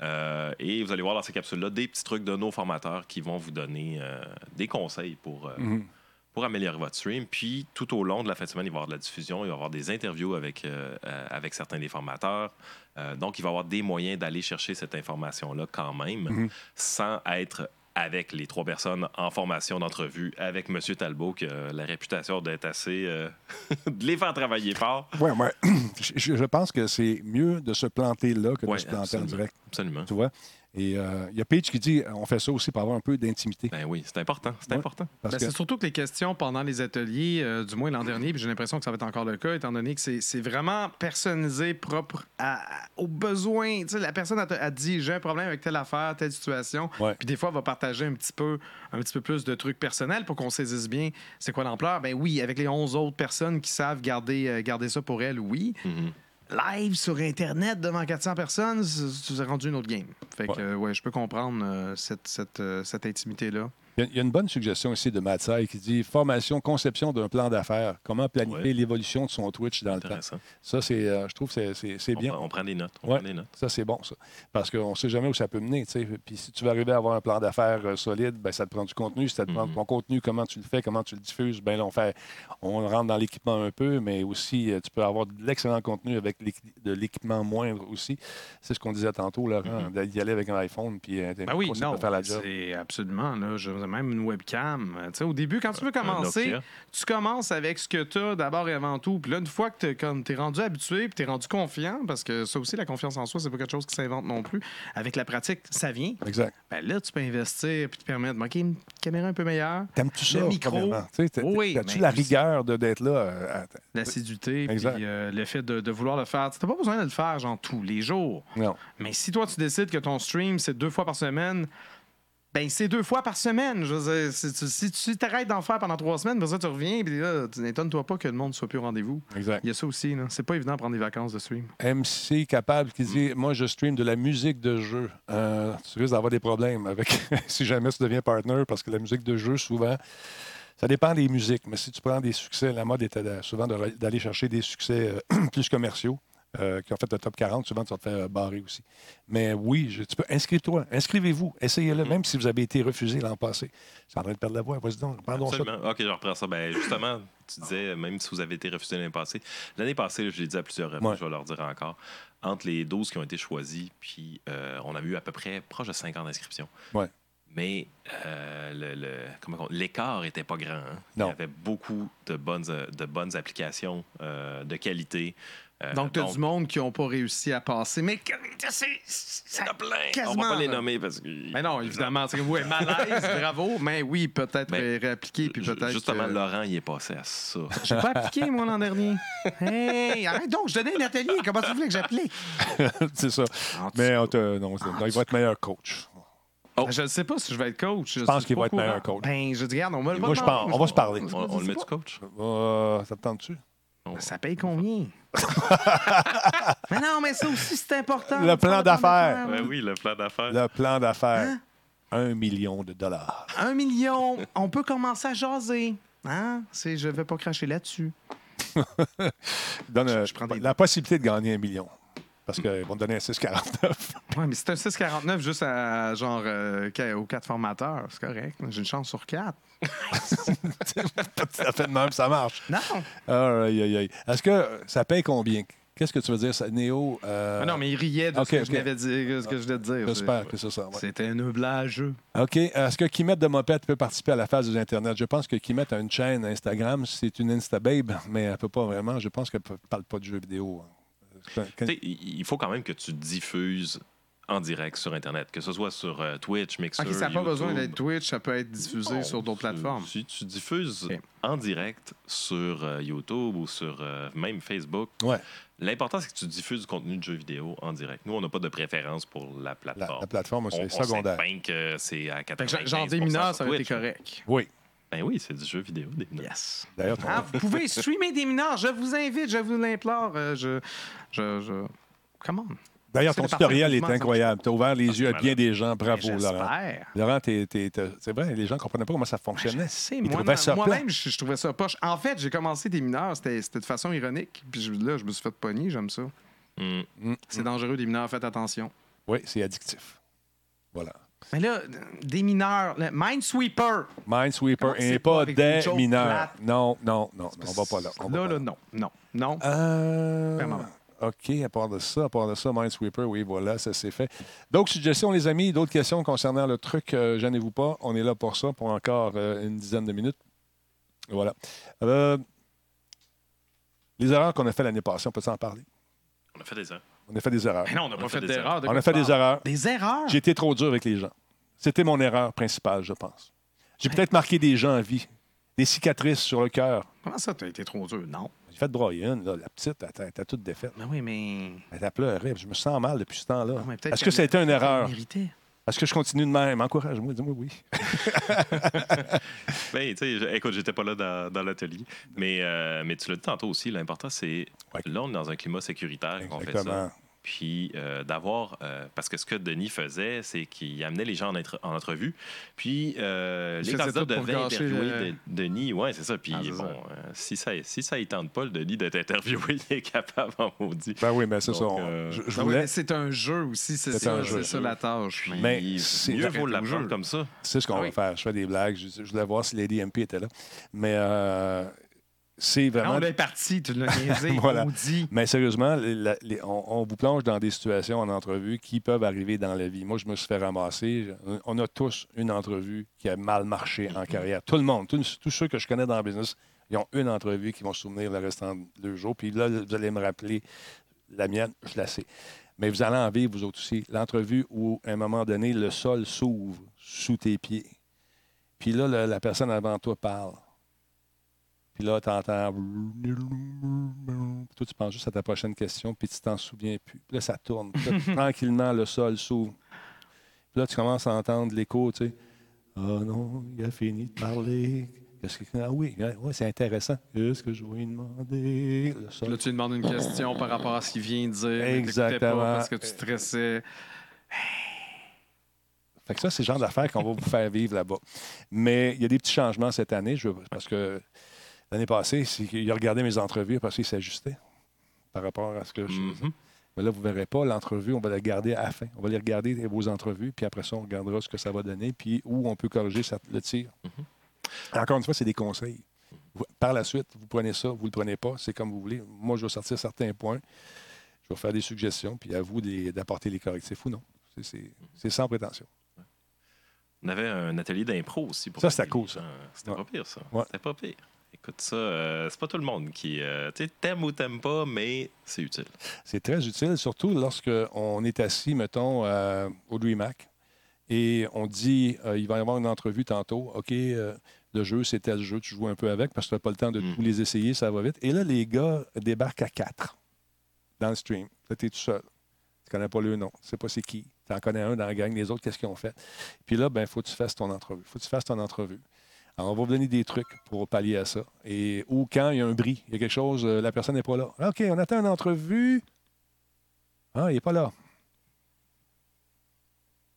[SPEAKER 3] Euh, et vous allez voir dans ces capsules-là des petits trucs de nos formateurs qui vont vous donner euh, des conseils pour. euh,
[SPEAKER 1] Mhm.
[SPEAKER 3] pour améliorer votre stream. Puis tout au long de la fin de semaine, il va y avoir de la diffusion, il va y avoir des interviews avec, euh, euh, avec certains des formateurs. Euh, donc, il va y avoir des moyens d'aller chercher cette information-là quand même,
[SPEAKER 1] Mhm.
[SPEAKER 3] sans être avec les trois personnes en formation d'entrevue, avec M. Talbot, qui a la réputation d'être assez... euh, de les faire travailler fort.
[SPEAKER 1] Ouais, ouais. Je- Je, je pense que c'est mieux de se planter là que
[SPEAKER 3] Ouais,
[SPEAKER 1] de se planter
[SPEAKER 3] absolument.
[SPEAKER 1] en direct.
[SPEAKER 3] Absolument.
[SPEAKER 1] Tu vois? Et euh, il y a Paige qui dit on fait ça aussi pour avoir un peu d'intimité.
[SPEAKER 3] Ben oui, c'est important, c'est
[SPEAKER 1] Ouais.
[SPEAKER 3] important.
[SPEAKER 1] Parce
[SPEAKER 2] Ben,
[SPEAKER 1] que
[SPEAKER 2] C'est surtout que les questions pendant les ateliers, euh, du moins l'an dernier, puis j'ai l'impression que ça va être encore le cas, étant donné que c'est c'est vraiment personnalisé, propre à- à- aux besoins. Tu sais, la personne a, te- a dit j'ai un problème avec telle affaire, telle situation.
[SPEAKER 1] Ouais.
[SPEAKER 2] Puis des fois, elle va partager un petit peu, un petit peu plus de trucs personnels pour qu'on saisisse bien c'est quoi l'ampleur. Ben oui, avec les 11 autres personnes qui savent garder, euh, garder ça pour elles, oui.
[SPEAKER 1] Ben,
[SPEAKER 3] Mhm.
[SPEAKER 2] Live sur Internet devant 400 personnes, c'est- c'est rendu une autre game. Fait que,
[SPEAKER 1] Ouais.
[SPEAKER 2] euh, ouais, je peux comprendre euh, cette, cette, euh, cette intimité-là.
[SPEAKER 1] il y, a- il y a une bonne suggestion ici de Matsai qui dit formation, conception d'un plan d'affaires, comment planifier
[SPEAKER 3] Ouais.
[SPEAKER 1] l'évolution de son Twitch dans le temps.
[SPEAKER 3] Intéressant.
[SPEAKER 1] Ça, c'est, euh, je trouve que c'est- c'est c'est
[SPEAKER 3] On
[SPEAKER 1] bien.
[SPEAKER 3] prend- On, prend des notes. On
[SPEAKER 1] Ouais.
[SPEAKER 3] prend des notes.
[SPEAKER 1] Ça, c'est bon, ça. Parce qu'on ne sait jamais où ça peut mener. tu sais. Puis si tu vas arriver à avoir un plan d'affaires euh, solide, ben, ça te prend du contenu. Si ça te prend
[SPEAKER 2] Mm-hmm.
[SPEAKER 3] Mhm.
[SPEAKER 1] ton contenu, comment tu le fais, comment tu le diffuses, ben, là, on, fait, on rentre dans l'équipement un peu, mais aussi, euh, tu peux avoir de l'excellent contenu avec l'équi- de l'équipement moindre aussi. C'est ce qu'on disait tantôt, Laurent, d'y aller avec un iPhone. Puis, euh,
[SPEAKER 2] Mm-hmm. Ben oui,
[SPEAKER 1] ça peut
[SPEAKER 2] non,
[SPEAKER 1] faire la job.
[SPEAKER 2] c'est absolument. Là, je- même une webcam. euh, Tu sais, au début, quand tu veux
[SPEAKER 3] Un
[SPEAKER 2] commencer,
[SPEAKER 3] Nokia.
[SPEAKER 2] tu commences avec ce que tu as d'abord et avant tout. Puis là, une fois que tu es rendu habitué, puis tu es rendu confiant, parce que ça aussi, la confiance en soi, c'est pas quelque chose qui s'invente non plus. Avec la pratique, ça vient.
[SPEAKER 1] Exact.
[SPEAKER 2] Ben là, tu peux investir puis te permettre de manquer une caméra un peu meilleure,
[SPEAKER 1] T'aimes-tu ça?
[SPEAKER 2] Le micro.
[SPEAKER 1] premièrement? Tu sais, t'as-
[SPEAKER 2] Oui,
[SPEAKER 1] T'as-tu
[SPEAKER 2] mais
[SPEAKER 1] la
[SPEAKER 2] aussi-
[SPEAKER 1] rigueur de- d'être là? euh, à-
[SPEAKER 2] l'assiduité, puis
[SPEAKER 1] Exact.
[SPEAKER 2] euh, le fait de, de vouloir le faire. Tu n'as pas besoin de le faire, genre, tous les jours.
[SPEAKER 1] Non.
[SPEAKER 2] Mais si toi, tu décides que ton stream, c'est deux fois par semaine, ben c'est deux fois par semaine. Je veux dire, si tu- si tu t'arrêtes d'en faire pendant trois semaines, ben ça, tu reviens, puis là, tu n'étonnes-toi pas que le monde soit plus au rendez-vous.
[SPEAKER 1] Exact.
[SPEAKER 2] Il y a ça aussi, là. C'est pas évident de prendre des vacances de stream.
[SPEAKER 1] MC capable qui dit Moi, je stream de la musique de jeu. Euh, tu risques d'avoir des problèmes avec si jamais tu deviens partner, parce que la musique de jeu, souvent, ça dépend des musiques. Mais si tu prends des succès, la mode était de- souvent de re- d'aller chercher des succès euh, plus commerciaux. euh, qui ont fait le top 40, souvent tu vas te faire euh, barrer aussi. Mais oui, je- tu peux inscris-toi, inscrivez-vous, essayez-le, même si vous avez été refusé l'an passé. C'est en train de perdre la voix, vas-y donc, pardon ça.
[SPEAKER 3] Absolument. OK, je reprends ça. Ben, justement, tu disais, même si vous avez été refusé l'année passée, l'année passée, là, je l'ai dit à plusieurs reprises,
[SPEAKER 1] Ouais.
[SPEAKER 3] je vais leur dire encore, entre les 12 qui ont été choisis, puis euh, on a eu à peu près proche de 50 inscriptions.
[SPEAKER 1] Ouais.
[SPEAKER 3] Mais euh, le- le- comment on- l'écart n'était pas grand. hein. Il
[SPEAKER 1] Non.
[SPEAKER 3] y avait beaucoup de bonnes, euh, de bonnes applications euh, de qualité. Euh,
[SPEAKER 2] donc, tu as du monde qui n'ont pas réussi à passer. Mais que- c'est-
[SPEAKER 3] il
[SPEAKER 2] ça-
[SPEAKER 3] y en a plein. On
[SPEAKER 2] quasiment,
[SPEAKER 3] va pas les
[SPEAKER 2] là.
[SPEAKER 3] nommer parce que.
[SPEAKER 2] Mais non, évidemment, c'est ouais, malaise, bravo. Mais oui, peut-être
[SPEAKER 3] Mais-
[SPEAKER 2] ré- réappliquer, puis
[SPEAKER 3] Ju-
[SPEAKER 2] peut-être.
[SPEAKER 3] Justement,
[SPEAKER 2] que-
[SPEAKER 3] Laurent, il est passé à ça.
[SPEAKER 2] J'ai pas appliqué, moi, l'an dernier. Hey, arrête donc, je donnais un atelier. Comment tu voulais que j'applique?
[SPEAKER 1] c'est ça. Mais on te- non, c'est- non, il va être meilleur coach.
[SPEAKER 2] Oh. Je ne sais pas si je vais être coach. Je
[SPEAKER 1] pense
[SPEAKER 2] suis
[SPEAKER 1] qu'il
[SPEAKER 2] pas
[SPEAKER 1] va être
[SPEAKER 2] courant.
[SPEAKER 1] meilleur coach.
[SPEAKER 2] Ben, je dis, regarde, on va le
[SPEAKER 1] Moi, je pense, on va se parler.
[SPEAKER 3] on, on le met du coach?
[SPEAKER 1] Euh, ça te tente-tu?
[SPEAKER 2] Ça paye combien? mais non, mais ça aussi, c'est important.
[SPEAKER 1] Le plan d'affaires.
[SPEAKER 3] Ben oui, le plan d'affaires.
[SPEAKER 1] Le plan d'affaires, un million de dollars.
[SPEAKER 2] Un million, on peut commencer à jaser. Hein? C'est, je vais pas cracher là-dessus.
[SPEAKER 1] Donne euh,
[SPEAKER 2] je prends des-
[SPEAKER 1] la possibilité de gagner un million. Parce qu'ils vont te donner un 6,49.
[SPEAKER 2] Ouais, mais c'est un 6,49 juste à, genre, euh, qu- aux quatre formateurs. C'est correct. J'ai une chance sur quatre.
[SPEAKER 1] Pas tout à fait de même, ça marche.
[SPEAKER 2] Non!
[SPEAKER 1] Aïe, aïe, aïe. Est-ce que euh, ça paye combien? Qu'est-ce que tu veux dire, ça, Néo? euh,
[SPEAKER 2] Ah non, mais il riait de
[SPEAKER 1] ok,
[SPEAKER 2] ce, que
[SPEAKER 1] ok.
[SPEAKER 2] je m'avais dit, ce que je voulais te dire.
[SPEAKER 1] J'espère
[SPEAKER 2] C'est-
[SPEAKER 1] que c'est ça. ouais.
[SPEAKER 2] C'était un oublage.
[SPEAKER 1] OK. Est-ce que Kimette de Mopette peut participer à la phase des Internet? Je pense que Kimette a une chaîne Instagram. C'est une Instababe, mais elle ne peut pas vraiment. Je pense qu'elle ne parle pas de jeux vidéo. hein. C'est un-
[SPEAKER 3] Tu sais, il il faut quand même que tu diffuses en direct sur Internet, que ce soit sur euh, Twitch, Mixer,
[SPEAKER 2] Ok, ça n'a pas
[SPEAKER 3] YouTube.
[SPEAKER 2] besoin d'être Twitch, ça peut être diffusé
[SPEAKER 3] Non,
[SPEAKER 2] sur d'autres
[SPEAKER 3] si-
[SPEAKER 2] plateformes.
[SPEAKER 3] Si tu diffuses
[SPEAKER 2] Ok.
[SPEAKER 3] en direct sur euh, YouTube ou sur euh, même Facebook,
[SPEAKER 1] Ouais.
[SPEAKER 3] l'important, c'est que tu diffuses du contenu de jeux vidéo en direct. Nous, on n'a pas de préférence pour la
[SPEAKER 1] La,
[SPEAKER 3] plateforme.
[SPEAKER 1] la plateforme,
[SPEAKER 3] On-
[SPEAKER 1] c'est
[SPEAKER 3] on
[SPEAKER 1] secondaire.
[SPEAKER 3] sait bien que c'est à
[SPEAKER 2] Fait que
[SPEAKER 3] 95
[SPEAKER 2] genre des mineurs, ça
[SPEAKER 3] sur
[SPEAKER 2] aurait été
[SPEAKER 3] Twitch.
[SPEAKER 2] correct.
[SPEAKER 1] Oui.
[SPEAKER 3] Ben oui, c'est du jeu vidéo. Des mineurs.
[SPEAKER 2] Yes.
[SPEAKER 1] D'ailleurs, ton-
[SPEAKER 2] Hein, vous pouvez streamer des mineurs. Je vous invite, je vous l'implore. euh, je, je, je. Come on.
[SPEAKER 1] D'ailleurs,
[SPEAKER 2] C'est
[SPEAKER 1] ton
[SPEAKER 2] le parfait
[SPEAKER 1] tutoriel est
[SPEAKER 2] mouvement, ça. Ah,
[SPEAKER 1] incroyable. Tu as ouvert les yeux à bien des gens. Bravo, Laurent.
[SPEAKER 2] J'espère.
[SPEAKER 1] Laurent, t'es- t'es- t'es- c'est vrai, les gens ne comprenaient pas comment ça fonctionnait.
[SPEAKER 2] Ah, Je sais,
[SPEAKER 1] Ils
[SPEAKER 2] moi-
[SPEAKER 1] trouvaient ça plat.
[SPEAKER 2] moi-même, je, je trouvais ça poche. En fait, j'ai commencé des mineurs, c'était c'était de façon ironique. Puis je- là, je me suis fait pogner, j'aime ça.
[SPEAKER 3] Mm.
[SPEAKER 2] C'est dangereux, des mineurs, faites attention.
[SPEAKER 1] Oui, c'est addictif. Voilà.
[SPEAKER 2] Mais là, des mineurs, le Minesweeper.
[SPEAKER 1] Minesweeper
[SPEAKER 2] Comment
[SPEAKER 1] et
[SPEAKER 2] c'est
[SPEAKER 1] pas
[SPEAKER 2] pas avec une
[SPEAKER 1] des
[SPEAKER 2] joke
[SPEAKER 1] mineurs.
[SPEAKER 2] plate?
[SPEAKER 1] Non, non, non, on va pas là. on va
[SPEAKER 2] là,
[SPEAKER 1] pas
[SPEAKER 2] là, non, non, non.
[SPEAKER 1] Euh,
[SPEAKER 2] Vraiment.
[SPEAKER 1] OK, à part de ça, à part de ça, Minesweeper, oui, voilà, ça c'est fait. D'autres suggestions, les amis, d'autres questions concernant le truc, euh, gênez-vous pas, on est là pour ça, pour encore euh, une dizaine de minutes. Voilà. Euh, les erreurs qu'on a fait l'année passée, on peut s'en parler.
[SPEAKER 3] On a fait des heures.
[SPEAKER 1] On a fait des erreurs.
[SPEAKER 2] Mais Ben non, on n'a pas fait,
[SPEAKER 3] des
[SPEAKER 2] d'erreur. de
[SPEAKER 1] On
[SPEAKER 2] quoi
[SPEAKER 1] a fait
[SPEAKER 2] tu
[SPEAKER 1] des
[SPEAKER 2] parles?
[SPEAKER 1] erreurs.
[SPEAKER 2] Des erreurs?
[SPEAKER 1] J'ai été trop dur avec les gens. C'était mon erreur principale, je pense. J'ai peut-être marqué des gens en vie, des cicatrices sur le cœur.
[SPEAKER 2] Comment ça, t'as été trop dur? Non.
[SPEAKER 1] J'ai fait broyer une, là, la petite, elle était- elle était toute défaite.
[SPEAKER 2] Mais Ben oui, mais.
[SPEAKER 1] Elle a pleuré. Je me sens mal depuis ce temps-là.
[SPEAKER 2] non, Ah, mais peut-être
[SPEAKER 1] Est-ce que ça a été une
[SPEAKER 2] qu'elle
[SPEAKER 1] erreur?
[SPEAKER 2] méritait.
[SPEAKER 1] Est-ce que je continue de même? Encourage-moi, dis-moi oui.
[SPEAKER 3] Ben, tu sais, je- écoute, j'étais pas là dans, dans l'atelier. Mais, euh, mais tu l'as dit tantôt aussi, l'important, c'est.
[SPEAKER 1] Ouais.
[SPEAKER 3] Là, on est dans un climat sécuritaire qu'on fait ça.
[SPEAKER 1] Exactement.
[SPEAKER 3] Puis euh, d'avoir. euh, parce que ce que Denis faisait, c'est qu'il amenait les gens en, intre- en entrevue. Puis euh,
[SPEAKER 2] Il
[SPEAKER 3] les
[SPEAKER 2] faisait
[SPEAKER 3] candidats
[SPEAKER 2] tout pour
[SPEAKER 3] devaient
[SPEAKER 2] gâcher
[SPEAKER 3] interviewer
[SPEAKER 2] le-
[SPEAKER 3] De- Denis. Ouais, c'est ça. Puis
[SPEAKER 2] Ah, c'est
[SPEAKER 3] bon,
[SPEAKER 2] ça.
[SPEAKER 3] euh, si ça si ça y tente pas, le Denis, d'être interviewé, il est capable en maudit.
[SPEAKER 1] Ben oui, mais c'est ça.
[SPEAKER 3] Donc,
[SPEAKER 1] on-
[SPEAKER 3] euh,
[SPEAKER 1] je, je
[SPEAKER 2] Ah oui,
[SPEAKER 1] voulais.
[SPEAKER 2] mais c'est un jeu aussi, c'est
[SPEAKER 1] C'est un
[SPEAKER 2] ça,
[SPEAKER 1] jeu.
[SPEAKER 2] c'est ça la tâche.
[SPEAKER 3] Puis,
[SPEAKER 1] Mais c'est-
[SPEAKER 3] mieux vaut
[SPEAKER 2] au
[SPEAKER 3] l'apprendre
[SPEAKER 2] jeu.
[SPEAKER 3] comme ça.
[SPEAKER 1] C'est ce qu'on
[SPEAKER 2] Ah
[SPEAKER 1] va
[SPEAKER 2] oui.
[SPEAKER 1] faire. Je fais des blagues. Je, je voulais voir si Lady MP était là. Mais euh, c'est
[SPEAKER 2] Ah,
[SPEAKER 1] vraiment.
[SPEAKER 2] on est parti, tu l'as niaisé,
[SPEAKER 1] Voilà.
[SPEAKER 2] on dit.
[SPEAKER 1] mais sérieusement, les- la- les- on, on vous plonge dans des situations en entrevue qui peuvent arriver dans la vie. Moi, je me suis fait ramasser. Je- On a tous une entrevue qui a mal marché en carrière. Tout le monde, tous, tous ceux que je connais dans le business, ils ont une entrevue qui vont se souvenir le restant de deux jours. Puis là, vous allez me rappeler la mienne, je la sais. Mais vous allez en vivre, vous autres aussi, l'entrevue où, à un moment donné, le sol s'ouvre sous tes pieds. Puis là, le- la personne avant toi parle. Puis là, tu entends. Toi, tu penses juste à ta prochaine question, puis tu t'en souviens plus. Puis là, ça tourne. Puis là, tranquillement, le sol s'ouvre. Puis là, tu commences à entendre l'écho, tu sais. Ah non, il a fini de parler. Qu'est-ce que... Ah oui, ouais, ouais, c'est intéressant. Qu'est-ce que je vais lui demander? Le sol
[SPEAKER 2] Là, tu lui demandes une question par rapport à ce qu'il vient de dire. mais t'écoutais
[SPEAKER 1] Exactement.
[SPEAKER 2] Pas parce que tu stressais.
[SPEAKER 1] Fait que ça, c'est le genre d'affaires qu'on va vous faire vivre là-bas. Mais il y a des petits changements cette année, je- parce que l'année passée, c'est qu'il- il a regardé mes entrevues parce qu'il s'ajustait par rapport à ce que je faisais.
[SPEAKER 3] Mhm.
[SPEAKER 1] Mais là, vous ne verrez pas l'entrevue, on va la garder à la fin. On va les regarder vos entrevues, puis après ça, on regardera ce que ça va donner, puis où on peut corriger ça- le tir. Encore une fois, c'est des conseils. Vous- Par la suite, vous prenez ça, vous ne le prenez pas, c'est comme vous voulez. Moi, je vais sortir certains points, je vais vous faire des suggestions, puis à vous de les- d'apporter les correctifs ou non. C'est- C'est c'est sans prétention.
[SPEAKER 3] On avait un atelier d'impro aussi. Pour
[SPEAKER 1] Ça, c'était
[SPEAKER 3] les
[SPEAKER 1] cool, ça.
[SPEAKER 3] gens. C'était
[SPEAKER 1] Ouais.
[SPEAKER 3] pas pire, ça.
[SPEAKER 1] Ouais.
[SPEAKER 3] C'était pas pire. Écoute, ça, euh, c'est pas tout le monde qui. euh, tu sais, t'aimes ou t'aimes pas, mais c'est utile.
[SPEAKER 1] C'est très utile, surtout lorsqu'on est assis, mettons, euh, au Louis Mac et on dit euh, il va y avoir une entrevue tantôt. OK, euh, le jeu, c'est tel jeu, tu joues un peu avec parce que tu n'as pas le temps de
[SPEAKER 3] Mm.
[SPEAKER 1] tous les essayer, ça va vite. Et là, les gars débarquent à quatre dans le stream. Là, tu es tout seul. Tu connais pas le nom. Tu sais pas c'est qui. Tu en connais un dans la gang, les autres, qu'est-ce qu'ils ont fait. Puis là, ben, faut que tu fasses ton entrevue. faut que tu fasses ton entrevue. Alors, on va vous donner des trucs pour pallier à ça. Et, ou quand il y a un bris, il y a quelque chose, euh, la personne n'est pas là. OK, on attend une entrevue. Ah, il n'est pas là.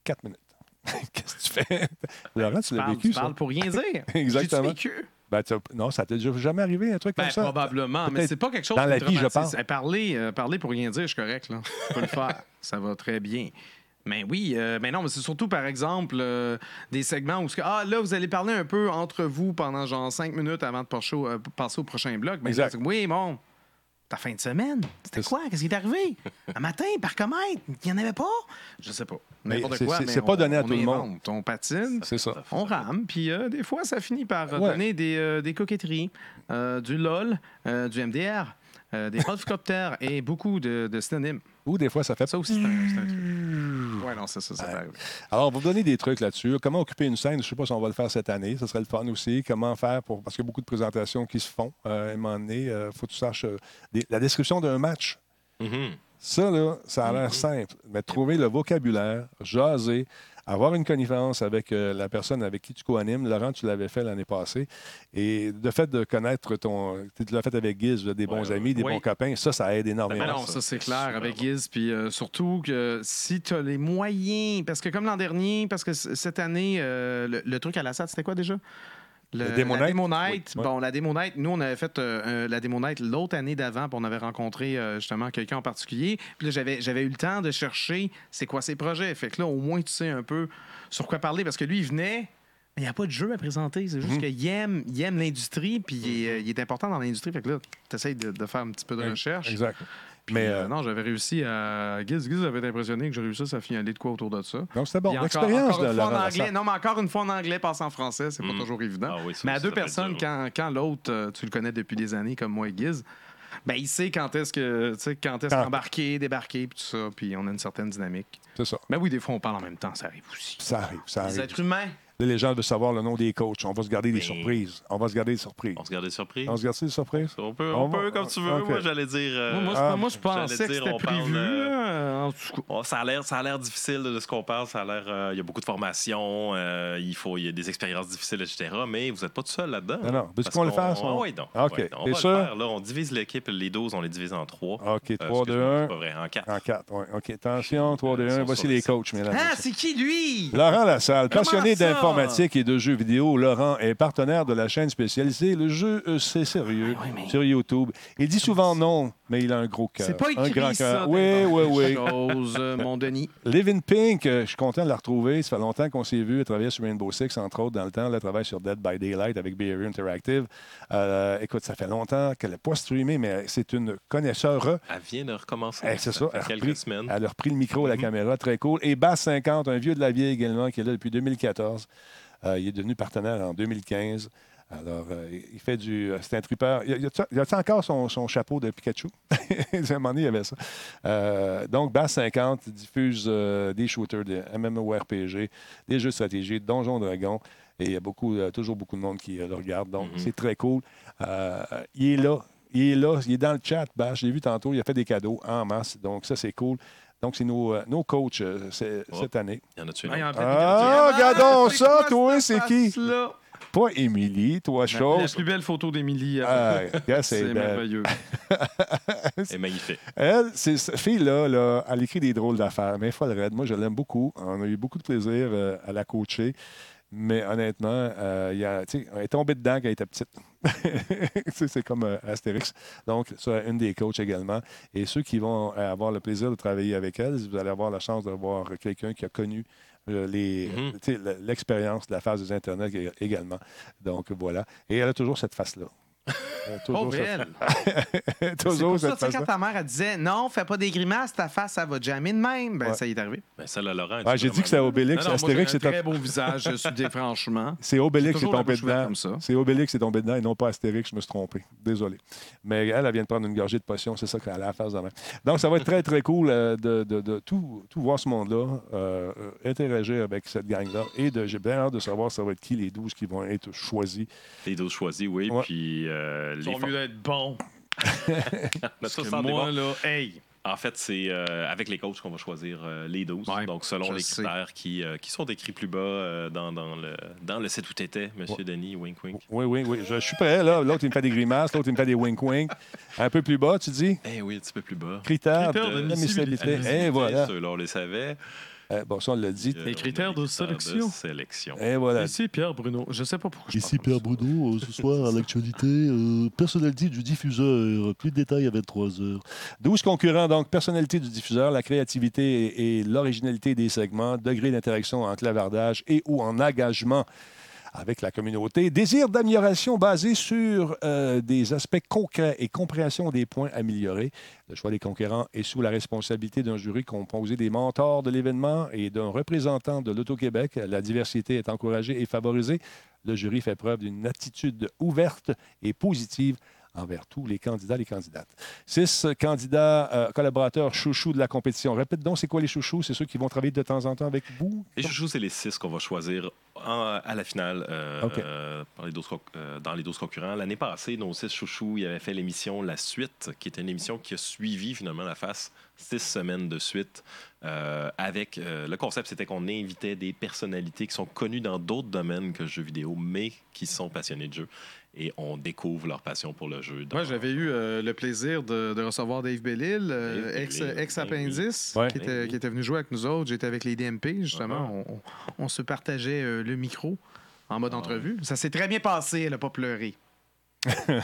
[SPEAKER 1] Quatre minutes. Qu'est-ce que tu fais? Laurent, tu l'as
[SPEAKER 2] Parle,
[SPEAKER 1] vécu,
[SPEAKER 2] tu
[SPEAKER 1] ça?
[SPEAKER 2] parles pour rien dire.
[SPEAKER 1] Exactement.
[SPEAKER 2] J'ai-tu vécu?
[SPEAKER 1] Ben, tu as- non, ça t'est déjà jamais arrivé, un truc
[SPEAKER 2] Ben,
[SPEAKER 1] comme ça?
[SPEAKER 2] probablement, mais
[SPEAKER 1] peut-être
[SPEAKER 2] c'est pas quelque chose
[SPEAKER 1] dans
[SPEAKER 2] qui
[SPEAKER 1] la
[SPEAKER 2] me
[SPEAKER 1] vie, je
[SPEAKER 2] traumatise.
[SPEAKER 1] parle.
[SPEAKER 2] Eh, parler, euh, parler pour rien dire, je suis correct. Là. Je peux le faire. Ça va très bien. Mais oui, euh, mais non, mais c'est surtout, par exemple, euh, des segments où, ce que- ah, là, vous allez parler un peu entre vous pendant genre cinq minutes avant de passer au, euh, passer au prochain bloc. Ben,
[SPEAKER 1] Exact.
[SPEAKER 2] c'est- Oui, bon, ta fin de semaine, c'était
[SPEAKER 1] C'est-
[SPEAKER 2] quoi? Qu'est-ce qui est arrivé? Un matin, par comète, il n'y en avait pas? Je sais pas.
[SPEAKER 1] Mais
[SPEAKER 2] N'importe
[SPEAKER 1] c'est-
[SPEAKER 2] quoi,
[SPEAKER 1] c'est-
[SPEAKER 2] mais
[SPEAKER 1] c'est pas
[SPEAKER 2] on-
[SPEAKER 1] donné à
[SPEAKER 2] on
[SPEAKER 1] tout le monde.
[SPEAKER 2] invente, On patine,
[SPEAKER 1] C'est ça.
[SPEAKER 2] on rame, puis euh, des fois, ça finit par euh,
[SPEAKER 1] Ouais.
[SPEAKER 2] donner des, euh, des coquetteries, euh, du LOL, euh, du MDR, euh, des Rolfcopters et beaucoup de, de synonymes.
[SPEAKER 1] Ou des fois, ça fait
[SPEAKER 2] Ça aussi, c'est un, c'est un truc. Ouais, non, c'est ça, ça peut arriver.
[SPEAKER 1] Alors, on va vous donner des trucs là-dessus. Comment occuper une scène, je ne sais pas si on va le faire cette année. Ce serait le fun aussi. Comment faire pour. Parce qu'il y a beaucoup de euh,
[SPEAKER 2] Mm-hmm.
[SPEAKER 1] présentations qui se font. Euh, à un moment donné, il faut que tu saches. euh, des- La description d'un match,
[SPEAKER 3] Mhm.
[SPEAKER 1] Ça, là, ça
[SPEAKER 2] Mhm.
[SPEAKER 1] a l'air simple, mais trouver le vocabulaire, jaser, avoir une connivence avec euh, la personne avec qui tu co-animes. Laurent, tu l'avais fait l'année passée. Et le fait de connaître ton. Tu l'as fait avec Guise, des bons
[SPEAKER 2] ouais.
[SPEAKER 1] amis, des
[SPEAKER 2] Oui.
[SPEAKER 1] bons copains, ça, ça aide énormément.
[SPEAKER 2] Ben non, ça, c'est clair avec Giz. Puis euh, surtout que si tu as les moyens, parce que comme l'an dernier, parce que c- cette année, euh, le, le truc à la SAT, c'était quoi déjà?
[SPEAKER 1] Le Demo
[SPEAKER 2] La
[SPEAKER 1] Night?
[SPEAKER 2] Demo Night.
[SPEAKER 1] Oui, ouais.
[SPEAKER 2] Bon, la Demo Night, nous, on avait fait euh, euh, la Demo Night l'autre année d'avant, puis on avait rencontré euh, justement quelqu'un en particulier. Puis là, j'avais, j'avais eu le temps de chercher c'est quoi ses projets. Fait que là, au moins, tu sais un peu sur quoi parler, parce que lui, il venait. Mais il n'y a pas de jeu à présenter. C'est
[SPEAKER 1] Mhm.
[SPEAKER 2] juste qu'il aime, il aime l'industrie, puis il est, euh, il est important dans l'industrie. Fait que là, tu essaies de, de faire un petit peu
[SPEAKER 1] Ben,
[SPEAKER 2] de recherche.
[SPEAKER 1] Exact.
[SPEAKER 2] Puis,
[SPEAKER 1] Mais,
[SPEAKER 2] euh,
[SPEAKER 1] euh,
[SPEAKER 2] non, j'avais réussi à. Giz, Giz avait été impressionné que j'ai réussi à filer de quoi autour de ça.
[SPEAKER 1] Donc, c'était bon.
[SPEAKER 2] Puis encore-
[SPEAKER 1] L'expérience
[SPEAKER 2] encore
[SPEAKER 1] de
[SPEAKER 2] une fois
[SPEAKER 1] Laurent
[SPEAKER 2] en anglais.
[SPEAKER 1] Lassalle.
[SPEAKER 2] Non, mais encore une fois en anglais, passe en français, c'est pas toujours évident.
[SPEAKER 3] Ah oui, ça,
[SPEAKER 2] mais à
[SPEAKER 3] ça
[SPEAKER 2] deux
[SPEAKER 3] peut être
[SPEAKER 2] personnes,
[SPEAKER 3] dur.
[SPEAKER 2] quand, quand l'autre, euh, tu le connais depuis des années, comme moi et Giz, ben, il sait quand est-ce que tu sais, quand est-ce
[SPEAKER 1] Quand-
[SPEAKER 2] qu'embarquer, débarquer, puis tout ça, puis on a une certaine dynamique.
[SPEAKER 1] C'est ça.
[SPEAKER 2] Ben oui, des fois, on parle en même temps, ça arrive aussi.
[SPEAKER 1] Ça arrive, ça
[SPEAKER 2] Les
[SPEAKER 1] arrive.
[SPEAKER 2] êtres humains.
[SPEAKER 1] Là, les gens veulent savoir le nom des coachs. On va se garder des
[SPEAKER 3] Mais-
[SPEAKER 1] surprises. On va se garder des surprises.
[SPEAKER 3] On se garde des surprises.
[SPEAKER 1] On se garde des surprises?
[SPEAKER 3] On peut,
[SPEAKER 1] On
[SPEAKER 3] on
[SPEAKER 1] va-
[SPEAKER 3] peut comme tu veux.
[SPEAKER 1] ok.
[SPEAKER 3] Moi, j'allais dire. euh,
[SPEAKER 2] Moi, moi,
[SPEAKER 1] Ah,
[SPEAKER 2] je- moi, je
[SPEAKER 3] j'allais
[SPEAKER 2] pensais que
[SPEAKER 3] dire,
[SPEAKER 2] c'était
[SPEAKER 3] on parle,
[SPEAKER 2] prévu.
[SPEAKER 3] euh,
[SPEAKER 2] là, en tout cas.
[SPEAKER 3] Oh, ça a l'air, ça a l'air difficile de ce qu'on parle. Ça a l'air, euh, il y a beaucoup de formations, euh, il faut, il y a des expériences difficiles, etc. Mais vous n'êtes pas tout seul là-dedans.
[SPEAKER 1] Non, non. Parce
[SPEAKER 3] Parce
[SPEAKER 1] qu'on le fasse, hein?
[SPEAKER 3] on-
[SPEAKER 1] on-
[SPEAKER 3] ah oui, donc.
[SPEAKER 1] OK.
[SPEAKER 3] ouais, donc, on
[SPEAKER 1] T'es
[SPEAKER 3] va
[SPEAKER 1] sûr?
[SPEAKER 3] le faire. Là, on divise l'équipe, les 12, on les divise en trois.
[SPEAKER 1] OK,
[SPEAKER 3] Euh,
[SPEAKER 1] 3, 2,
[SPEAKER 3] excuse-moi, c'est
[SPEAKER 1] 1.
[SPEAKER 3] Pas vrai, en quatre.
[SPEAKER 1] En 4, oui. OK, attention, 3, 2, 1.
[SPEAKER 3] sont
[SPEAKER 1] Voici
[SPEAKER 3] sur
[SPEAKER 1] les
[SPEAKER 3] le
[SPEAKER 1] coachs, mesdames. et
[SPEAKER 9] Ah,
[SPEAKER 1] messieurs.
[SPEAKER 9] c'est qui lui?
[SPEAKER 1] Laurent Lassalle,
[SPEAKER 9] Comment
[SPEAKER 1] passionné
[SPEAKER 9] ça?
[SPEAKER 1] d'informatique et de jeux vidéo, Laurent est partenaire de la chaîne spécialisée Le jeu, euh, c'est sérieux sur YouTube. Il dit souvent non, mais il a un gros cœur.
[SPEAKER 2] C'est pas
[SPEAKER 1] un
[SPEAKER 2] écrit,
[SPEAKER 1] grand
[SPEAKER 2] ça.
[SPEAKER 1] cœur. Oui, oui, oui.
[SPEAKER 2] Chose, euh, mon Denis.
[SPEAKER 1] Living Pink, euh, je suis content de la retrouver. Ça fait longtemps qu'on s'est vu. Elle travaillait sur Rainbow Six, entre autres, dans le temps. Elle travaille sur Dead by Daylight avec Behavior Interactive. Euh, écoute, ça fait longtemps qu'elle n'est pas streamée, mais c'est une connaisseur.
[SPEAKER 3] Elle vient de recommencer.
[SPEAKER 1] Eh, c'est ça.
[SPEAKER 3] fait
[SPEAKER 1] elle a
[SPEAKER 3] quelques
[SPEAKER 1] repris-
[SPEAKER 3] semaines. Mm-hmm.
[SPEAKER 1] Elle a repris le micro à la caméra, très cool. Et Bass 50, un vieux de la vieille également, qui est là depuis 2014. Euh, il est devenu partenaire en 2015. Alors, euh, il fait du. euh, C'est un tripeur. Il y a- il y a- il y a-t-il encore son, son chapeau de Pikachu? À un moment donné, il y avait ça. Euh, donc, Bass 50 diffuse euh, des shooters, des MMORPG, des jeux de stratégie, Donjons Dragons. Et il y a beaucoup, euh, toujours beaucoup de monde qui euh, le regarde. Donc,
[SPEAKER 3] Mm-hmm.
[SPEAKER 1] c'est très cool. Euh, il est là. Il est là. Il est dans le chat, Bash. J'ai vu tantôt. Il a fait des cadeaux en masse. Donc, ça, c'est cool. Donc, c'est nos, euh, nos coachs euh, c'est-
[SPEAKER 3] Oh.
[SPEAKER 1] cette année.
[SPEAKER 3] Il y en a tué.
[SPEAKER 2] Ah, il y en a peut-être
[SPEAKER 1] Ah,
[SPEAKER 2] des-
[SPEAKER 1] regardons
[SPEAKER 2] c'est
[SPEAKER 1] ça,
[SPEAKER 2] quoi
[SPEAKER 1] toi,
[SPEAKER 2] cette
[SPEAKER 1] c'est qui?
[SPEAKER 2] face-là?
[SPEAKER 1] Pas Émilie, toi,
[SPEAKER 2] La
[SPEAKER 1] chose.
[SPEAKER 2] plus belle photo d'Émilie. hein.
[SPEAKER 1] Ah, regarde, c'est
[SPEAKER 2] c'est
[SPEAKER 1] belle.
[SPEAKER 2] merveilleux.
[SPEAKER 3] C'est magnifique.
[SPEAKER 1] Elle, c'est- cette fille-là, là, elle écrit des drôles d'affaires, mais folle raide. Moi, je l'aime beaucoup. On a eu beaucoup de plaisir euh, à la coacher. Mais honnêtement, euh, il y a, tu sais, elle est tombée dedans quand elle était petite. Tu sais, c'est comme euh, Astérix. Donc, c'est une des coachs également. Et ceux qui vont euh, avoir le plaisir de travailler avec elle, vous allez avoir la chance de voir quelqu'un qui a connu euh, les-
[SPEAKER 2] Mm-hmm.
[SPEAKER 3] Mhm.
[SPEAKER 1] tu sais, le- l'expérience de la phase des Internet ég- également. Donc, voilà. Et elle a toujours cette face-là. Elle a
[SPEAKER 2] Oh,
[SPEAKER 1] toujours cette,
[SPEAKER 2] belle. C'est
[SPEAKER 1] toujours
[SPEAKER 2] pour ça,
[SPEAKER 1] cette
[SPEAKER 2] tu sais,
[SPEAKER 1] face-là.
[SPEAKER 2] quand ta mère, elle disait non, fais pas des grimaces, ta face, ça va jamais de même. Ben,
[SPEAKER 1] Ouais.
[SPEAKER 2] ça y est arrivé.
[SPEAKER 3] Ben, celle à Laurent.
[SPEAKER 1] Ah, j'ai dit que c'était Obélix.
[SPEAKER 2] Non, non, moi, j'ai
[SPEAKER 1] Astérix,
[SPEAKER 2] un
[SPEAKER 1] c'est
[SPEAKER 2] très beau visage, je suis dit, franchement.
[SPEAKER 1] C'est Obélix
[SPEAKER 2] J'ai
[SPEAKER 1] qui est
[SPEAKER 2] toujours la
[SPEAKER 1] tombé
[SPEAKER 2] bouche ouverte
[SPEAKER 1] dedans.
[SPEAKER 2] comme ça.
[SPEAKER 1] C'est Obélix qui est tombé dedans et non pas Astérix, je me suis trompé. Désolé. Mais elle, elle vient de prendre une gorgée de potion, c'est ça qu'elle a à faire demain. Donc, ça va être très, très cool euh, de, de- de tout, tout voir ce monde-là, euh, euh, interagir avec cette gang-là. Et de- j'ai bien hâte de savoir ça va être qui les 12 qui vont être choisis.
[SPEAKER 3] Les 12 choisis, oui.
[SPEAKER 1] Ouais.
[SPEAKER 3] Puis euh, les.
[SPEAKER 2] Ils sont
[SPEAKER 3] for-
[SPEAKER 2] mieux d'être bons.
[SPEAKER 3] Notre
[SPEAKER 2] que
[SPEAKER 3] soixante des
[SPEAKER 2] moi,
[SPEAKER 3] bons.
[SPEAKER 2] là, hey.
[SPEAKER 3] En fait, c'est euh, avec les coachs qu'on va choisir euh, les 12.
[SPEAKER 2] Ouais,
[SPEAKER 3] Donc, selon
[SPEAKER 2] je
[SPEAKER 3] les
[SPEAKER 2] sais.
[SPEAKER 3] critères qui, euh, qui sont décrits plus bas euh, dans, dans le, dans le site où tu étais, M.
[SPEAKER 1] Ouais.
[SPEAKER 3] Denis, wink wink.
[SPEAKER 1] Oui, oui, oui. Je, je suis prêt, là. L'autre, il me fait des grimaces. L'autre, il me fait des wink-wink. Un peu plus bas, tu dis?
[SPEAKER 3] Eh oui, un petit peu plus bas.
[SPEAKER 1] Critères
[SPEAKER 2] Critères
[SPEAKER 1] de
[SPEAKER 2] de
[SPEAKER 1] admissibilité.
[SPEAKER 3] Admissibilité,
[SPEAKER 1] Et voilà.
[SPEAKER 3] Ceux-là, on les savait.
[SPEAKER 1] Eh, bon, ça, on l'a dit.
[SPEAKER 3] Euh,
[SPEAKER 2] Les
[SPEAKER 3] on a
[SPEAKER 2] critères de sélection.
[SPEAKER 3] sélection.
[SPEAKER 1] Et voilà.
[SPEAKER 2] Ici Pierre Bruno. Je sais pas pourquoi. je
[SPEAKER 4] Ici
[SPEAKER 2] parle
[SPEAKER 4] Pierre
[SPEAKER 2] comme
[SPEAKER 4] Bruno, euh, ce soir à l'actualité, euh, personnalité du diffuseur. Plus de détails à 23h.
[SPEAKER 1] 12 concurrents, donc personnalité du diffuseur, la créativité et, et l'originalité des segments, degré d'interaction en clavardage et ou en engagement avec la communauté, désir d'amélioration basé sur euh, des aspects concrets et compréhension des points améliorés. Le choix des concurrents est sous la responsabilité d'un jury composé des mentors de l'événement et d'un représentant de l'Auto-Québec. La diversité est encouragée et favorisée. Le jury fait preuve d'une attitude ouverte et positive envers tous les candidats et les candidates. Six euh, candidats euh, collaborateurs chouchous de la compétition. Répète donc, c'est quoi les chouchous? C'est ceux qui vont travailler de temps en temps avec vous?
[SPEAKER 3] Les chouchous, c'est les 6 qu'on va choisir en- à la finale euh,
[SPEAKER 1] OK.
[SPEAKER 3] euh, par les 12 conc- euh, dans les 12 concurrents. L'année passée, nos 6 chouchous, ils avaient fait l'émission La Suite, qui était une émission qui a suivi finalement la face six semaines de suite. euh, avec euh, le concept, c'était qu'on invitait des personnalités qui sont connues dans d'autres domaines que le jeu vidéo, mais qui sont passionnés de jeu, et on découvre leur passion pour le jeu. dans-
[SPEAKER 2] Moi, j'avais eu euh, le plaisir de, de recevoir Dave Bellil, euh,
[SPEAKER 3] Dave
[SPEAKER 2] ex,
[SPEAKER 3] Bellil,
[SPEAKER 2] ex
[SPEAKER 3] ben oui.
[SPEAKER 2] appendice,
[SPEAKER 1] Ouais.
[SPEAKER 2] qui,
[SPEAKER 3] Ben
[SPEAKER 2] était,
[SPEAKER 3] oui.
[SPEAKER 2] qui était venu jouer avec nous autres. J'étais avec les DMP, justement.
[SPEAKER 3] Ah,
[SPEAKER 2] On- on, on se partageait euh, le micro en mode entrevue. Ça s'est très bien passé, elle n'a pas pleuré.
[SPEAKER 1] C'est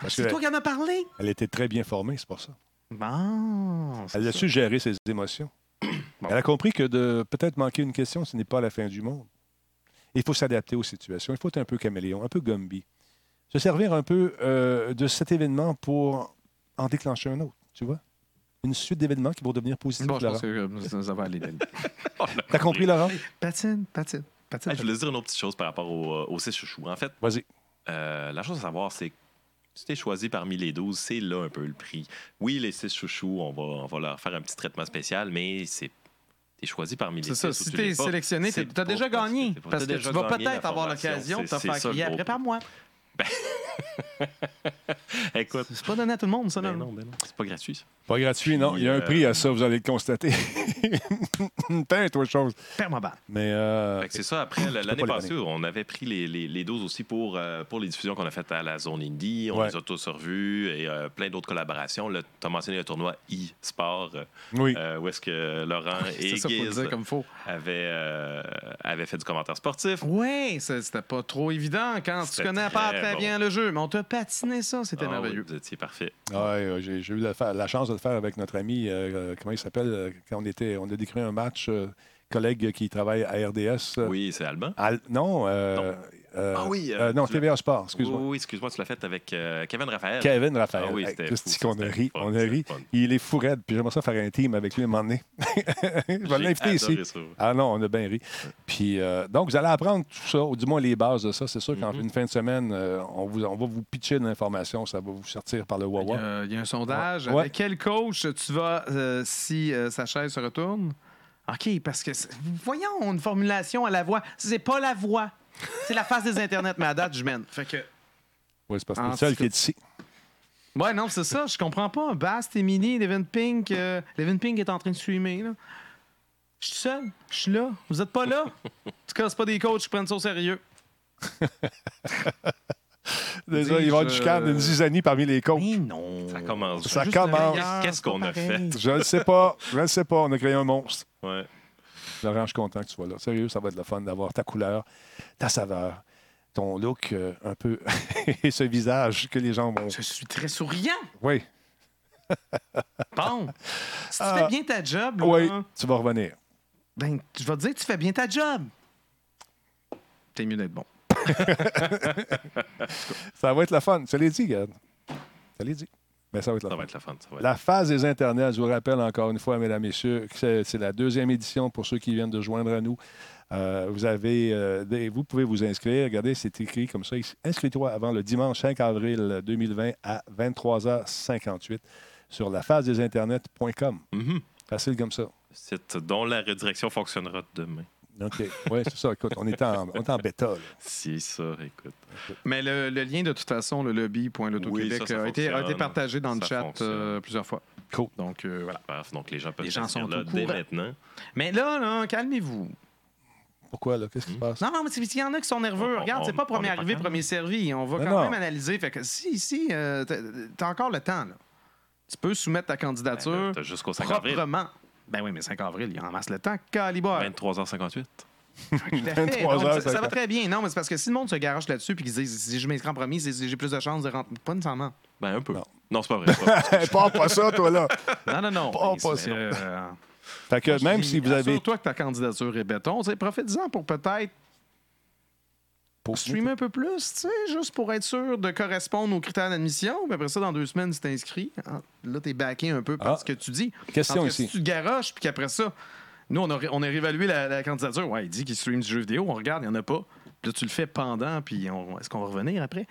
[SPEAKER 1] parce
[SPEAKER 2] C'est
[SPEAKER 1] qu'elle
[SPEAKER 2] toi qui en as parlé?
[SPEAKER 1] elle était très bien formée, c'est pour ça.
[SPEAKER 2] Bon, c'est
[SPEAKER 1] Elle a
[SPEAKER 2] ça.
[SPEAKER 1] su gérer ses émotions. Elle a compris que de peut-être manquer une question, ce n'est pas la fin du monde. Il faut s'adapter aux situations. Il faut être un peu caméléon, un peu Gumby. Se servir un peu euh, de cet événement pour en déclencher un autre, tu vois? Une suite d'événements qui vont devenir positifs,
[SPEAKER 2] Bon, je
[SPEAKER 1] Laurent.
[SPEAKER 2] pense que euh, ça, ça va aller. Dani.
[SPEAKER 1] T'as compris, Laurent?
[SPEAKER 2] patine, patine, patine.
[SPEAKER 3] Ah, je voulais dire une autre petite chose par rapport au, euh, au six chouchous. En fait,
[SPEAKER 1] Vas-y.
[SPEAKER 3] Euh, la chose à savoir, c'est que si tu es choisi parmi les 12, c'est là un peu le prix. Oui, les 6 chouchous, on va, on va leur faire un petit traitement spécial, mais c'est tu es choisi parmi les
[SPEAKER 2] C'est
[SPEAKER 3] 6.
[SPEAKER 2] ça, si t'es sélectionné,
[SPEAKER 3] c'est
[SPEAKER 2] t'as
[SPEAKER 3] pas
[SPEAKER 2] déjà
[SPEAKER 3] parce que
[SPEAKER 2] gagné.
[SPEAKER 3] t'es pas-
[SPEAKER 2] Parce
[SPEAKER 3] t'as
[SPEAKER 2] que
[SPEAKER 3] déjà
[SPEAKER 2] tu vas
[SPEAKER 3] gagné
[SPEAKER 2] peut-être avoir l'occasion
[SPEAKER 3] l'information.
[SPEAKER 2] de te
[SPEAKER 3] C'est- c'est
[SPEAKER 2] faire
[SPEAKER 3] ça, le
[SPEAKER 2] crier
[SPEAKER 3] gros
[SPEAKER 2] après par moi.
[SPEAKER 3] Écoute,
[SPEAKER 2] C'est pas donné à tout le monde, ça,
[SPEAKER 3] ben
[SPEAKER 2] non?
[SPEAKER 3] non, ben non, c'est pas gratuit. ça.
[SPEAKER 1] Pas gratuit, non. Il y a un
[SPEAKER 3] Puis, euh,
[SPEAKER 1] prix à ça, vous allez le constater. Putain, toi, chose.
[SPEAKER 2] Ferme ma barre.
[SPEAKER 1] Mais euh,
[SPEAKER 3] Fait que C'est ça, après, l- l'année
[SPEAKER 1] les
[SPEAKER 3] passée, on avait pris les, les, les 12 aussi pour, euh, pour les diffusions qu'on a faites à la zone indie. On
[SPEAKER 1] Ouais.
[SPEAKER 3] les a tous revus et euh, plein d'autres collaborations. Tu as mentionné le tournoi e-sport, euh,
[SPEAKER 1] oui,
[SPEAKER 3] euh, où est-ce que Laurent et
[SPEAKER 2] C'est ça, faut le
[SPEAKER 3] Guise
[SPEAKER 2] dire comme faut.
[SPEAKER 3] avaient, euh, avaient fait du commentaire sportif.
[SPEAKER 2] Oui, c'était pas trop évident quand tu
[SPEAKER 3] C'était
[SPEAKER 2] connais pas
[SPEAKER 3] très
[SPEAKER 2] très
[SPEAKER 3] bon.
[SPEAKER 2] bien le jeu, mais on t'a patiné ça, c'était
[SPEAKER 3] Ah oui,
[SPEAKER 2] merveilleux.
[SPEAKER 3] vous étiez parfait.
[SPEAKER 1] Ouais, ouais, j'ai j'ai eu la, fa- la chance de le faire avec notre ami, euh, euh, comment il s'appelle, euh, quand on était, on a décrit un match, euh, collègue qui travaille à RDS. euh,
[SPEAKER 3] Oui, c'est Alban.
[SPEAKER 1] Al- non, euh, euh,
[SPEAKER 3] Ah oui, euh,
[SPEAKER 1] euh, non,
[SPEAKER 3] tu l'as- Oh,
[SPEAKER 1] TVA Sport,
[SPEAKER 3] Oui,
[SPEAKER 1] excuse-moi.
[SPEAKER 3] oui, excuse-moi, tu l'as fait avec euh, Kevin Raphaël.
[SPEAKER 1] Kevin Raphaël.
[SPEAKER 3] Ah oui,
[SPEAKER 1] Hey,
[SPEAKER 3] c'était fou,
[SPEAKER 1] Christy
[SPEAKER 3] ça,
[SPEAKER 1] qu'on a
[SPEAKER 3] c'était
[SPEAKER 1] ri,
[SPEAKER 3] fun,
[SPEAKER 1] on a
[SPEAKER 3] c'était
[SPEAKER 1] ri.
[SPEAKER 3] fun.
[SPEAKER 1] Il est fou raide, puis j'aimerais ça faire un team avec lui à un moment donné. Je vais
[SPEAKER 3] J'ai
[SPEAKER 1] l'inviter ici.
[SPEAKER 3] adoré ça.
[SPEAKER 1] Ah non, on a bien ri. Puis, euh, donc, vous allez apprendre tout ça, ou du moins les bases de ça. C'est sûr qu'en
[SPEAKER 3] Mhm.
[SPEAKER 1] une fin de semaine, euh, on, vous, on va vous pitcher de l'information, ça va vous sortir par le
[SPEAKER 2] Il y,
[SPEAKER 1] wawa.
[SPEAKER 2] a, il y a un sondage.
[SPEAKER 1] Ouais.
[SPEAKER 2] Avec quel coach tu vas euh, si euh, sa chaise se retourne? OK, parce que. c'est- Voyons, une formulation à la voix. C'est pas la voix. C'est la face des internets, mais à date, je mène. Fait que.
[SPEAKER 1] Oui, c'est parce que
[SPEAKER 2] En
[SPEAKER 1] c'est le seul
[SPEAKER 2] tout
[SPEAKER 1] qui est ici.
[SPEAKER 2] Ouais, non, c'est ça. Je comprends pas. Bast, Emily, Levin Pink. euh, Levin Pink est en train de streamer, là. Je suis seul. Je suis là. Vous êtes pas là? En tout cas, c'est pas des coachs qui prennent ça au sérieux.
[SPEAKER 1] Déjà, il va y avoir du
[SPEAKER 2] Dis-je,
[SPEAKER 1] chicane, une
[SPEAKER 2] euh,
[SPEAKER 1] zizanie parmi les coachs.
[SPEAKER 9] Mais non.
[SPEAKER 3] Ça commence.
[SPEAKER 1] Ça
[SPEAKER 2] Juste
[SPEAKER 1] commence.
[SPEAKER 2] le meilleur,
[SPEAKER 3] Qu'est-ce
[SPEAKER 2] pas
[SPEAKER 3] qu'on a
[SPEAKER 2] pareil.
[SPEAKER 3] fait?
[SPEAKER 1] Je ne sais pas. Je ne sais pas. On a créé un monstre.
[SPEAKER 3] Ouais.
[SPEAKER 1] Laurent, je suis content que tu sois là. Sérieux, ça va être le fun d'avoir ta couleur, ta saveur, ton look euh, un peu et ce visage que les gens vont.
[SPEAKER 2] Je suis très souriant.
[SPEAKER 1] Oui,
[SPEAKER 2] Bon. Si tu
[SPEAKER 1] Ah.
[SPEAKER 2] fais bien ta job, là,
[SPEAKER 1] oui, tu vas revenir.
[SPEAKER 2] ben, je vais te dire que tu fais bien ta job. T'es mieux d'être bon.
[SPEAKER 1] Ça va être le fun. Ça l'est dit, Gad. Ça l'est dit. Mais ça va être le
[SPEAKER 3] Ça
[SPEAKER 1] fun.
[SPEAKER 3] va être la fun. ça va être-
[SPEAKER 1] La phase des internets, je vous rappelle encore une fois, mesdames, messieurs, que c'est c'est la deuxième édition pour ceux qui viennent de joindre à nous. Euh, vous, avez, euh, des- vous pouvez vous inscrire. Regardez, c'est écrit comme ça. ici. Inscris-toi avant le dimanche 5 avril 2020 à 23h58 sur la phase des internets.com.
[SPEAKER 3] Mhm.
[SPEAKER 1] Facile comme ça.
[SPEAKER 3] Site dont la redirection fonctionnera demain.
[SPEAKER 1] OK. Oui, c'est ça. Écoute, on est en, on est en bêta. là.
[SPEAKER 3] Si ça, écoute.
[SPEAKER 2] Mais le, le lien, de toute façon, le
[SPEAKER 3] Oui, ça,
[SPEAKER 2] lobby.loto-québec
[SPEAKER 3] ça
[SPEAKER 2] a, été, a été
[SPEAKER 3] fonctionne.
[SPEAKER 2] partagé dans le
[SPEAKER 3] Ça
[SPEAKER 2] chat
[SPEAKER 3] fonctionne.
[SPEAKER 2] euh, plusieurs fois.
[SPEAKER 1] Cool.
[SPEAKER 2] Donc, euh, voilà.
[SPEAKER 3] Bref, Ah, donc les gens peuvent
[SPEAKER 2] Les gens
[SPEAKER 3] s'inscrire
[SPEAKER 2] sont
[SPEAKER 3] là
[SPEAKER 2] au
[SPEAKER 3] dès
[SPEAKER 2] courant.
[SPEAKER 3] maintenant.
[SPEAKER 2] Mais là, là calmez-vous.
[SPEAKER 1] Pourquoi, là? Qu'est-ce qui se passe?
[SPEAKER 2] Non, non, mais il y en a qui sont nerveux.
[SPEAKER 3] On-
[SPEAKER 2] Regarde,
[SPEAKER 3] on-
[SPEAKER 2] c'est pas premier
[SPEAKER 3] on est pas
[SPEAKER 2] arrivé,
[SPEAKER 3] calme.
[SPEAKER 2] premier servi. On va
[SPEAKER 1] Non,
[SPEAKER 2] quand
[SPEAKER 1] non.
[SPEAKER 2] même analyser. Fait que si, si, euh, t'as- t'as encore le temps, là. Tu peux soumettre ta
[SPEAKER 3] Ben,
[SPEAKER 2] candidature
[SPEAKER 3] là, t'as Jusqu'au 5 avril.
[SPEAKER 2] proprement. Ben oui, mais 5 avril, il en masse le temps. Calibar.
[SPEAKER 3] 23h58.
[SPEAKER 2] Tout à fait.
[SPEAKER 1] 23
[SPEAKER 2] Non,
[SPEAKER 1] heures,
[SPEAKER 2] ça, ça
[SPEAKER 1] ça-
[SPEAKER 2] va très bien. Non, mais c'est parce que si le monde se garoche là-dessus puis qu'ils disent si je m'inscris en premier, c'est- j'ai plus de chances de rentrer. Pas nécessairement.
[SPEAKER 3] Ben, un peu.
[SPEAKER 1] Non.
[SPEAKER 3] Non, c'est pas vrai. c'est pas vrai.
[SPEAKER 1] Hey, pars pas ça, toi, là!
[SPEAKER 2] Non, non, non.
[SPEAKER 1] Pas
[SPEAKER 2] Mais c'est,
[SPEAKER 1] possible.
[SPEAKER 2] euh,
[SPEAKER 1] Fait que même si vous avez...
[SPEAKER 2] Assure-toi que ta candidature est béton. tu sais, Profite-en pour peut-être
[SPEAKER 1] Pour-
[SPEAKER 2] streamer un peu plus, tu sais, juste pour être sûr de correspondre aux critères d'admission. Puis après ça, dans deux semaines, tu t'inscris. Ah, Là, t'es backé un peu par
[SPEAKER 1] Ah.
[SPEAKER 2] ce que tu dis.
[SPEAKER 1] Question
[SPEAKER 2] Parce que
[SPEAKER 1] ici.
[SPEAKER 2] Si tu te garoches, puis qu'après ça, nous, on a, ré- on a réévalué la, la candidature. Ouais, il dit qu'il stream du jeu vidéo. On regarde, il n'y en a pas. Puis Là, tu le fais pendant, puis on- est-ce qu'on va revenir après?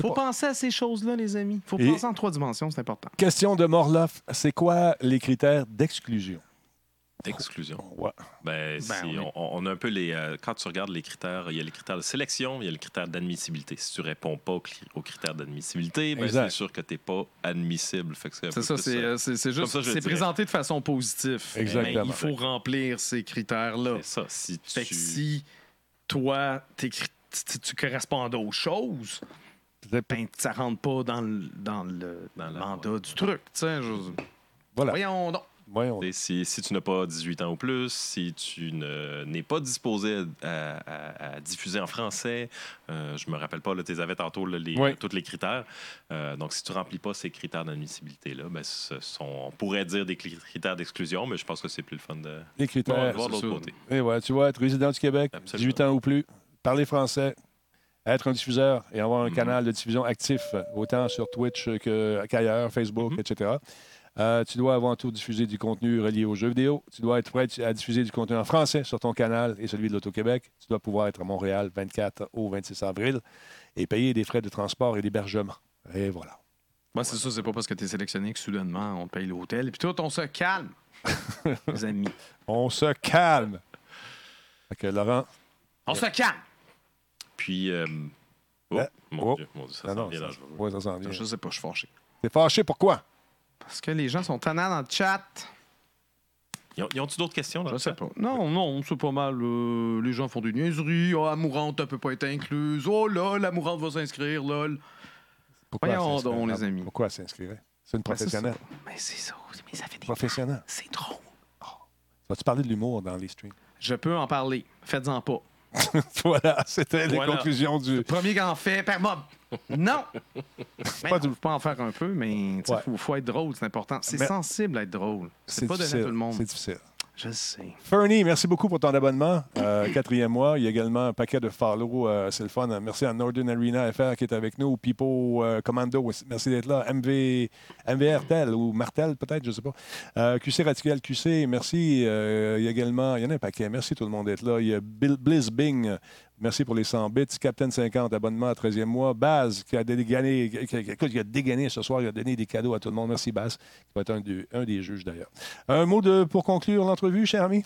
[SPEAKER 2] Faut penser à ces choses-là, les amis. Faut
[SPEAKER 1] Et-
[SPEAKER 2] penser en trois dimensions, c'est important.
[SPEAKER 1] Question de Morloff. C'est quoi les critères d'exclusion?
[SPEAKER 3] D'exclusion.
[SPEAKER 1] Ouais.
[SPEAKER 3] Ben, si
[SPEAKER 2] on est-
[SPEAKER 3] on, on a un peu les. euh, quand tu regardes les critères, il y a les critères de sélection, il y a les critères d'admissibilité. Si tu réponds pas aux, cli- aux critères d'admissibilité, ben,
[SPEAKER 1] Exact.
[SPEAKER 3] c'est sûr que tu n'es pas admissible. Fait que un
[SPEAKER 2] C'est
[SPEAKER 3] peu
[SPEAKER 2] ça,
[SPEAKER 3] plus,
[SPEAKER 2] c'est
[SPEAKER 3] euh,
[SPEAKER 2] euh, c'est- c'est
[SPEAKER 3] Comme
[SPEAKER 2] juste.
[SPEAKER 3] ça, je le
[SPEAKER 2] C'est
[SPEAKER 3] dirais.
[SPEAKER 2] présenté de façon positive.
[SPEAKER 1] Exactement.
[SPEAKER 2] Mais il faut remplir ces critères-là.
[SPEAKER 3] c'est ça. Si tu.
[SPEAKER 2] Fait que si toi, t'es cri- si tu corresponds aux choses, ben, ça rentre pas dans le, dans le
[SPEAKER 3] Dans la-
[SPEAKER 2] mandat du truc. tu sais, je-
[SPEAKER 1] Voilà.
[SPEAKER 2] Voyons donc.
[SPEAKER 1] Voyons.
[SPEAKER 3] T'sais, Si, si tu n'as pas 18 ans ou plus, si tu ne- n'es pas disposé à, à- à diffuser en français, euh, je me rappelle pas, tu avais tantôt là, les,
[SPEAKER 1] Oui.
[SPEAKER 3] tous les critères. Euh, donc, si tu remplis pas ces critères d'admissibilité-là, ben, ce sont- on pourrait dire des cli- critères d'exclusion, mais je pense que c'est plus le fun de,
[SPEAKER 1] Les
[SPEAKER 3] on va le
[SPEAKER 1] critères.
[SPEAKER 3] voir de
[SPEAKER 2] c'est
[SPEAKER 3] l'autre
[SPEAKER 2] ça.
[SPEAKER 3] côté.
[SPEAKER 1] Et ouais, tu vois, être résident du Québec,
[SPEAKER 3] Absolument.
[SPEAKER 1] 18 ans ou plus, parler français, être un diffuseur et avoir un
[SPEAKER 3] Mhm.
[SPEAKER 1] canal de diffusion actif, autant sur Twitch que- qu'ailleurs, Facebook,
[SPEAKER 2] Mhm.
[SPEAKER 1] etc. Euh, tu dois avant tout diffuser du contenu relié aux jeux vidéo. Tu dois être prêt à diffuser du contenu en français sur ton canal et celui de l'Auto-Québec. Tu dois pouvoir être à Montréal 24 au 26 avril et payer des frais de transport et d'hébergement. Et voilà.
[SPEAKER 2] Moi, c'est ça, c'est pas parce que t'es sélectionné que soudainement, on te paye l'hôtel. Puis tout, on se calme, les amis.
[SPEAKER 1] On se calme. Fait que Laurent,
[SPEAKER 2] On se calme.
[SPEAKER 3] Puis, euh, oh,
[SPEAKER 1] Ah,
[SPEAKER 3] mon,
[SPEAKER 1] oh.
[SPEAKER 3] Dieu, mon Dieu, ça
[SPEAKER 1] Ah
[SPEAKER 3] s'en
[SPEAKER 1] non,
[SPEAKER 3] vient
[SPEAKER 1] ça-
[SPEAKER 3] dangereux.
[SPEAKER 1] ouais, ça s'en vient.
[SPEAKER 2] Je sais pas, je suis fâché.
[SPEAKER 1] T'es fâché, pourquoi?
[SPEAKER 2] Parce que les gens sont tannants dans le chat.
[SPEAKER 3] Ils ont- Ils ont-tu d'autres questions? dans
[SPEAKER 2] Je
[SPEAKER 3] le
[SPEAKER 2] sais
[SPEAKER 3] chat?
[SPEAKER 2] pas. Non, non, c'est pas mal. euh, les gens font des niaiseries. Ah, la mourante, elle peut pas être incluse. Oh là, la mourante va s'inscrire, lol.
[SPEAKER 1] Pourquoi
[SPEAKER 2] Voyons
[SPEAKER 1] elle s'inscrirait?
[SPEAKER 2] donc, les amis.
[SPEAKER 1] Pourquoi elle s'inscrirait? C'est une
[SPEAKER 2] Ben, c'est
[SPEAKER 1] professionnelle.
[SPEAKER 9] Mais c'est ça, mais ça fait des...
[SPEAKER 1] Professionnelle.
[SPEAKER 9] C'est trop.
[SPEAKER 1] Vas-tu parler de l'humour dans les streams?
[SPEAKER 2] Je peux en parler. Faites-en pas.
[SPEAKER 1] voilà, c'était
[SPEAKER 3] Voilà.
[SPEAKER 1] les conclusions du.
[SPEAKER 2] Premier qu'en fait, père Bob. Non! Ben
[SPEAKER 1] pas
[SPEAKER 2] non, faut pas en faire un peu, mais il
[SPEAKER 1] Ouais.
[SPEAKER 2] faut, faut être drôle, c'est important. C'est
[SPEAKER 1] Mais-
[SPEAKER 2] sensible à être drôle. C'est pas donné à
[SPEAKER 1] difficile.
[SPEAKER 2] tout le monde.
[SPEAKER 1] C'est difficile.
[SPEAKER 2] Je sais.
[SPEAKER 1] Fernie, merci beaucoup pour ton abonnement. Euh, quatrième mois. Il y a également un paquet de follow. euh, c'est le fun. Merci à Northern Arena FR qui est avec nous. Pipo euh, Commando, aussi, merci d'être là. MV, MVRTEL ou Martel, peut-être, je ne sais pas. Euh, QC Radical QC, merci. Euh, il y a également, il y en a un paquet. Merci tout le monde d'être là. Il y a Bill, Blizz Bing. Merci pour les 100 bits. Captain 50, abonnement à 13e mois. Baz, qui a dégainé, qui- qui- écoute, il a dégainé ce soir, il a donné des cadeaux à tout le monde. Merci, Baz, qui va être un, du- un des juges d'ailleurs. Un mot de, pour conclure l'entrevue, cher ami?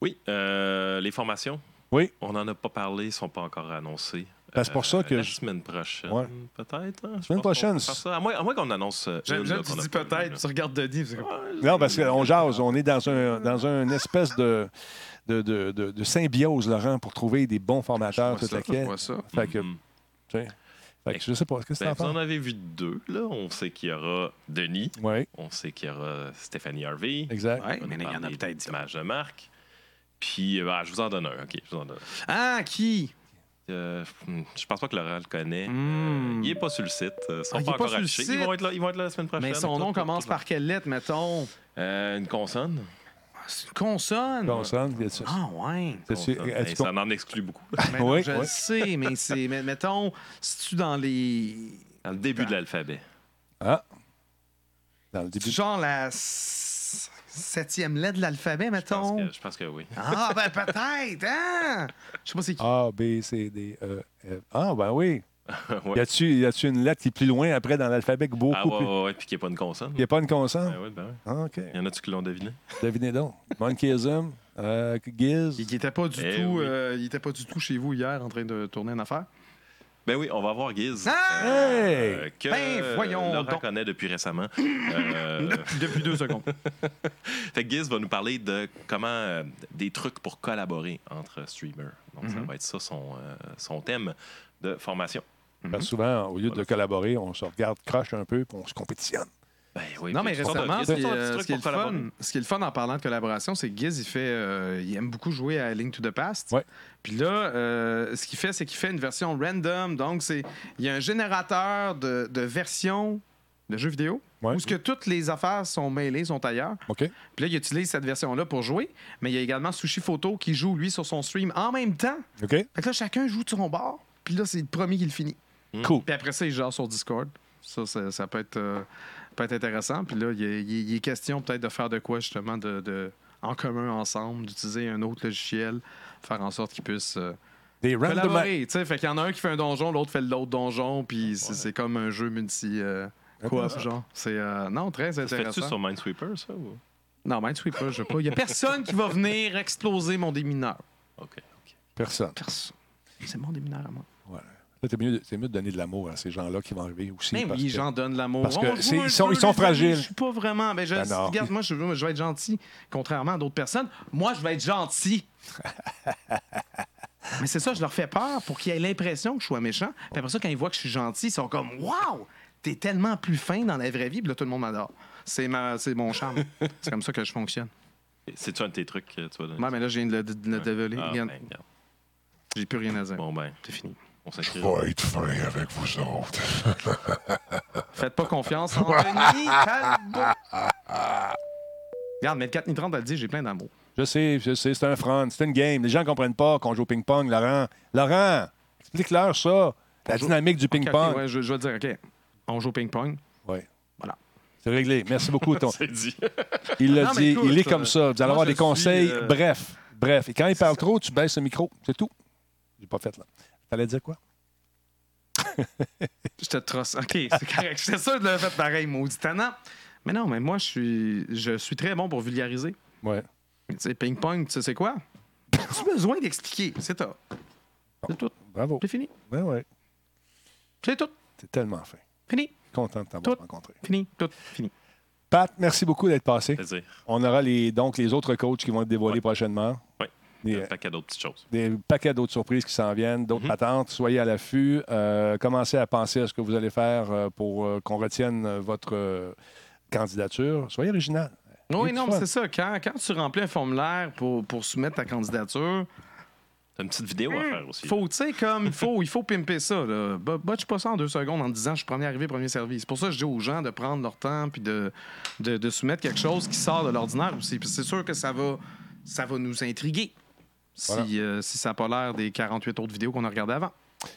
[SPEAKER 3] Oui, euh, les formations.
[SPEAKER 1] Oui.
[SPEAKER 3] On n'en a pas parlé, ils ne sont pas encore annoncés.
[SPEAKER 1] Ben, c'est pour ça que
[SPEAKER 3] Euh, La
[SPEAKER 1] je-
[SPEAKER 3] semaine prochaine,
[SPEAKER 1] Ouais.
[SPEAKER 3] peut-être. hein, je
[SPEAKER 1] Semaine
[SPEAKER 3] pense qu'on
[SPEAKER 1] prochaine,
[SPEAKER 3] peut faire ça. À moins, à moins qu'on annonce. euh,
[SPEAKER 2] J'aime
[SPEAKER 3] Hull,
[SPEAKER 2] bien
[SPEAKER 3] là,
[SPEAKER 2] que tu
[SPEAKER 3] qu'on a
[SPEAKER 2] dis
[SPEAKER 3] pas vu,
[SPEAKER 2] peut-être, tu regardes Denis. c'est comme-
[SPEAKER 1] Non, parce qu'on jase, on est dans un dans une espèce de, de, de- de- de symbiose, Laurent, pour trouver des bons formateurs,
[SPEAKER 2] Je vois
[SPEAKER 1] tout
[SPEAKER 2] Ah, ça,
[SPEAKER 1] la
[SPEAKER 2] je
[SPEAKER 1] quête.
[SPEAKER 2] vois ça.
[SPEAKER 3] là.
[SPEAKER 1] Fait que,
[SPEAKER 3] Mhm.
[SPEAKER 1] fait que je sais pas, qu'est-ce que
[SPEAKER 3] Ben,
[SPEAKER 1] t'en
[SPEAKER 3] vous en
[SPEAKER 1] penses?
[SPEAKER 3] avez vu deux, là. On sait qu'il y aura Denis,
[SPEAKER 1] Oui,
[SPEAKER 3] on sait qu'il y aura Stéphanie Harvey.
[SPEAKER 1] exact.
[SPEAKER 2] Ouais,
[SPEAKER 3] On
[SPEAKER 2] mais là, il y en a
[SPEAKER 3] parlé
[SPEAKER 2] peut-être dix.
[SPEAKER 3] d'images de marque. Puis, euh, ben, je vous en donne un. OK, je vous en donne un.
[SPEAKER 2] Ah, qui?
[SPEAKER 3] Euh, hmm, je pense pas que Laurent le connaît.
[SPEAKER 2] Hmm.
[SPEAKER 3] Euh, il n'est pas sur le site. Ils
[SPEAKER 2] Ah, il
[SPEAKER 3] sont pas
[SPEAKER 2] est pas
[SPEAKER 3] encore
[SPEAKER 2] sur le
[SPEAKER 3] affichés.
[SPEAKER 2] site.
[SPEAKER 3] Ils vont, être là, ils vont être là la semaine prochaine.
[SPEAKER 2] Mais son nom commence par quelle lettre, mettons?
[SPEAKER 3] Euh, une consonne.
[SPEAKER 2] C'est une consonne.
[SPEAKER 1] Consonne, y a-tu-
[SPEAKER 2] Ah, ouais.
[SPEAKER 1] t'as-tu-
[SPEAKER 3] Consonne.
[SPEAKER 1] as-tu
[SPEAKER 3] Hey,
[SPEAKER 1] con-
[SPEAKER 3] ça en exclut beaucoup.
[SPEAKER 2] Mais non,
[SPEAKER 1] Oui,
[SPEAKER 2] je
[SPEAKER 1] oui.
[SPEAKER 2] le sais, mais c'est. mais- Mettons, si tu dans les.
[SPEAKER 3] Dans le début de l'alphabet.
[SPEAKER 1] Ah! Dans le début.
[SPEAKER 2] Genre la s- septième lettre de l'alphabet,
[SPEAKER 3] Je pense
[SPEAKER 2] mettons.
[SPEAKER 3] que- je pense que oui.
[SPEAKER 2] Ah, ben peut-être, hein? Je sais pas c'est qui.
[SPEAKER 1] A, B, C, D, E, F. Ah, ben oui.
[SPEAKER 3] Ouais.
[SPEAKER 1] Y a-tu y a-tu une lettre qui est plus loin après dans l'alphabet que beaucoup
[SPEAKER 3] Ah ouais,
[SPEAKER 1] plus.
[SPEAKER 3] ouais, ouais, puis qu'il n'y a pas une consonne.
[SPEAKER 1] Y a pas une consonne?
[SPEAKER 3] Ben ouais, ben ouais.
[SPEAKER 1] Ah, OK.
[SPEAKER 3] Il y en a-tu qui l'ont deviné?
[SPEAKER 1] Devinez donc. Monkeyism, euh, Giz.
[SPEAKER 2] Il était pas du
[SPEAKER 3] Eh
[SPEAKER 2] tout.
[SPEAKER 3] oui.
[SPEAKER 2] euh, il était pas du tout chez vous hier en train de tourner une affaire.
[SPEAKER 3] Ben oui, on va voir Guiz.
[SPEAKER 2] Ah!
[SPEAKER 1] Hey!
[SPEAKER 3] que
[SPEAKER 2] Ben, voyons
[SPEAKER 3] Laurent
[SPEAKER 2] donc.
[SPEAKER 3] connaît depuis récemment. Euh,
[SPEAKER 2] Depuis deux secondes.
[SPEAKER 3] fait que Guiz va nous parler de comment euh, des trucs pour collaborer entre streamers. Donc ça
[SPEAKER 2] Mhm.
[SPEAKER 3] va être ça son, euh, son thème de formation.
[SPEAKER 1] Parce que Ben, souvent, au lieu de collaborer, on se regarde croche un peu puis on se compétitionne.
[SPEAKER 3] Ben oui.
[SPEAKER 2] Non, mais
[SPEAKER 3] puis, sorte de-
[SPEAKER 2] récemment,
[SPEAKER 3] Guiz,
[SPEAKER 2] puis,
[SPEAKER 3] sorte de petit
[SPEAKER 2] euh,
[SPEAKER 3] truc
[SPEAKER 2] ce, qui est le
[SPEAKER 3] pour collaborer.
[SPEAKER 2] fun, ce qui est le fun en parlant de collaboration, c'est que Giz, il, fait, euh, il aime beaucoup jouer à Link to the Past.
[SPEAKER 1] Ouais.
[SPEAKER 2] Puis là, euh, ce qu'il fait, c'est qu'il fait une version random. Donc, c'est il y a un générateur de, de versions de jeux vidéo
[SPEAKER 1] Ouais.
[SPEAKER 2] où ce que toutes les affaires sont mêlées, sont ailleurs.
[SPEAKER 1] OK?
[SPEAKER 2] Puis là, il utilise cette version-là pour jouer, mais il y a également Sushi Photo qui joue, lui, sur son stream en même temps.
[SPEAKER 1] OK?
[SPEAKER 2] Fait que là, chacun joue de son bord, puis là, c'est le premier qui le finit.
[SPEAKER 1] Cool.
[SPEAKER 2] Puis après ça, il gère sur Discord. Ça, ça, ça peut, être, euh, peut être intéressant. Puis là, il, est- il est- il est question peut-être de faire de quoi, justement, de, de- en commun, ensemble, d'utiliser un autre logiciel, faire en sorte qu'ils puissent euh,
[SPEAKER 1] Des random,
[SPEAKER 2] collaborer. tu sais. Fait qu'il y en a un qui fait un donjon, l'autre fait l'autre donjon, puis c'est c'est comme un jeu multi... euh, coop, genre. C'est... euh, non, très
[SPEAKER 3] Ça se fait-tu
[SPEAKER 2] intéressant.
[SPEAKER 3] sur Minesweeper, ça? ou-
[SPEAKER 2] Non, Minesweeper, je veux pas. Il y a personne qui va venir exploser mon démineur.
[SPEAKER 3] OK. ok.
[SPEAKER 1] Personne.
[SPEAKER 2] Personne. C'est mon démineur à moi.
[SPEAKER 1] Là, t'es mieux, de- t'es mieux de donner de l'amour à ces gens-là qui vont arriver aussi.
[SPEAKER 2] Mais
[SPEAKER 1] parce
[SPEAKER 2] Ben oui,
[SPEAKER 1] que-
[SPEAKER 2] j'en donne de l'amour.
[SPEAKER 1] parce que
[SPEAKER 2] On joue
[SPEAKER 1] c'est-
[SPEAKER 2] un
[SPEAKER 1] ils sont-
[SPEAKER 2] jeu,
[SPEAKER 1] ils sont
[SPEAKER 2] là, je-
[SPEAKER 1] fragiles.
[SPEAKER 2] Je suis pas vraiment. Ben, je,
[SPEAKER 1] Ben non.
[SPEAKER 2] regarde, moi, je, veux- je vais être gentil, contrairement à d'autres personnes. Moi, je vais être gentil. Mais c'est ça, je leur fais peur pour qu'ils aient l'impression que je sois méchant. Puis après ça, quand ils voient que je suis gentil, ils sont comme Waouh, t'es tellement plus fin dans la vraie vie. Puis là, tout le monde m'adore. C'est ma- c'est mon charme. c'est comme ça que je fonctionne.
[SPEAKER 3] C'est-tu un de tes trucs que tu vas donner?
[SPEAKER 2] Moi, mais là, je viens de le, de le dévoiler.
[SPEAKER 3] Ah,
[SPEAKER 2] Regarde,
[SPEAKER 3] ben, regarde.
[SPEAKER 2] J'ai plus rien à dire.
[SPEAKER 3] Bon, ben,
[SPEAKER 2] C'est fini.
[SPEAKER 3] on s'inscrit.
[SPEAKER 10] Va être fin avec vous autres.
[SPEAKER 2] Faites pas confiance. Anthony Talbot. Regarde, mais le 4 ni 30 a dit j'ai plein d'amour.
[SPEAKER 1] Je sais, je sais, c'est un front, c'est une game. Les gens ne comprennent pas qu'on joue au ping-pong, Laurent. Laurent, explique-leur ça. La dynamique du
[SPEAKER 2] Ok,
[SPEAKER 1] ping-pong.
[SPEAKER 2] ok, ouais, je, je vais te dire, OK, on joue au ping-pong.
[SPEAKER 1] Ouais.
[SPEAKER 2] Voilà.
[SPEAKER 1] C'est réglé. Merci beaucoup. Ton...
[SPEAKER 3] C'est dit.
[SPEAKER 1] Il l'a
[SPEAKER 2] Non, mais
[SPEAKER 1] dit,
[SPEAKER 2] écoute,
[SPEAKER 1] il est
[SPEAKER 2] euh,
[SPEAKER 1] comme ça. Vous allez
[SPEAKER 2] moi,
[SPEAKER 1] avoir
[SPEAKER 2] je
[SPEAKER 1] des conseils.
[SPEAKER 2] suis, euh,
[SPEAKER 1] Bref, bref. Et quand il parle trop, tu baisses le micro. C'est tout. J'ai pas fait, là. T'allais dire quoi?
[SPEAKER 2] Je te trosse. OK, c'est correct. J'étais sûr de le faire pareil, maudit tannant. Mais non, mais moi, je suis, je suis très bon pour vulgariser.
[SPEAKER 1] Ouais.
[SPEAKER 2] Tu sais, ping-pong, tu sais c'est quoi? As-tu besoin d'expliquer? C'est tout. C'est tout.
[SPEAKER 1] Bravo.
[SPEAKER 2] C'est fini.
[SPEAKER 1] Ouais, ouais.
[SPEAKER 2] C'est tout.
[SPEAKER 1] T'es tellement fin.
[SPEAKER 2] Fini.
[SPEAKER 1] Content de t'avoir
[SPEAKER 2] Tout.
[SPEAKER 1] rencontré.
[SPEAKER 2] Fini. Tout. Fini.
[SPEAKER 1] Pat, merci beaucoup d'être passé.
[SPEAKER 3] C'est-à-dire,
[SPEAKER 1] On aura les, donc les autres coachs qui vont être dévoilés prochainement.
[SPEAKER 3] Ouais.
[SPEAKER 1] Des-
[SPEAKER 3] un paquet d'autres petites choses.
[SPEAKER 1] des paquets d'autres surprises qui s'en viennent,
[SPEAKER 2] Mhm.
[SPEAKER 1] d'autres patentes. Soyez à l'affût. Euh, commencez à penser à ce que vous allez faire euh, pour euh, qu'on retienne euh, votre euh, candidature. Soyez original.
[SPEAKER 2] Oui,
[SPEAKER 1] Et
[SPEAKER 2] non,
[SPEAKER 1] tu vois.
[SPEAKER 2] mais c'est ça. Quand, quand tu remplis un formulaire pour, pour soumettre ta candidature,
[SPEAKER 3] T'as une petite vidéo à
[SPEAKER 2] Mm.
[SPEAKER 3] faire aussi.
[SPEAKER 2] faut, tu sais, comme il faut, il faut pimper ça. Là. Bo- Botche pas ça en deux secondes en disant je suis premier arrivé, premier servi. C'est pour ça que je dis aux gens de prendre leur temps puis de, de, de soumettre quelque chose qui sort de l'ordinaire aussi. Puis c'est sûr que ça va, ça va nous intriguer si,
[SPEAKER 1] Voilà.
[SPEAKER 2] euh, si ça n'a pas l'air des 48 autres vidéos qu'on a regardées avant.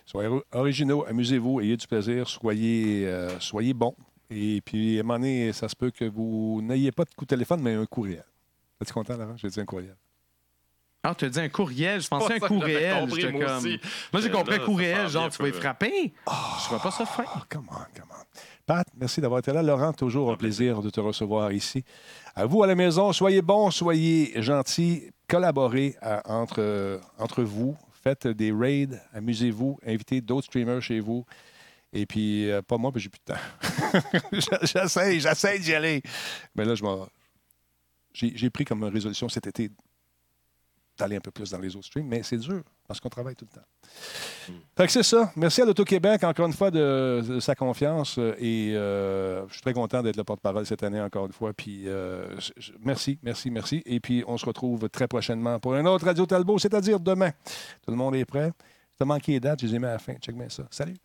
[SPEAKER 1] Soyez ro- originaux, amusez-vous, ayez du plaisir, soyez, euh, soyez bons. Et puis, à un moment donné, ça se peut que vous n'ayez pas de coup de téléphone, mais un courriel. T'es-tu content, Laurent? J'ai dit un courriel.
[SPEAKER 2] Ah, tu as dit un courriel. Je pensais
[SPEAKER 3] Pas
[SPEAKER 2] à un
[SPEAKER 3] ça que j'avais
[SPEAKER 2] courriel.
[SPEAKER 3] compris,
[SPEAKER 2] J'étais
[SPEAKER 3] moi
[SPEAKER 2] comme-
[SPEAKER 3] aussi.
[SPEAKER 2] Moi, j'ai
[SPEAKER 3] Mais
[SPEAKER 2] compris
[SPEAKER 3] là, ça
[SPEAKER 2] courriel.
[SPEAKER 3] sent
[SPEAKER 2] Genre,
[SPEAKER 3] bien
[SPEAKER 2] tu vas y
[SPEAKER 3] peu.
[SPEAKER 2] frapper. Je vois pas ça fin.
[SPEAKER 1] Ah, come on, come on. Pat, merci d'avoir été là. Laurent, toujours un plaisir de te recevoir ici. À vous à la maison, soyez bons, soyez gentils, collaborez à- entre, euh, entre vous, faites des raids, amusez-vous, invitez d'autres streamers chez vous. Et puis, euh, pas moi, puis j'ai plus de temps. j'essaie, j'essaie d'y aller. Mais là, je m'en. J'ai j'ai pris comme résolution cet été d'aller un peu plus dans les autres streams, mais c'est dur parce qu'on travaille tout le temps. Fait que c'est ça. Merci à l'Auto-Québec, encore une fois, de, de sa confiance. euh, Et euh, je suis très content d'être le porte-parole cette année, encore une fois. Puis euh, je- je- merci, merci, merci. Et puis, on se retrouve très prochainement pour un autre Radio Talbot, c'est-à-dire demain. Tout le monde est prêt? Je t'ai manqué les dates, je les ai mis à la fin. Check bien ça. Salut!